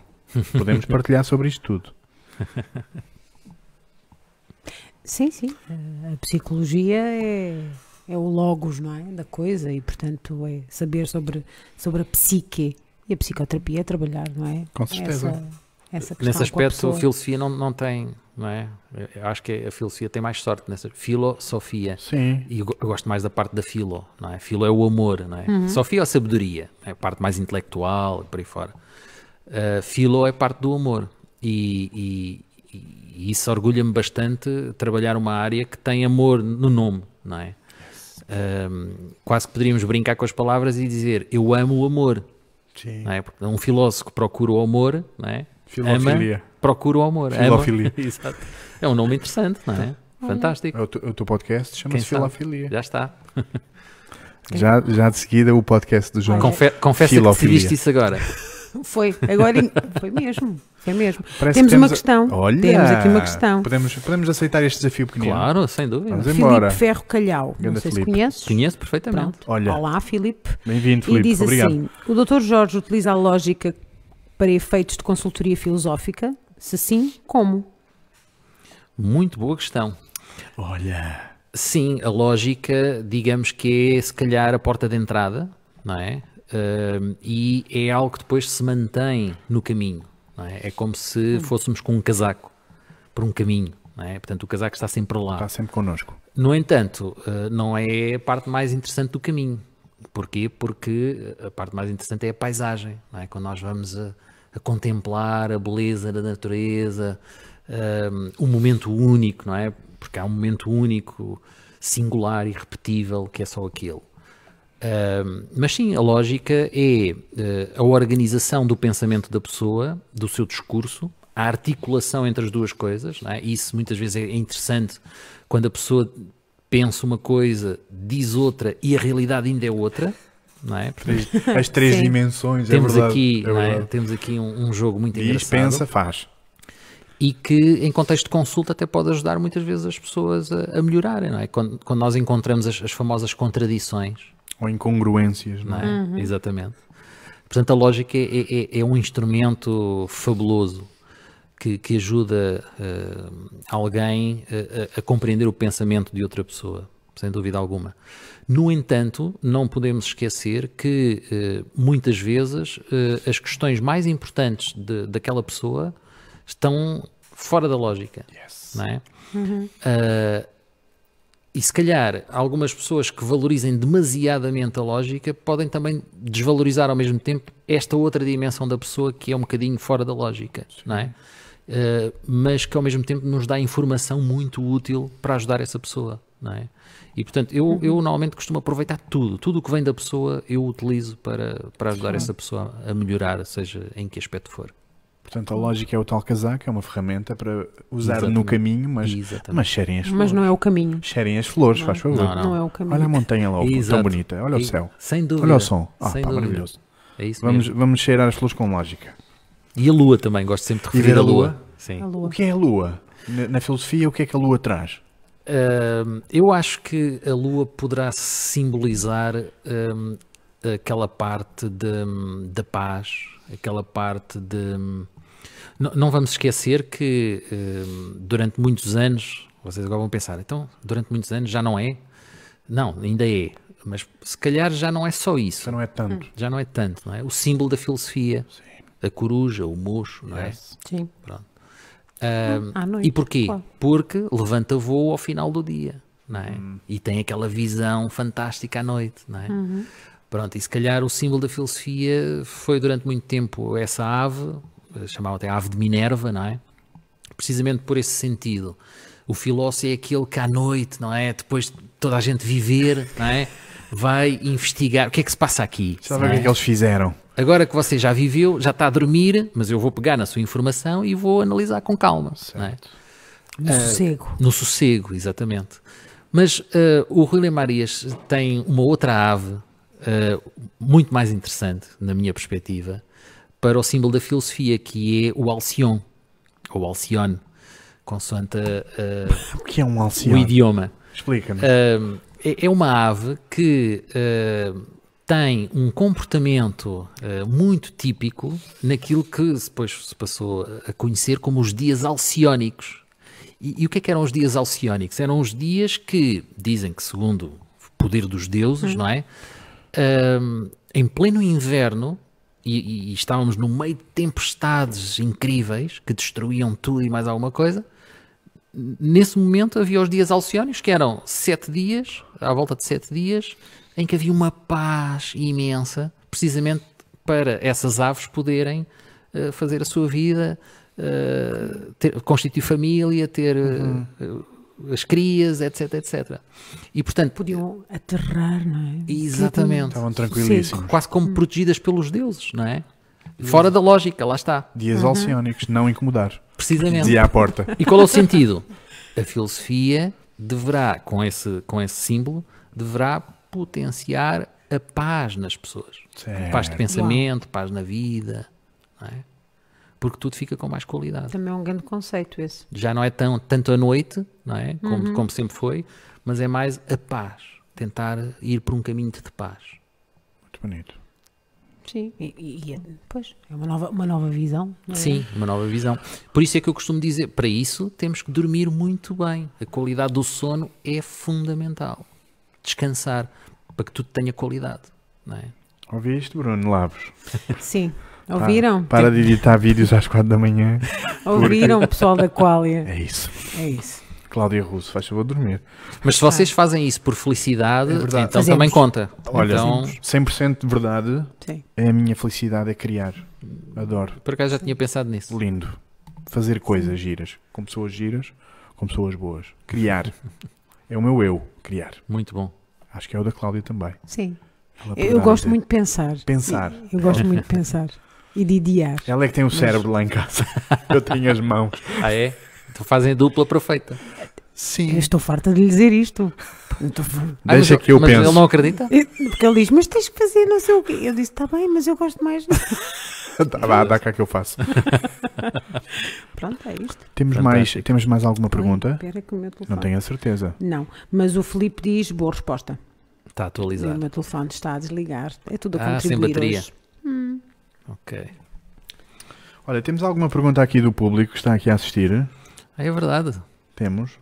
[SPEAKER 2] Podemos partilhar sobre isto tudo.
[SPEAKER 1] Sim, sim. A psicologia é, é o logos, não é? Da coisa e, portanto, é saber sobre, sobre a psique. E a psicoterapia é trabalhar, não é?
[SPEAKER 2] Com certeza.
[SPEAKER 1] Essa, essa questão
[SPEAKER 3] Nesse
[SPEAKER 1] com a
[SPEAKER 3] aspecto, a,
[SPEAKER 1] pessoa.
[SPEAKER 3] filosofia não, não tem, não é? Eu acho que a filosofia tem mais sorte nessa. Filosofia.
[SPEAKER 2] Sim.
[SPEAKER 3] E eu go- eu gosto mais da parte da filo, não é? Filo é o amor, não é?
[SPEAKER 2] Uhum.
[SPEAKER 3] Sofia é a sabedoria, é a parte mais intelectual e por aí fora. Ah, filo é parte do amor. E, e- e isso orgulha-me bastante trabalhar uma área que tem amor no nome, não é? Ahm, quase que poderíamos brincar com as palavras e dizer eu amo o amor,
[SPEAKER 2] Sim.
[SPEAKER 3] não é? Porque um filósofo procura o amor, não é?
[SPEAKER 2] Filofilia.
[SPEAKER 3] Ama, procura o amor. ama.
[SPEAKER 2] Filofilia.
[SPEAKER 3] Exato. É um nome interessante, não é?
[SPEAKER 2] Então,
[SPEAKER 3] Fantástico.
[SPEAKER 2] O teu, o teu podcast chama-se
[SPEAKER 3] Quem sabe?
[SPEAKER 2] Filofilia.
[SPEAKER 3] Já está.
[SPEAKER 2] Já, já de seguida o podcast do João.
[SPEAKER 3] Confe confessa que
[SPEAKER 2] é. Filofilia.
[SPEAKER 3] decidiste isso agora.
[SPEAKER 1] Foi, agora in- foi mesmo. Foi mesmo.
[SPEAKER 2] Parece
[SPEAKER 1] temos
[SPEAKER 2] que
[SPEAKER 1] uma
[SPEAKER 2] a-
[SPEAKER 1] questão.
[SPEAKER 2] Olha,
[SPEAKER 1] Temos aqui uma questão.
[SPEAKER 2] Podemos, podemos aceitar este desafio pequenino.
[SPEAKER 3] Claro, sem dúvida.
[SPEAKER 2] Vamos embora.
[SPEAKER 1] Filipe Ferro Calhau.
[SPEAKER 2] Ganda
[SPEAKER 1] não sei
[SPEAKER 2] Filipe.
[SPEAKER 1] se conheces.
[SPEAKER 3] Conheço perfeitamente.
[SPEAKER 1] Pronto.
[SPEAKER 2] Olha.
[SPEAKER 1] Olá, Filipe.
[SPEAKER 2] Bem-vindo,
[SPEAKER 1] E
[SPEAKER 2] Filipe.
[SPEAKER 1] diz
[SPEAKER 2] Obrigado.
[SPEAKER 1] assim: o Dr. Jorge utiliza a lógica para efeitos de consultoria filosófica? Se sim, como?
[SPEAKER 3] Muito boa questão.
[SPEAKER 2] Olha.
[SPEAKER 3] Sim, a lógica, digamos que é se calhar a porta de entrada, não é? Ahm, e é algo que depois se mantém no caminho, não é? É como se fôssemos com um casaco por um caminho, não é? Portanto, o casaco está sempre lá.
[SPEAKER 2] Está sempre connosco.
[SPEAKER 3] No entanto, eh, não é a parte mais interessante do caminho. Porquê? Porque a parte mais interessante é a paisagem, não é? Quando nós vamos a, a contemplar a beleza da eh, natureza, um, o momento único, não é? Porque há um momento único singular e repetível que é só aquele. Ahm, mas sim, a lógica é eh, a organização do pensamento da pessoa, do seu discurso, a articulação entre as duas coisas. não é? Isso muitas vezes é interessante quando a pessoa pensa uma coisa, diz outra e a realidade ainda é outra. Não é? Portanto,
[SPEAKER 2] As três
[SPEAKER 1] Sim.
[SPEAKER 2] dimensões,
[SPEAKER 3] temos,
[SPEAKER 2] é verdade.
[SPEAKER 3] aqui,
[SPEAKER 2] é
[SPEAKER 3] não é?
[SPEAKER 2] verdade.
[SPEAKER 3] temos aqui um, um jogo muito
[SPEAKER 2] Diz,
[SPEAKER 3] engraçado
[SPEAKER 2] pensa, faz.
[SPEAKER 3] e que em contexto de consulta até pode ajudar muitas vezes as pessoas a, a melhorarem, não é? Quando, quando nós encontramos as, as famosas contradições,
[SPEAKER 2] Ou incongruências, não
[SPEAKER 3] não
[SPEAKER 2] é?
[SPEAKER 3] é? Exatamente. Portanto, a lógica é, é- é um instrumento fabuloso que, que ajuda eh, alguém eh, a, a compreender o pensamento de outra pessoa, sem dúvida alguma. No entanto, não podemos esquecer que eh, muitas vezes eh, as questões mais importantes de- daquela pessoa estão fora da lógica não é? Ah, e se calhar algumas pessoas que valorizem demasiadamente a lógica podem também desvalorizar ao mesmo tempo esta outra dimensão da pessoa que é um bocadinho fora da lógica, não é? Ah, mas que ao mesmo tempo nos dá informação muito útil para ajudar essa pessoa, não é? E portanto, eu, eu normalmente costumo aproveitar tudo, tudo o que vem da pessoa eu utilizo para, para ajudar essa pessoa a melhorar, seja em que aspecto for.
[SPEAKER 2] Portanto, a lógica é o tal casaco, é uma ferramenta para usar no
[SPEAKER 3] Exatamente.
[SPEAKER 2] caminho, mas,
[SPEAKER 3] Exatamente.
[SPEAKER 2] mas cheirem as flores.
[SPEAKER 1] Mas não é o caminho.
[SPEAKER 2] Cheirem as flores,
[SPEAKER 1] Não.
[SPEAKER 2] faz favor.
[SPEAKER 3] Não, não.
[SPEAKER 1] Não é o caminho.
[SPEAKER 2] Olha a montanha lá, pô, tão
[SPEAKER 3] Exato.
[SPEAKER 2] bonita. Olha o
[SPEAKER 3] E-
[SPEAKER 2] céu.
[SPEAKER 3] Sem dúvida.
[SPEAKER 2] Olha o som. Ah,
[SPEAKER 3] Sem
[SPEAKER 2] pá,
[SPEAKER 3] dúvida.
[SPEAKER 2] maravilhoso.
[SPEAKER 3] É isso mesmo.
[SPEAKER 2] Vamos, vamos cheirar as flores com lógica.
[SPEAKER 3] E a Lua também, gosto sempre de
[SPEAKER 2] E
[SPEAKER 3] referir
[SPEAKER 2] ver
[SPEAKER 3] a
[SPEAKER 2] a Lua?
[SPEAKER 3] Lua.
[SPEAKER 1] A
[SPEAKER 3] Sim.
[SPEAKER 2] O
[SPEAKER 1] lua.
[SPEAKER 2] que é a lua? Na, na filosofia, o que é que a lua traz?
[SPEAKER 3] Ahm, eu acho que a Lua poderá simbolizar ahm, aquela parte de- da paz, aquela parte de. Não, não vamos esquecer que ahm, durante muitos anos, vocês agora vão pensar, então, durante muitos anos já não é? Não, ainda é. Mas se calhar já não é só isso.
[SPEAKER 2] Isso não é tanto.
[SPEAKER 1] Hum.
[SPEAKER 3] Já não é tanto, não é? O símbolo da filosofia, a coruja, o mocho, não é?
[SPEAKER 1] Sim.
[SPEAKER 3] Ahm,
[SPEAKER 1] À noite.
[SPEAKER 3] E porquê?
[SPEAKER 1] Claro.
[SPEAKER 3] Porque levanta voo ao final do dia, não
[SPEAKER 2] Hum.
[SPEAKER 3] é? E tem aquela visão fantástica à noite, não
[SPEAKER 1] Hum.
[SPEAKER 3] é?
[SPEAKER 1] Uhum.
[SPEAKER 3] Pronto, e se calhar o símbolo da filosofia foi durante muito tempo essa ave, eh, chamavam até ave de Minerva, não é? Precisamente por esse sentido. O filósofo é aquele que à noite, não é? Depois de toda a gente viver, não é? Vai investigar o que é que se passa aqui.
[SPEAKER 2] Sabe
[SPEAKER 3] não
[SPEAKER 2] o que é que eles fizeram?
[SPEAKER 3] Agora que você já viveu, já está a dormir, mas eu vou pegar na sua informação e vou analisar com calma. não é?
[SPEAKER 1] No sossego.
[SPEAKER 3] No sossego, exatamente. Mas eh, o Rui Lemarias tem uma outra ave eh, muito mais interessante, na minha perspectiva, para o símbolo da filosofia, que é o Alcion, ou Alcione, consoante eh, eh,
[SPEAKER 2] O que é um
[SPEAKER 3] o
[SPEAKER 2] alcione?
[SPEAKER 3] idioma.
[SPEAKER 2] Explica-me.
[SPEAKER 3] Ahm, é, é uma ave que ahm, tem um comportamento ah, muito típico naquilo que depois se passou a conhecer como os dias alciónicos. E, e o que é que eram os dias alciónicos? Eram os dias que, dizem que segundo o poder dos deuses, não é? Ahm, em pleno inverno, e, e- e estávamos no meio de tempestades incríveis que destruíam tudo e mais alguma coisa, nesse momento havia os dias alciónios, que eram sete dias, à volta de sete dias, em que havia uma paz imensa, precisamente para essas aves poderem eh, fazer a sua vida, eh, ter- constituir família, ter eh, eh, as crias, etc, etc. E portanto,
[SPEAKER 1] Podiam aterrar, não é?
[SPEAKER 3] exatamente,
[SPEAKER 2] Estavam tranquilíssimos.
[SPEAKER 3] quase como protegidas pelos deuses, não é? Fora da lógica, lá está,
[SPEAKER 2] Dias alciônicos, não incomodar.
[SPEAKER 3] precisamente.
[SPEAKER 2] Dizia à porta.
[SPEAKER 3] E qual é o sentido? A filosofia deverá, com esse, com esse símbolo, deverá potenciar a paz nas pessoas.
[SPEAKER 2] Certo.
[SPEAKER 3] Paz de pensamento, paz na vida, não é? Porque tudo fica com mais qualidade.
[SPEAKER 1] Também é um grande conceito esse.
[SPEAKER 3] Já não é tão, tanto a noite, não é? Como, como sempre foi, mas é mais a paz. Tentar ir por um caminho de paz.
[SPEAKER 2] Muito bonito.
[SPEAKER 1] Sim. E, e- e é- pois, é uma nova, uma nova visão. não é?
[SPEAKER 3] Sim, uma nova visão. Por isso é que eu costumo dizer, para isso temos que dormir muito bem. A qualidade do sono é fundamental. Descansar para que tudo tenha qualidade, não é?
[SPEAKER 2] Ouviste, Bruno Labos?
[SPEAKER 1] Sim. Ouviram?
[SPEAKER 2] Para de editar vídeos às quatro da manhã.
[SPEAKER 1] Ouviram, pessoal da Qualia?
[SPEAKER 2] É isso.
[SPEAKER 1] É isso.
[SPEAKER 2] Cláudia Russo, faz favor de dormir.
[SPEAKER 3] Mas se vocês fazem isso por felicidade,
[SPEAKER 2] É
[SPEAKER 3] então
[SPEAKER 2] verdade.
[SPEAKER 1] Fazemos.
[SPEAKER 3] também conta.
[SPEAKER 2] Olha,
[SPEAKER 3] então,
[SPEAKER 2] 100% de verdade,
[SPEAKER 1] Sim.
[SPEAKER 2] é a minha felicidade é criar. Adoro.
[SPEAKER 3] por acaso já tinha pensado nisso.
[SPEAKER 2] Lindo. Fazer coisas giras. Com pessoas giras, com pessoas boas. Criar. É o meu eu. criar.
[SPEAKER 3] Muito bom.
[SPEAKER 2] Acho que é o da Cláudia também.
[SPEAKER 1] Sim.
[SPEAKER 2] Ela
[SPEAKER 1] Eu,
[SPEAKER 2] poderá
[SPEAKER 1] gosto
[SPEAKER 2] dizer.
[SPEAKER 1] muito de pensar.
[SPEAKER 2] Pensar.
[SPEAKER 1] E- Eu gosto muito de pensar. E de idear.
[SPEAKER 2] Ela é que tem o cérebro lá em casa. Eu tenho as mãos.
[SPEAKER 3] Ah, é? Então fazem a dupla perfeita.
[SPEAKER 1] Eu
[SPEAKER 2] Sim.
[SPEAKER 1] estou farta de lhe dizer isto. Eu estou farta.
[SPEAKER 3] Ah,
[SPEAKER 2] Deixa
[SPEAKER 3] mas,
[SPEAKER 2] que eu
[SPEAKER 3] mas
[SPEAKER 2] penso.
[SPEAKER 3] Ele não acredita?
[SPEAKER 1] E- Porque ele diz, mas tens que fazer não sei o quê. Eu disse, está bem, mas eu gosto mais.
[SPEAKER 2] Dá, vá, dá cá que eu faço.
[SPEAKER 1] Pronto, é isto.
[SPEAKER 2] Temos mais,
[SPEAKER 3] Fantástico.
[SPEAKER 2] temos mais alguma
[SPEAKER 1] Ai,
[SPEAKER 2] pergunta?
[SPEAKER 1] Espera que o meu
[SPEAKER 2] Não
[SPEAKER 1] telefone...
[SPEAKER 2] tenho a certeza.
[SPEAKER 1] Não, mas o Filipe diz boa resposta.
[SPEAKER 3] Está
[SPEAKER 1] E O
[SPEAKER 3] atualizado.
[SPEAKER 1] meu telefone está a desligar. É tudo a
[SPEAKER 3] Ah, sem
[SPEAKER 1] contribuir
[SPEAKER 3] bateria.
[SPEAKER 1] hoje.
[SPEAKER 3] Ok.
[SPEAKER 2] Olha, temos alguma pergunta aqui do público que está aqui a assistir?
[SPEAKER 3] Ah, é verdade.
[SPEAKER 2] Temos.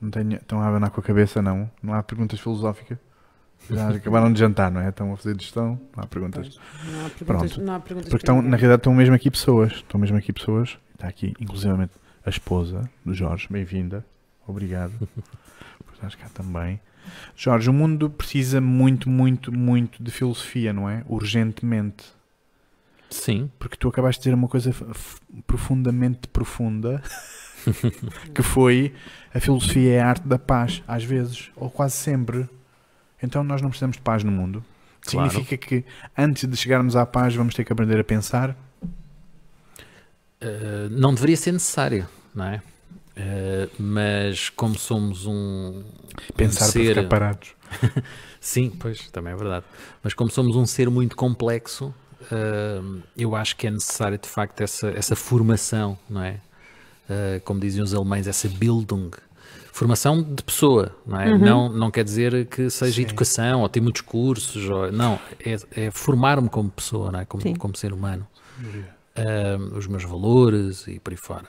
[SPEAKER 2] Não tenho, estão a abanar com a cabeça, não. Não há perguntas filosóficas. Já acabaram de jantar, não é? Estão a fazer digestão. Não há perguntas.
[SPEAKER 1] Pois, Não há perguntas,
[SPEAKER 2] Pronto.
[SPEAKER 1] não há perguntas
[SPEAKER 2] Porque estão,
[SPEAKER 1] para
[SPEAKER 2] na
[SPEAKER 1] ninguém.
[SPEAKER 2] realidade estão mesmo aqui pessoas. Estão mesmo aqui pessoas. Está aqui, inclusivamente, a esposa do Jorge. Bem-vinda. Obrigado. Por estás cá também. Jorge, o mundo precisa muito, muito, muito de filosofia, não é? Urgentemente.
[SPEAKER 3] Sim.
[SPEAKER 2] Porque tu acabaste de dizer uma coisa f- f- profundamente profunda, que foi a filosofia é a arte da paz, às vezes, ou quase sempre. Então nós não precisamos de paz no mundo.
[SPEAKER 3] Claro.
[SPEAKER 2] Significa que antes de chegarmos à paz vamos ter que aprender a pensar.
[SPEAKER 3] Uh, não deveria ser necessário, não é? Uh, mas como somos um
[SPEAKER 2] Pensar
[SPEAKER 3] um
[SPEAKER 2] para
[SPEAKER 3] ser,
[SPEAKER 2] ficar parados.
[SPEAKER 3] sim, pois também é verdade. Mas como somos um ser muito complexo, uh, eu acho que é necessário de facto essa essa formação, não é? Uh, como dizem os alemães, essa Bildung, formação de pessoa, não é? Não não quer dizer que seja
[SPEAKER 2] Sim.
[SPEAKER 3] educação ou ter muitos cursos, ou, não, é, é formar-me como pessoa, não é?
[SPEAKER 1] Sim.
[SPEAKER 3] Como, como ser humano. ah, os meus valores e por aí fora.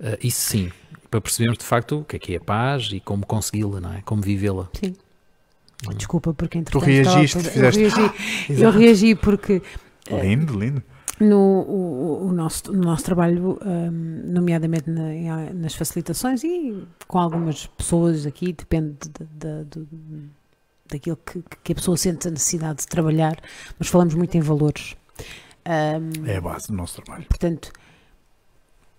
[SPEAKER 3] Ah, isso sim, para percebermos de facto o que é que é a paz e como consegui-la, não é? Como vivê-la.
[SPEAKER 1] Sim. Desculpa, porque entretanto...
[SPEAKER 2] reagiste,
[SPEAKER 1] estava toda-
[SPEAKER 2] fizeste-
[SPEAKER 1] Eu reagi, eu reagi porque
[SPEAKER 3] É.
[SPEAKER 2] Lindo, lindo.
[SPEAKER 1] no o, o nosso, no nosso trabalho, hum, nomeadamente na- em- nas facilitações e com algumas pessoas aqui, depende de- de- do- daquilo que, que a pessoa sente a necessidade de trabalhar, mas falamos muito em valores. Hum,
[SPEAKER 2] É a base do nosso trabalho.
[SPEAKER 1] Portanto,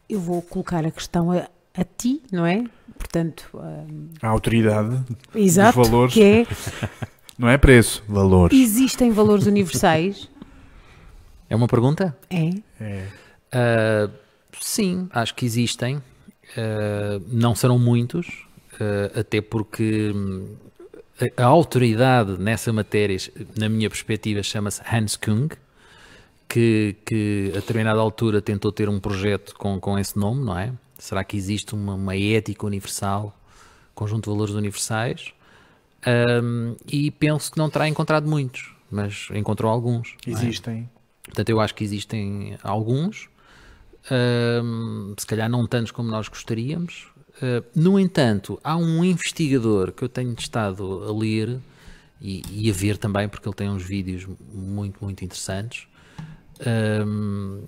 [SPEAKER 1] eu vou colocar a questão a, a ti, não é? Portanto, hum,
[SPEAKER 2] A autoridade
[SPEAKER 1] exato,
[SPEAKER 2] valores.
[SPEAKER 1] que é,
[SPEAKER 2] não é preço, valores.
[SPEAKER 1] existem valores universais?
[SPEAKER 3] É uma pergunta?
[SPEAKER 1] É,
[SPEAKER 2] É.
[SPEAKER 3] Ah, sim, acho que existem. Ah, não serão muitos, ah, até porque hum, a, a autoridade nessa matéria, na minha perspectiva, chama-se Hans Kung, que, que a determinada altura tentou ter um projeto com, com esse nome, não é? Será que existe uma, uma ética universal, conjunto de valores universais? Ahm, e penso que não terá encontrado muitos, mas encontrou alguns. não é?
[SPEAKER 2] Existem.
[SPEAKER 3] Portanto, eu acho que existem alguns, ahm, se calhar não tantos como nós gostaríamos. Ah, no entanto, há um investigador que eu tenho estado a ler e, e a ver também, porque ele tem uns vídeos muito, muito interessantes, ahm,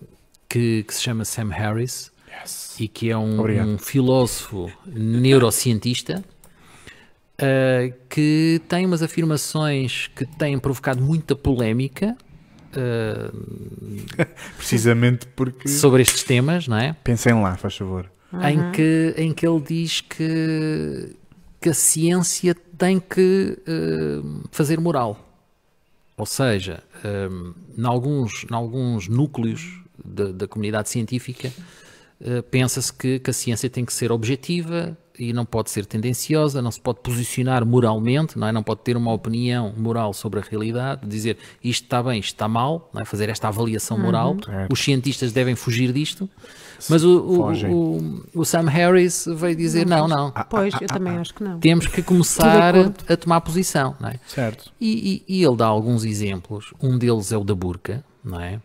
[SPEAKER 3] que, que se chama Sam Harris
[SPEAKER 2] Yes.
[SPEAKER 3] e que é um,
[SPEAKER 2] Obrigado.
[SPEAKER 3] um filósofo neurocientista ah, que tem umas afirmações que têm provocado muita polémica ah,
[SPEAKER 2] Precisamente porque.
[SPEAKER 3] sobre estes temas, não é?
[SPEAKER 2] Pensem lá, faz favor.
[SPEAKER 3] Em, que, em que ele diz que, que a ciência tem que eh, fazer moral. Ou seja, eh, em alguns, alguns núcleos da, da comunidade científica eh, pensa-se que, que a ciência tem que ser objetiva e não pode ser tendenciosa, não se pode posicionar moralmente, não, é? não pode ter uma opinião moral sobre a realidade, dizer isto está bem, isto está mal, não é? fazer esta avaliação moral.
[SPEAKER 2] Certo.
[SPEAKER 3] Os cientistas devem fugir disto. Mas o, o-
[SPEAKER 2] Fogem.
[SPEAKER 3] o- o Sam Harris veio dizer: não, não,
[SPEAKER 2] Ah,
[SPEAKER 1] pois, eu também acho que não.
[SPEAKER 3] temos que começar a tomar posição. Não é?
[SPEAKER 2] Certo.
[SPEAKER 3] E, e- e ele dá alguns exemplos. Um deles é o da burca, não é?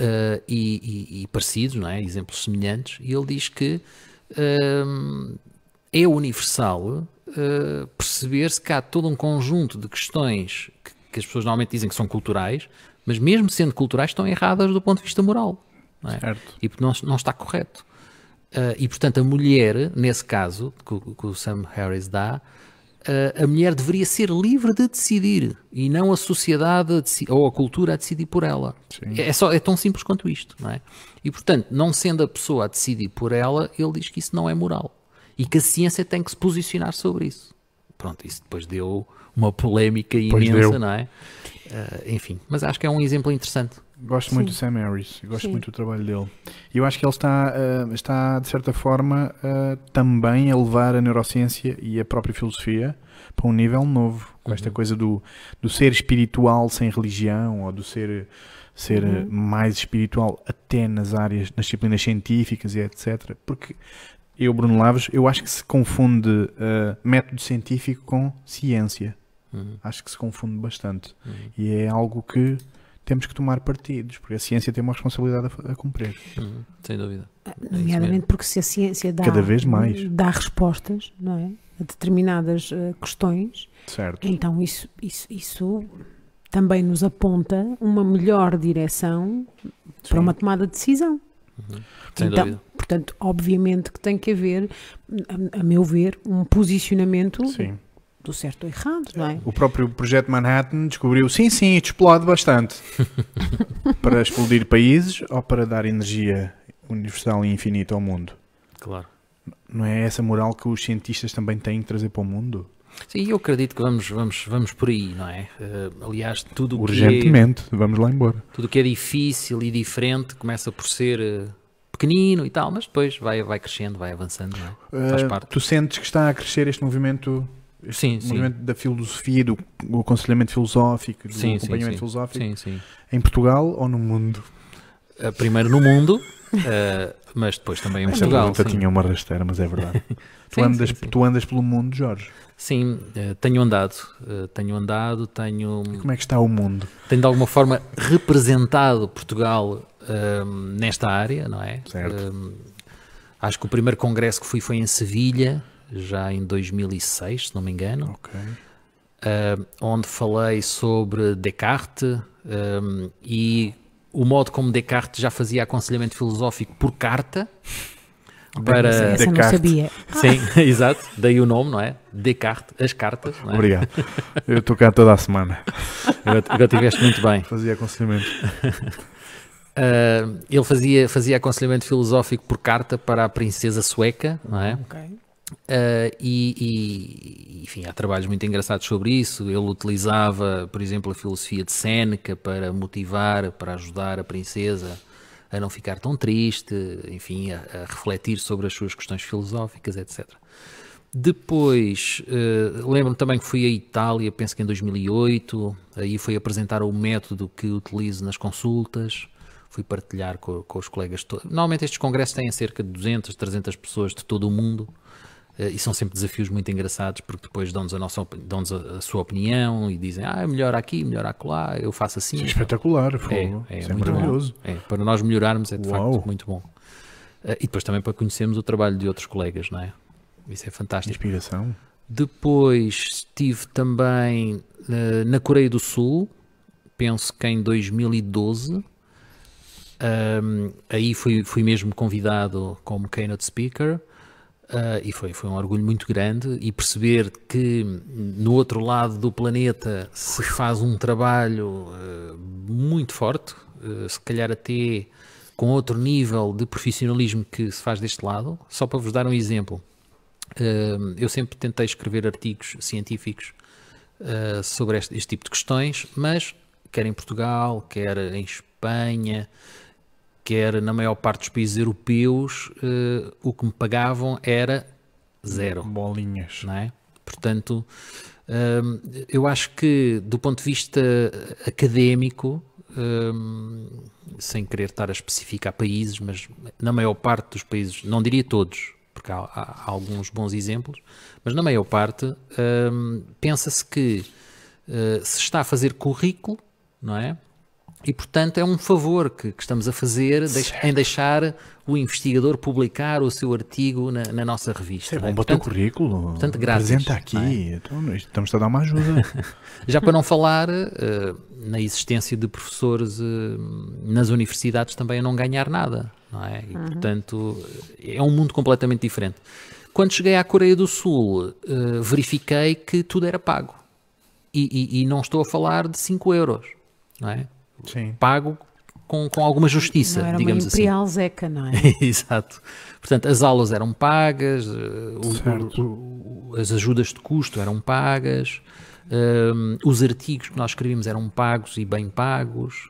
[SPEAKER 3] Ah, e, e- e parecidos, não é? Exemplos semelhantes. E ele diz que ahm, é universal ah, perceber-se que há todo um conjunto de questões que, que as pessoas normalmente dizem que são culturais, mas mesmo sendo culturais estão erradas do ponto de vista moral. Não é?
[SPEAKER 2] Certo.
[SPEAKER 3] E porque não, não está correto. Ah, e portanto, a mulher, nesse caso que, o- que o Sam Harris dá, ah, a mulher deveria ser livre de decidir e não a sociedade a deci- ou a cultura a decidir por ela.
[SPEAKER 2] Sim.
[SPEAKER 3] É, só, é tão simples quanto isto, não é? E portanto, não sendo a pessoa a decidir por ela, ele diz que isso não é moral e que a ciência tem que se posicionar sobre isso. pronto, isso depois deu uma polémica
[SPEAKER 2] Pois
[SPEAKER 3] imensa,
[SPEAKER 2] deu.
[SPEAKER 3] não é? Ah, enfim, mas acho que é um exemplo interessante.
[SPEAKER 2] Gosto muito do Sam Harris, gosto
[SPEAKER 1] Sim.
[SPEAKER 2] muito do trabalho dele. E eu acho que ele está, ah, está de certa forma, ah, também a levar a neurociência e a própria filosofia para um nível novo. Com esta
[SPEAKER 3] Uhum.
[SPEAKER 2] coisa do, do ser espiritual sem religião, ou do ser, ser ah,
[SPEAKER 1] Uhum.
[SPEAKER 2] mais espiritual até nas áreas, nas disciplinas científicas e etc. Porque eu, Bruno Laves, eu acho que se confunde ah, método científico com ciência.
[SPEAKER 3] Uhum,
[SPEAKER 2] Acho que se confunde bastante.
[SPEAKER 3] uhum,
[SPEAKER 2] E é algo que temos que tomar partidos, porque a ciência tem uma responsabilidade a fa- a, cumprir.
[SPEAKER 3] uhum, sem dúvida. isso
[SPEAKER 1] Nomeadamente
[SPEAKER 3] mesmo.
[SPEAKER 1] porque se a ciência dá,
[SPEAKER 2] Cada vez mais.
[SPEAKER 1] dá respostas não é? a determinadas eh, questões,
[SPEAKER 2] Certo.
[SPEAKER 1] então isso, isso, isso também nos aponta uma melhor direção para uma tomada de decisão.
[SPEAKER 3] Uhum, sem
[SPEAKER 1] Então,
[SPEAKER 3] dúvida.
[SPEAKER 1] Portanto, obviamente que tem que haver, a, a meu ver, um posicionamento
[SPEAKER 2] Sim.
[SPEAKER 1] do certo ou errado, não é?
[SPEAKER 2] O próprio projeto Manhattan descobriu, sim, sim, isto explode bastante. para explodir países ou para dar energia universal e infinita ao mundo?
[SPEAKER 3] Claro.
[SPEAKER 2] Não é essa moral que os cientistas também têm que trazer para o mundo?
[SPEAKER 3] Sim, eu acredito que vamos, vamos, vamos por aí, não é? Eh, aliás, tudo o que é,
[SPEAKER 2] Urgentemente, vamos lá embora.
[SPEAKER 3] tudo o que é difícil e diferente começa por ser eh, pequenino e tal, mas depois vai, vai crescendo, vai avançando, não é? Faz
[SPEAKER 2] Ah,
[SPEAKER 3] parte.
[SPEAKER 2] Tu sentes que está a crescer este movimento, este
[SPEAKER 3] Sim, sim.
[SPEAKER 2] movimento da filosofia, do, do aconselhamento filosófico, do
[SPEAKER 3] Sim, sim,
[SPEAKER 2] acompanhamento
[SPEAKER 3] sim.
[SPEAKER 2] filosófico,
[SPEAKER 3] Sim, sim.
[SPEAKER 2] em Portugal ou no mundo?
[SPEAKER 3] Eh, primeiro no mundo, eh, mas depois também em
[SPEAKER 2] Esta
[SPEAKER 3] Portugal.
[SPEAKER 2] pergunta
[SPEAKER 3] Sim,
[SPEAKER 2] tinha uma rasteira, mas é verdade. tu,
[SPEAKER 3] Sim,
[SPEAKER 2] andas,
[SPEAKER 3] sim, sim.
[SPEAKER 2] tu andas pelo mundo, Jorge.
[SPEAKER 3] Sim, eh, tenho andado, eh, tenho andado, tenho,
[SPEAKER 2] Como é que está o mundo?
[SPEAKER 3] tenho de alguma forma representado Portugal ehm, nesta área, não é?
[SPEAKER 2] Certo.
[SPEAKER 3] Ehm, acho que o primeiro congresso que fui foi em Sevilha, já em 2006, se não me engano,
[SPEAKER 2] Ok.
[SPEAKER 3] ehm, onde falei sobre Descartes ehm, e o modo como Descartes já fazia aconselhamento filosófico por carta para
[SPEAKER 1] Essa eu não
[SPEAKER 2] Descartes.
[SPEAKER 1] sabia.
[SPEAKER 3] Sim, exato. Daí o nome, não é? Descartes, as cartas. Não é?
[SPEAKER 2] Obrigado. Eu estou cá toda a semana.
[SPEAKER 3] Agora, agora tiveste muito bem.
[SPEAKER 2] Fazia aconselhamento.
[SPEAKER 3] Ah, ele fazia, fazia aconselhamento filosófico por carta para a princesa sueca, não é?
[SPEAKER 1] Ok.
[SPEAKER 3] Ah, e, e, enfim, há trabalhos muito engraçados sobre isso. Ele utilizava, por exemplo, a filosofia de Séneca para motivar, para ajudar a princesa a não ficar tão triste, enfim, a, a refletir sobre as suas questões filosóficas, etc. Depois, eh, lembro-me também que fui à Itália, penso que em 2008, aí fui apresentar o método que utilizo nas consultas, fui partilhar co- com, os colegas. to- Normalmente estes congressos têm cerca de 200, 300 pessoas de todo o mundo eh, e são sempre desafios muito engraçados porque depois dão-nos a, nossa opi- dão-nos a, a sua opinião e dizem, ah, melhor aqui, melhor acolá, eu faço assim. eu
[SPEAKER 2] é Espetacular, fogo.
[SPEAKER 3] é
[SPEAKER 2] Isso é
[SPEAKER 3] muito bom.
[SPEAKER 2] maravilhoso.
[SPEAKER 3] é, para nós melhorarmos é de
[SPEAKER 2] Uau.
[SPEAKER 3] facto muito bom. Eh, E depois também para conhecermos o trabalho de outros colegas, não é? Isso é fantástico.
[SPEAKER 2] Inspiração.
[SPEAKER 3] Depois estive também eh, na Coreia do Sul, penso que em 2012. Ahm, aí fui, fui mesmo convidado como keynote speaker ah, e foi, foi um orgulho muito grande. E perceber que no outro lado do planeta se faz um trabalho eh, muito forte, eh, se calhar até com outro nível de profissionalismo que se faz deste lado. Só para vos dar um exemplo. Hum, eu sempre tentei escrever artigos científicos uh, sobre este, este tipo de questões, mas quer em Portugal, quer em Espanha, quer na maior parte dos países europeus, uh, o que me pagavam era zero
[SPEAKER 2] Bolinhas.
[SPEAKER 3] não é? Portanto, hum, eu acho que do ponto de vista académico, hum, sem querer estar a especificar países, mas na maior parte dos países, não diria todos, porque há, há- há alguns bons exemplos, mas na maior parte, hum, pensa-se que eh, se está a fazer currículo, não é? E portanto é um favor que, que estamos a fazer deix- em deixar o investigador publicar o seu artigo na, na nossa revista.
[SPEAKER 2] Isso é
[SPEAKER 3] não é?
[SPEAKER 2] bom para o teu
[SPEAKER 3] Portanto,
[SPEAKER 2] currículo.
[SPEAKER 3] portanto, grátis, é?
[SPEAKER 2] Apresenta aqui. Então, isto- Estamos-te a dar uma ajuda.
[SPEAKER 3] Já para não falar eh, na existência de professores eh, nas universidades também a não ganhar nada, não é?
[SPEAKER 1] Uhum.
[SPEAKER 3] E, portanto, é um mundo completamente diferente. Quando cheguei à Coreia do Sul, eh, verifiquei que tudo era pago. E, e- e não estou a falar de 5 euros, não é?
[SPEAKER 2] Sim.
[SPEAKER 3] Pago com, com alguma justiça,
[SPEAKER 1] não era
[SPEAKER 3] digamos
[SPEAKER 1] uma
[SPEAKER 3] assim.
[SPEAKER 1] Imperial Zeca, não é?
[SPEAKER 3] Exato. Portanto, as aulas eram pagas, eh, o-
[SPEAKER 2] Certo.
[SPEAKER 3] o- o- as ajudas de custo eram pagas, ehm, os artigos que nós escrevíamos eram pagos e bem pagos.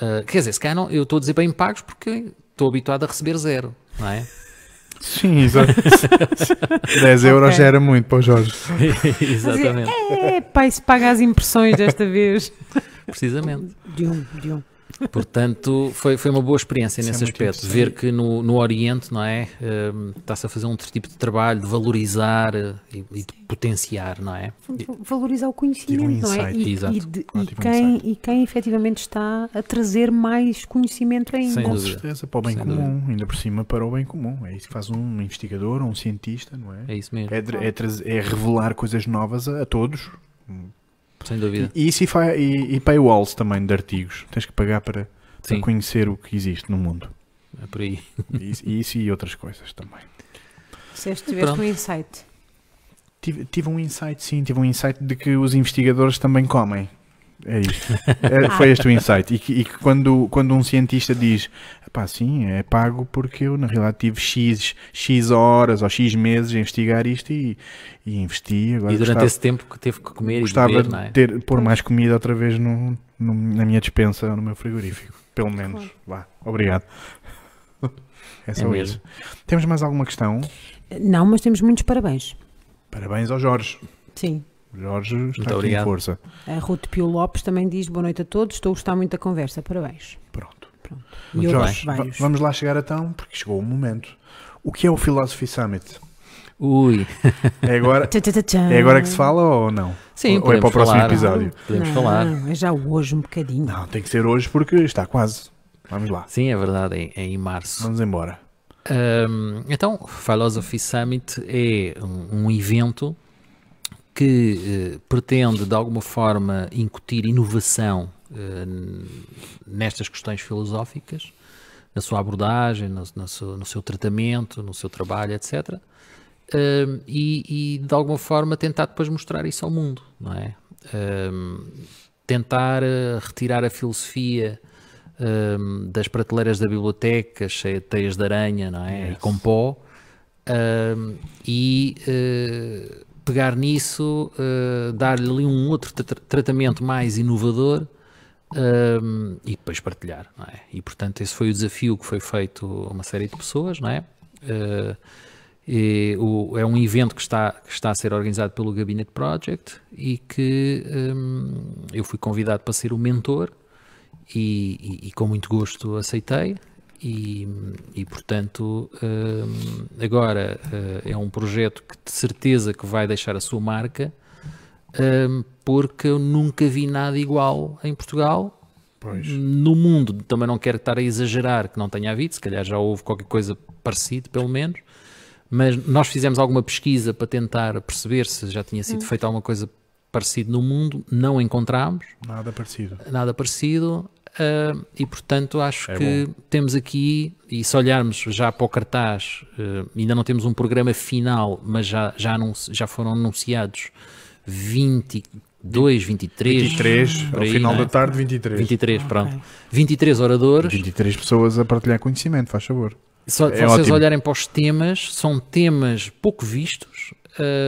[SPEAKER 3] Eh, quer dizer, se calhar não, eu estou a dizer bem pagos porque estou habituado a receber zero, não é?
[SPEAKER 2] Sim, exato. 10 euros
[SPEAKER 1] Ok.
[SPEAKER 2] já era muito para o Jorge.
[SPEAKER 1] Fazia, É, pai, se paga as impressões desta vez.
[SPEAKER 3] é. Precisamente.
[SPEAKER 1] De um, de um.
[SPEAKER 3] Portanto, foi, foi uma boa experiência
[SPEAKER 2] Isso é
[SPEAKER 3] nesse
[SPEAKER 2] muito
[SPEAKER 3] aspecto.
[SPEAKER 2] interessante.
[SPEAKER 3] Ver que no, no Oriente, não é? Ehm, Está-se a fazer um outro tipo de trabalho, de valorizar eh, e, e de potenciar, não é?
[SPEAKER 1] Valorizar o conhecimento,
[SPEAKER 2] Tira um
[SPEAKER 1] não é?
[SPEAKER 2] insight,
[SPEAKER 1] E,
[SPEAKER 3] exato.
[SPEAKER 1] e de- e
[SPEAKER 2] Claro, tira um
[SPEAKER 1] quem, e quem efetivamente está a trazer mais conhecimento ainda.
[SPEAKER 3] Sem
[SPEAKER 2] Com
[SPEAKER 3] dúvida.
[SPEAKER 2] certeza, para o bem
[SPEAKER 3] Sem
[SPEAKER 2] comum, ainda por cima para o bem comum. É isso que faz um investigador ou um cientista, não é?
[SPEAKER 3] É isso mesmo,
[SPEAKER 2] É, tra- é trazer- é revelar coisas novas a, a todos. É.
[SPEAKER 3] sem dúvida.
[SPEAKER 2] E, isso e, fa- e, e paywalls também de artigos. Tens que pagar para, para
[SPEAKER 3] Sim,
[SPEAKER 2] conhecer o que existe no mundo.
[SPEAKER 3] é por aí.
[SPEAKER 2] E isso- e isso e outras coisas também.
[SPEAKER 1] Se tiveste
[SPEAKER 3] Pronto.
[SPEAKER 1] um insight.
[SPEAKER 2] Tive, tive um insight, sim, tive um insight de que os investigadores também comem. É isto. É, foi este o insight. E que, e que quando, quando um cientista diz, pá, sim, é pago porque eu na realidade tive X, X horas ou X meses a investigar isto e, e investi. Agora
[SPEAKER 3] E durante
[SPEAKER 2] gostava,
[SPEAKER 3] esse tempo que teve que comer
[SPEAKER 2] gostava
[SPEAKER 3] e beber, não
[SPEAKER 2] de
[SPEAKER 3] é?
[SPEAKER 2] ter, pôr mais comida outra vez no, no- na minha dispensa ou no meu frigorífico. Pelo menos. Vá, obrigado. É só
[SPEAKER 3] mesmo.
[SPEAKER 2] isso. Temos mais alguma questão?
[SPEAKER 1] Não, mas temos muitos parabéns.
[SPEAKER 2] Parabéns ao Jorge.
[SPEAKER 1] Sim.
[SPEAKER 2] O Jorge está aqui em
[SPEAKER 3] obrigado.
[SPEAKER 2] força.
[SPEAKER 1] A Ruth Pio Lopes também diz boa noite a todos, estou a gostar muito da conversa, parabéns.
[SPEAKER 2] Pronto.
[SPEAKER 1] E
[SPEAKER 3] Muito
[SPEAKER 1] outros
[SPEAKER 2] Jorge, va-
[SPEAKER 1] vários.
[SPEAKER 2] vamos lá chegar então, porque chegou o momento. O que é o Philosophy Summit?
[SPEAKER 3] Ui,
[SPEAKER 2] É agora,
[SPEAKER 1] Tchá, tchá, tchá, tchá.
[SPEAKER 2] é agora que se fala ou não?
[SPEAKER 3] sim,
[SPEAKER 2] ou é para o
[SPEAKER 3] podemos
[SPEAKER 2] próximo
[SPEAKER 3] falar.
[SPEAKER 2] episódio?
[SPEAKER 3] Podemos
[SPEAKER 1] não,
[SPEAKER 3] falar.
[SPEAKER 1] É já hoje um bocadinho.
[SPEAKER 2] Não, tem que ser hoje porque está quase. Vamos lá,
[SPEAKER 3] Sim, é verdade, é, é em março.
[SPEAKER 2] vamos embora.
[SPEAKER 3] Ahm, então, Philosophy Summit é um, um evento que eh, pretende, de alguma forma, incutir inovação eh, n- nestas questões filosóficas, na sua abordagem, no, na sua- no seu tratamento, no seu trabalho, etc. Ahm, e, e, de alguma forma, tentar depois mostrar isso ao mundo, não é? Ahm, tentar eh, retirar a filosofia hum, das prateleiras da biblioteca, cheia de teias de aranha, não é? E com pó, hum, e eh, pegar nisso, eh, dar-lhe ali um outro tra- tratamento mais inovador hum, e depois partilhar, não é? E portanto, esse foi o desafio que foi feito a uma série de pessoas, não é? Eh, e o- é um evento que está, que está a ser organizado pelo Gabinete Project e que hum, eu fui convidado para ser o mentor e, e- e com muito gosto aceitei. E, e, portanto, hum, agora eh, é um projeto que de certeza que vai deixar a sua marca, hum, porque eu nunca vi nada igual em Portugal.
[SPEAKER 2] Pois.
[SPEAKER 3] No mundo, também não quero estar a exagerar que não tenha havido, se calhar já houve qualquer coisa parecido, pelo menos. Mas nós fizemos alguma pesquisa para tentar perceber se já tinha sido feita alguma coisa parecida no mundo, não encontramos
[SPEAKER 2] Nada parecido.
[SPEAKER 3] nada parecido. ah, e portanto acho
[SPEAKER 2] É
[SPEAKER 3] que temos aqui, e se olharmos já para o cartaz, ah, ainda não temos um programa final, mas já, já, anun- já foram anunciados 22, 23,
[SPEAKER 2] 23,
[SPEAKER 3] por
[SPEAKER 2] ao
[SPEAKER 3] aí,
[SPEAKER 2] final
[SPEAKER 3] não é?
[SPEAKER 2] da tarde, 23.
[SPEAKER 3] 23,
[SPEAKER 1] Ok.
[SPEAKER 3] pronto. 23 oradores.
[SPEAKER 2] 23 pessoas a partilhar conhecimento, faz favor.
[SPEAKER 3] Só
[SPEAKER 2] É
[SPEAKER 3] vocês
[SPEAKER 2] ótimo.
[SPEAKER 3] olharem para os temas, são temas pouco vistos.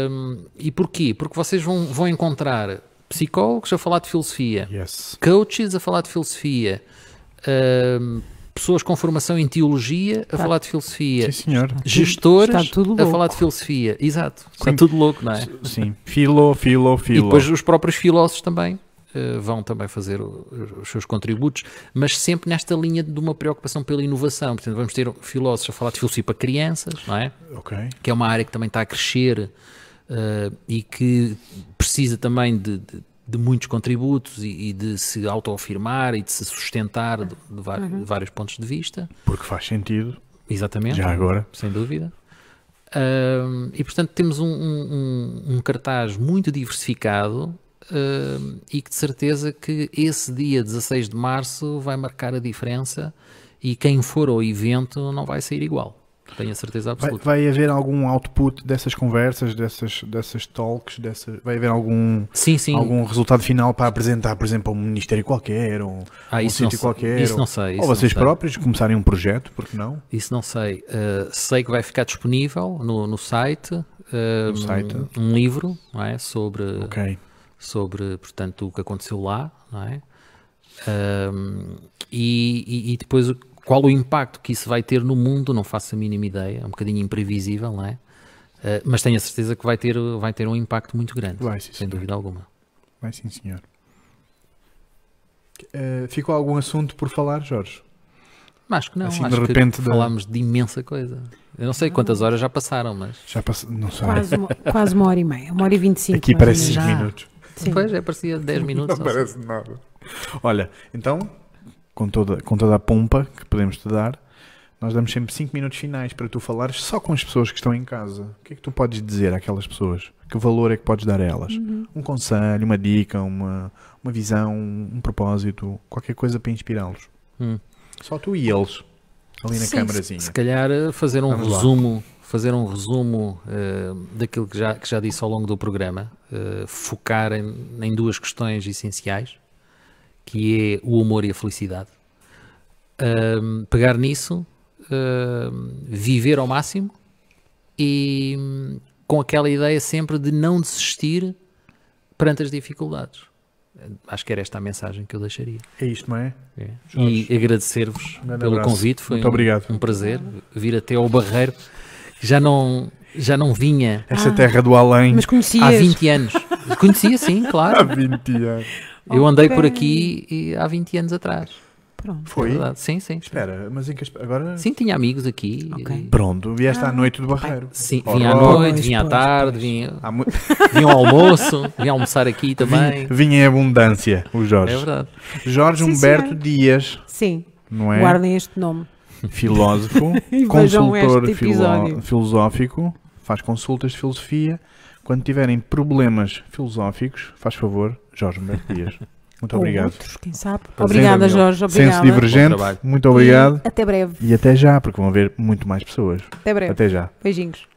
[SPEAKER 3] hum, e porquê? Porque vocês vão, vão encontrar psicólogos a falar de filosofia,
[SPEAKER 2] Yes.
[SPEAKER 3] coaches a falar de filosofia, hum, pessoas com formação em teologia a falar de filosofia,
[SPEAKER 2] Sim, senhor.
[SPEAKER 3] gestores
[SPEAKER 1] Tá. Está tudo
[SPEAKER 3] a
[SPEAKER 1] louco.
[SPEAKER 3] falar de filosofia. Exato. Está
[SPEAKER 2] Sim.
[SPEAKER 3] tudo louco, não é?
[SPEAKER 2] Sim. Filo, filo,
[SPEAKER 3] E
[SPEAKER 2] filo.
[SPEAKER 3] depois os próprios filósofos também eh, vão também fazer o- os seus contributos, mas sempre nesta linha de uma preocupação pela inovação. Portanto, vamos ter filósofos a falar de filosofia para crianças, não é?
[SPEAKER 2] Ok.
[SPEAKER 3] Que é uma área que também está a crescer eh, e que precisa também de, de- de muitos contributos e, e de se autoafirmar e de se sustentar de, de var- de vários pontos de vista.
[SPEAKER 2] Porque faz sentido,
[SPEAKER 3] Exatamente
[SPEAKER 2] já agora.
[SPEAKER 3] sem dúvida. Ahm, e portanto temos um, um- um- um cartaz muito diversificado ahm, e que de certeza que esse dia 16 de março vai marcar a diferença e quem for ao evento não vai sair igual. Tenho a certeza
[SPEAKER 2] Vai,
[SPEAKER 3] absoluta.
[SPEAKER 2] vai haver algum output dessas conversas, dessas, dessas talks? Dessa, vai haver algum,
[SPEAKER 3] Sim, sim.
[SPEAKER 2] algum resultado final para apresentar, por exemplo, a um ministério qualquer? Ou,
[SPEAKER 3] Ah,
[SPEAKER 2] um
[SPEAKER 3] isso, não
[SPEAKER 2] sítio
[SPEAKER 3] sei.
[SPEAKER 2] qualquer,
[SPEAKER 3] isso não sei.
[SPEAKER 2] ou
[SPEAKER 3] isso não
[SPEAKER 2] vocês
[SPEAKER 3] sei.
[SPEAKER 2] próprios começarem um projeto, porque não?
[SPEAKER 3] Isso não sei. Uh, sei que vai ficar disponível no, no site, uh,
[SPEAKER 2] No site.
[SPEAKER 3] um- um livro não é? sobre,
[SPEAKER 2] Ok.
[SPEAKER 3] sobre portanto, o que aconteceu lá não é? Um, e, e- e depois o- qual o impacto que isso vai ter no mundo, não faço a mínima ideia, é um bocadinho imprevisível, não é? Uh, mas tenho a certeza que vai ter, vai ter um impacto muito grande,
[SPEAKER 2] Vai, sim,
[SPEAKER 3] sem
[SPEAKER 2] senhor.
[SPEAKER 3] dúvida alguma.
[SPEAKER 2] Vai, sim, senhor. Eh, ficou algum assunto por falar, Jorge?
[SPEAKER 3] Mas acho que não,
[SPEAKER 2] Assim,
[SPEAKER 3] acho
[SPEAKER 2] de repente
[SPEAKER 3] que
[SPEAKER 2] da-
[SPEAKER 3] falámos de imensa coisa. Eu não sei quantas horas já passaram, mas
[SPEAKER 2] Já passou, não sei.
[SPEAKER 1] Quase uma, quase uma hora e meia, uma hora e vinte e cinco.
[SPEAKER 2] Aqui
[SPEAKER 1] mais ou
[SPEAKER 2] parece
[SPEAKER 1] menos.
[SPEAKER 2] 5
[SPEAKER 1] Já.
[SPEAKER 2] minutos.
[SPEAKER 1] Sim.
[SPEAKER 3] depois é parecia 10 minutos.
[SPEAKER 2] Não
[SPEAKER 3] ou assim.
[SPEAKER 2] parece nada. Olha, então, com toda, com toda a pompa que podemos te dar, nós damos sempre 5 minutos finais para tu falares só com as pessoas que estão em casa. O que é que tu podes dizer àquelas pessoas? Que valor é que podes dar a elas? Um conselho, uma dica, uma, uma visão, um propósito, qualquer coisa para inspirá-los.
[SPEAKER 3] Hum.
[SPEAKER 2] Só tu e eles, ali na
[SPEAKER 3] Sim,
[SPEAKER 2] câmarazinha.
[SPEAKER 3] Se calhar eh, fazer um
[SPEAKER 2] Vamos lá.
[SPEAKER 3] resumo, fazer um resumo eh, daquilo que já, que já disse ao longo do programa, eh, focar em, em duas questões essenciais, que é o humor e a felicidade. Ahm, pegar nisso, ahm, viver ao máximo e hum, com aquela ideia sempre de não desistir perante as dificuldades. Eh, Acho que era esta a mensagem que eu deixaria.
[SPEAKER 2] É isto, não é?
[SPEAKER 3] É.
[SPEAKER 2] Jorge,
[SPEAKER 3] E agradecer-vos
[SPEAKER 2] um grande
[SPEAKER 3] pelo
[SPEAKER 2] abraço.
[SPEAKER 3] convite, foi
[SPEAKER 2] Muito
[SPEAKER 3] um,
[SPEAKER 2] obrigado.
[SPEAKER 3] um prazer vir até ao Barreiro, que já não, já não vinha
[SPEAKER 2] Esta terra do além
[SPEAKER 1] Mas
[SPEAKER 3] há
[SPEAKER 1] conhecias.
[SPEAKER 3] 20 anos. Conhecia, sim,
[SPEAKER 2] há
[SPEAKER 3] claro.
[SPEAKER 2] 20 anos.
[SPEAKER 3] Eu andei por
[SPEAKER 1] Ok.
[SPEAKER 3] aqui e- há 20 anos atrás.
[SPEAKER 1] Pronto.
[SPEAKER 3] é
[SPEAKER 2] Foi?
[SPEAKER 3] verdade. Sim, sim.
[SPEAKER 2] Espera, mas em que aspe- agora...
[SPEAKER 3] Sim, tinha amigos aqui.
[SPEAKER 1] Ok.
[SPEAKER 2] Pronto, vieste
[SPEAKER 1] Ah,
[SPEAKER 2] à noite do Barreiro.
[SPEAKER 3] Sim,
[SPEAKER 2] Ora,
[SPEAKER 3] vinha à
[SPEAKER 2] ora.
[SPEAKER 3] noite,
[SPEAKER 1] Pois,
[SPEAKER 3] vinha à
[SPEAKER 1] pois,
[SPEAKER 3] tarde,
[SPEAKER 1] pois.
[SPEAKER 3] vinha,
[SPEAKER 2] Há muito...
[SPEAKER 3] vinha ao almoço, vinha almoçar aqui também.
[SPEAKER 2] Vinha, vinha em abundância o
[SPEAKER 3] É
[SPEAKER 2] Jorge.
[SPEAKER 3] verdade.
[SPEAKER 2] Jorge
[SPEAKER 1] Sim,
[SPEAKER 2] Humberto
[SPEAKER 1] senhor.
[SPEAKER 2] Dias,
[SPEAKER 1] Sim,
[SPEAKER 2] não é?
[SPEAKER 1] guardem este nome.
[SPEAKER 2] Filósofo,
[SPEAKER 1] E vejam
[SPEAKER 2] consultor
[SPEAKER 1] este
[SPEAKER 2] filo-
[SPEAKER 1] episódio.
[SPEAKER 2] filosófico, faz consultas de filosofia. Quando tiverem problemas filosóficos, faz favor, Jorge Humberto Dias. Muito
[SPEAKER 1] Ou
[SPEAKER 2] obrigado.
[SPEAKER 1] outros, quem sabe.
[SPEAKER 2] Prazer,
[SPEAKER 1] Obrigada,
[SPEAKER 2] Daniel.
[SPEAKER 1] Jorge.
[SPEAKER 2] Senso
[SPEAKER 1] Obrigada.
[SPEAKER 2] divergente,
[SPEAKER 3] Bom trabalho.
[SPEAKER 2] muito obrigado.
[SPEAKER 1] E até breve.
[SPEAKER 2] E até já, porque vão haver muito mais pessoas.
[SPEAKER 1] Até breve.
[SPEAKER 2] Até já.
[SPEAKER 1] Beijinhos.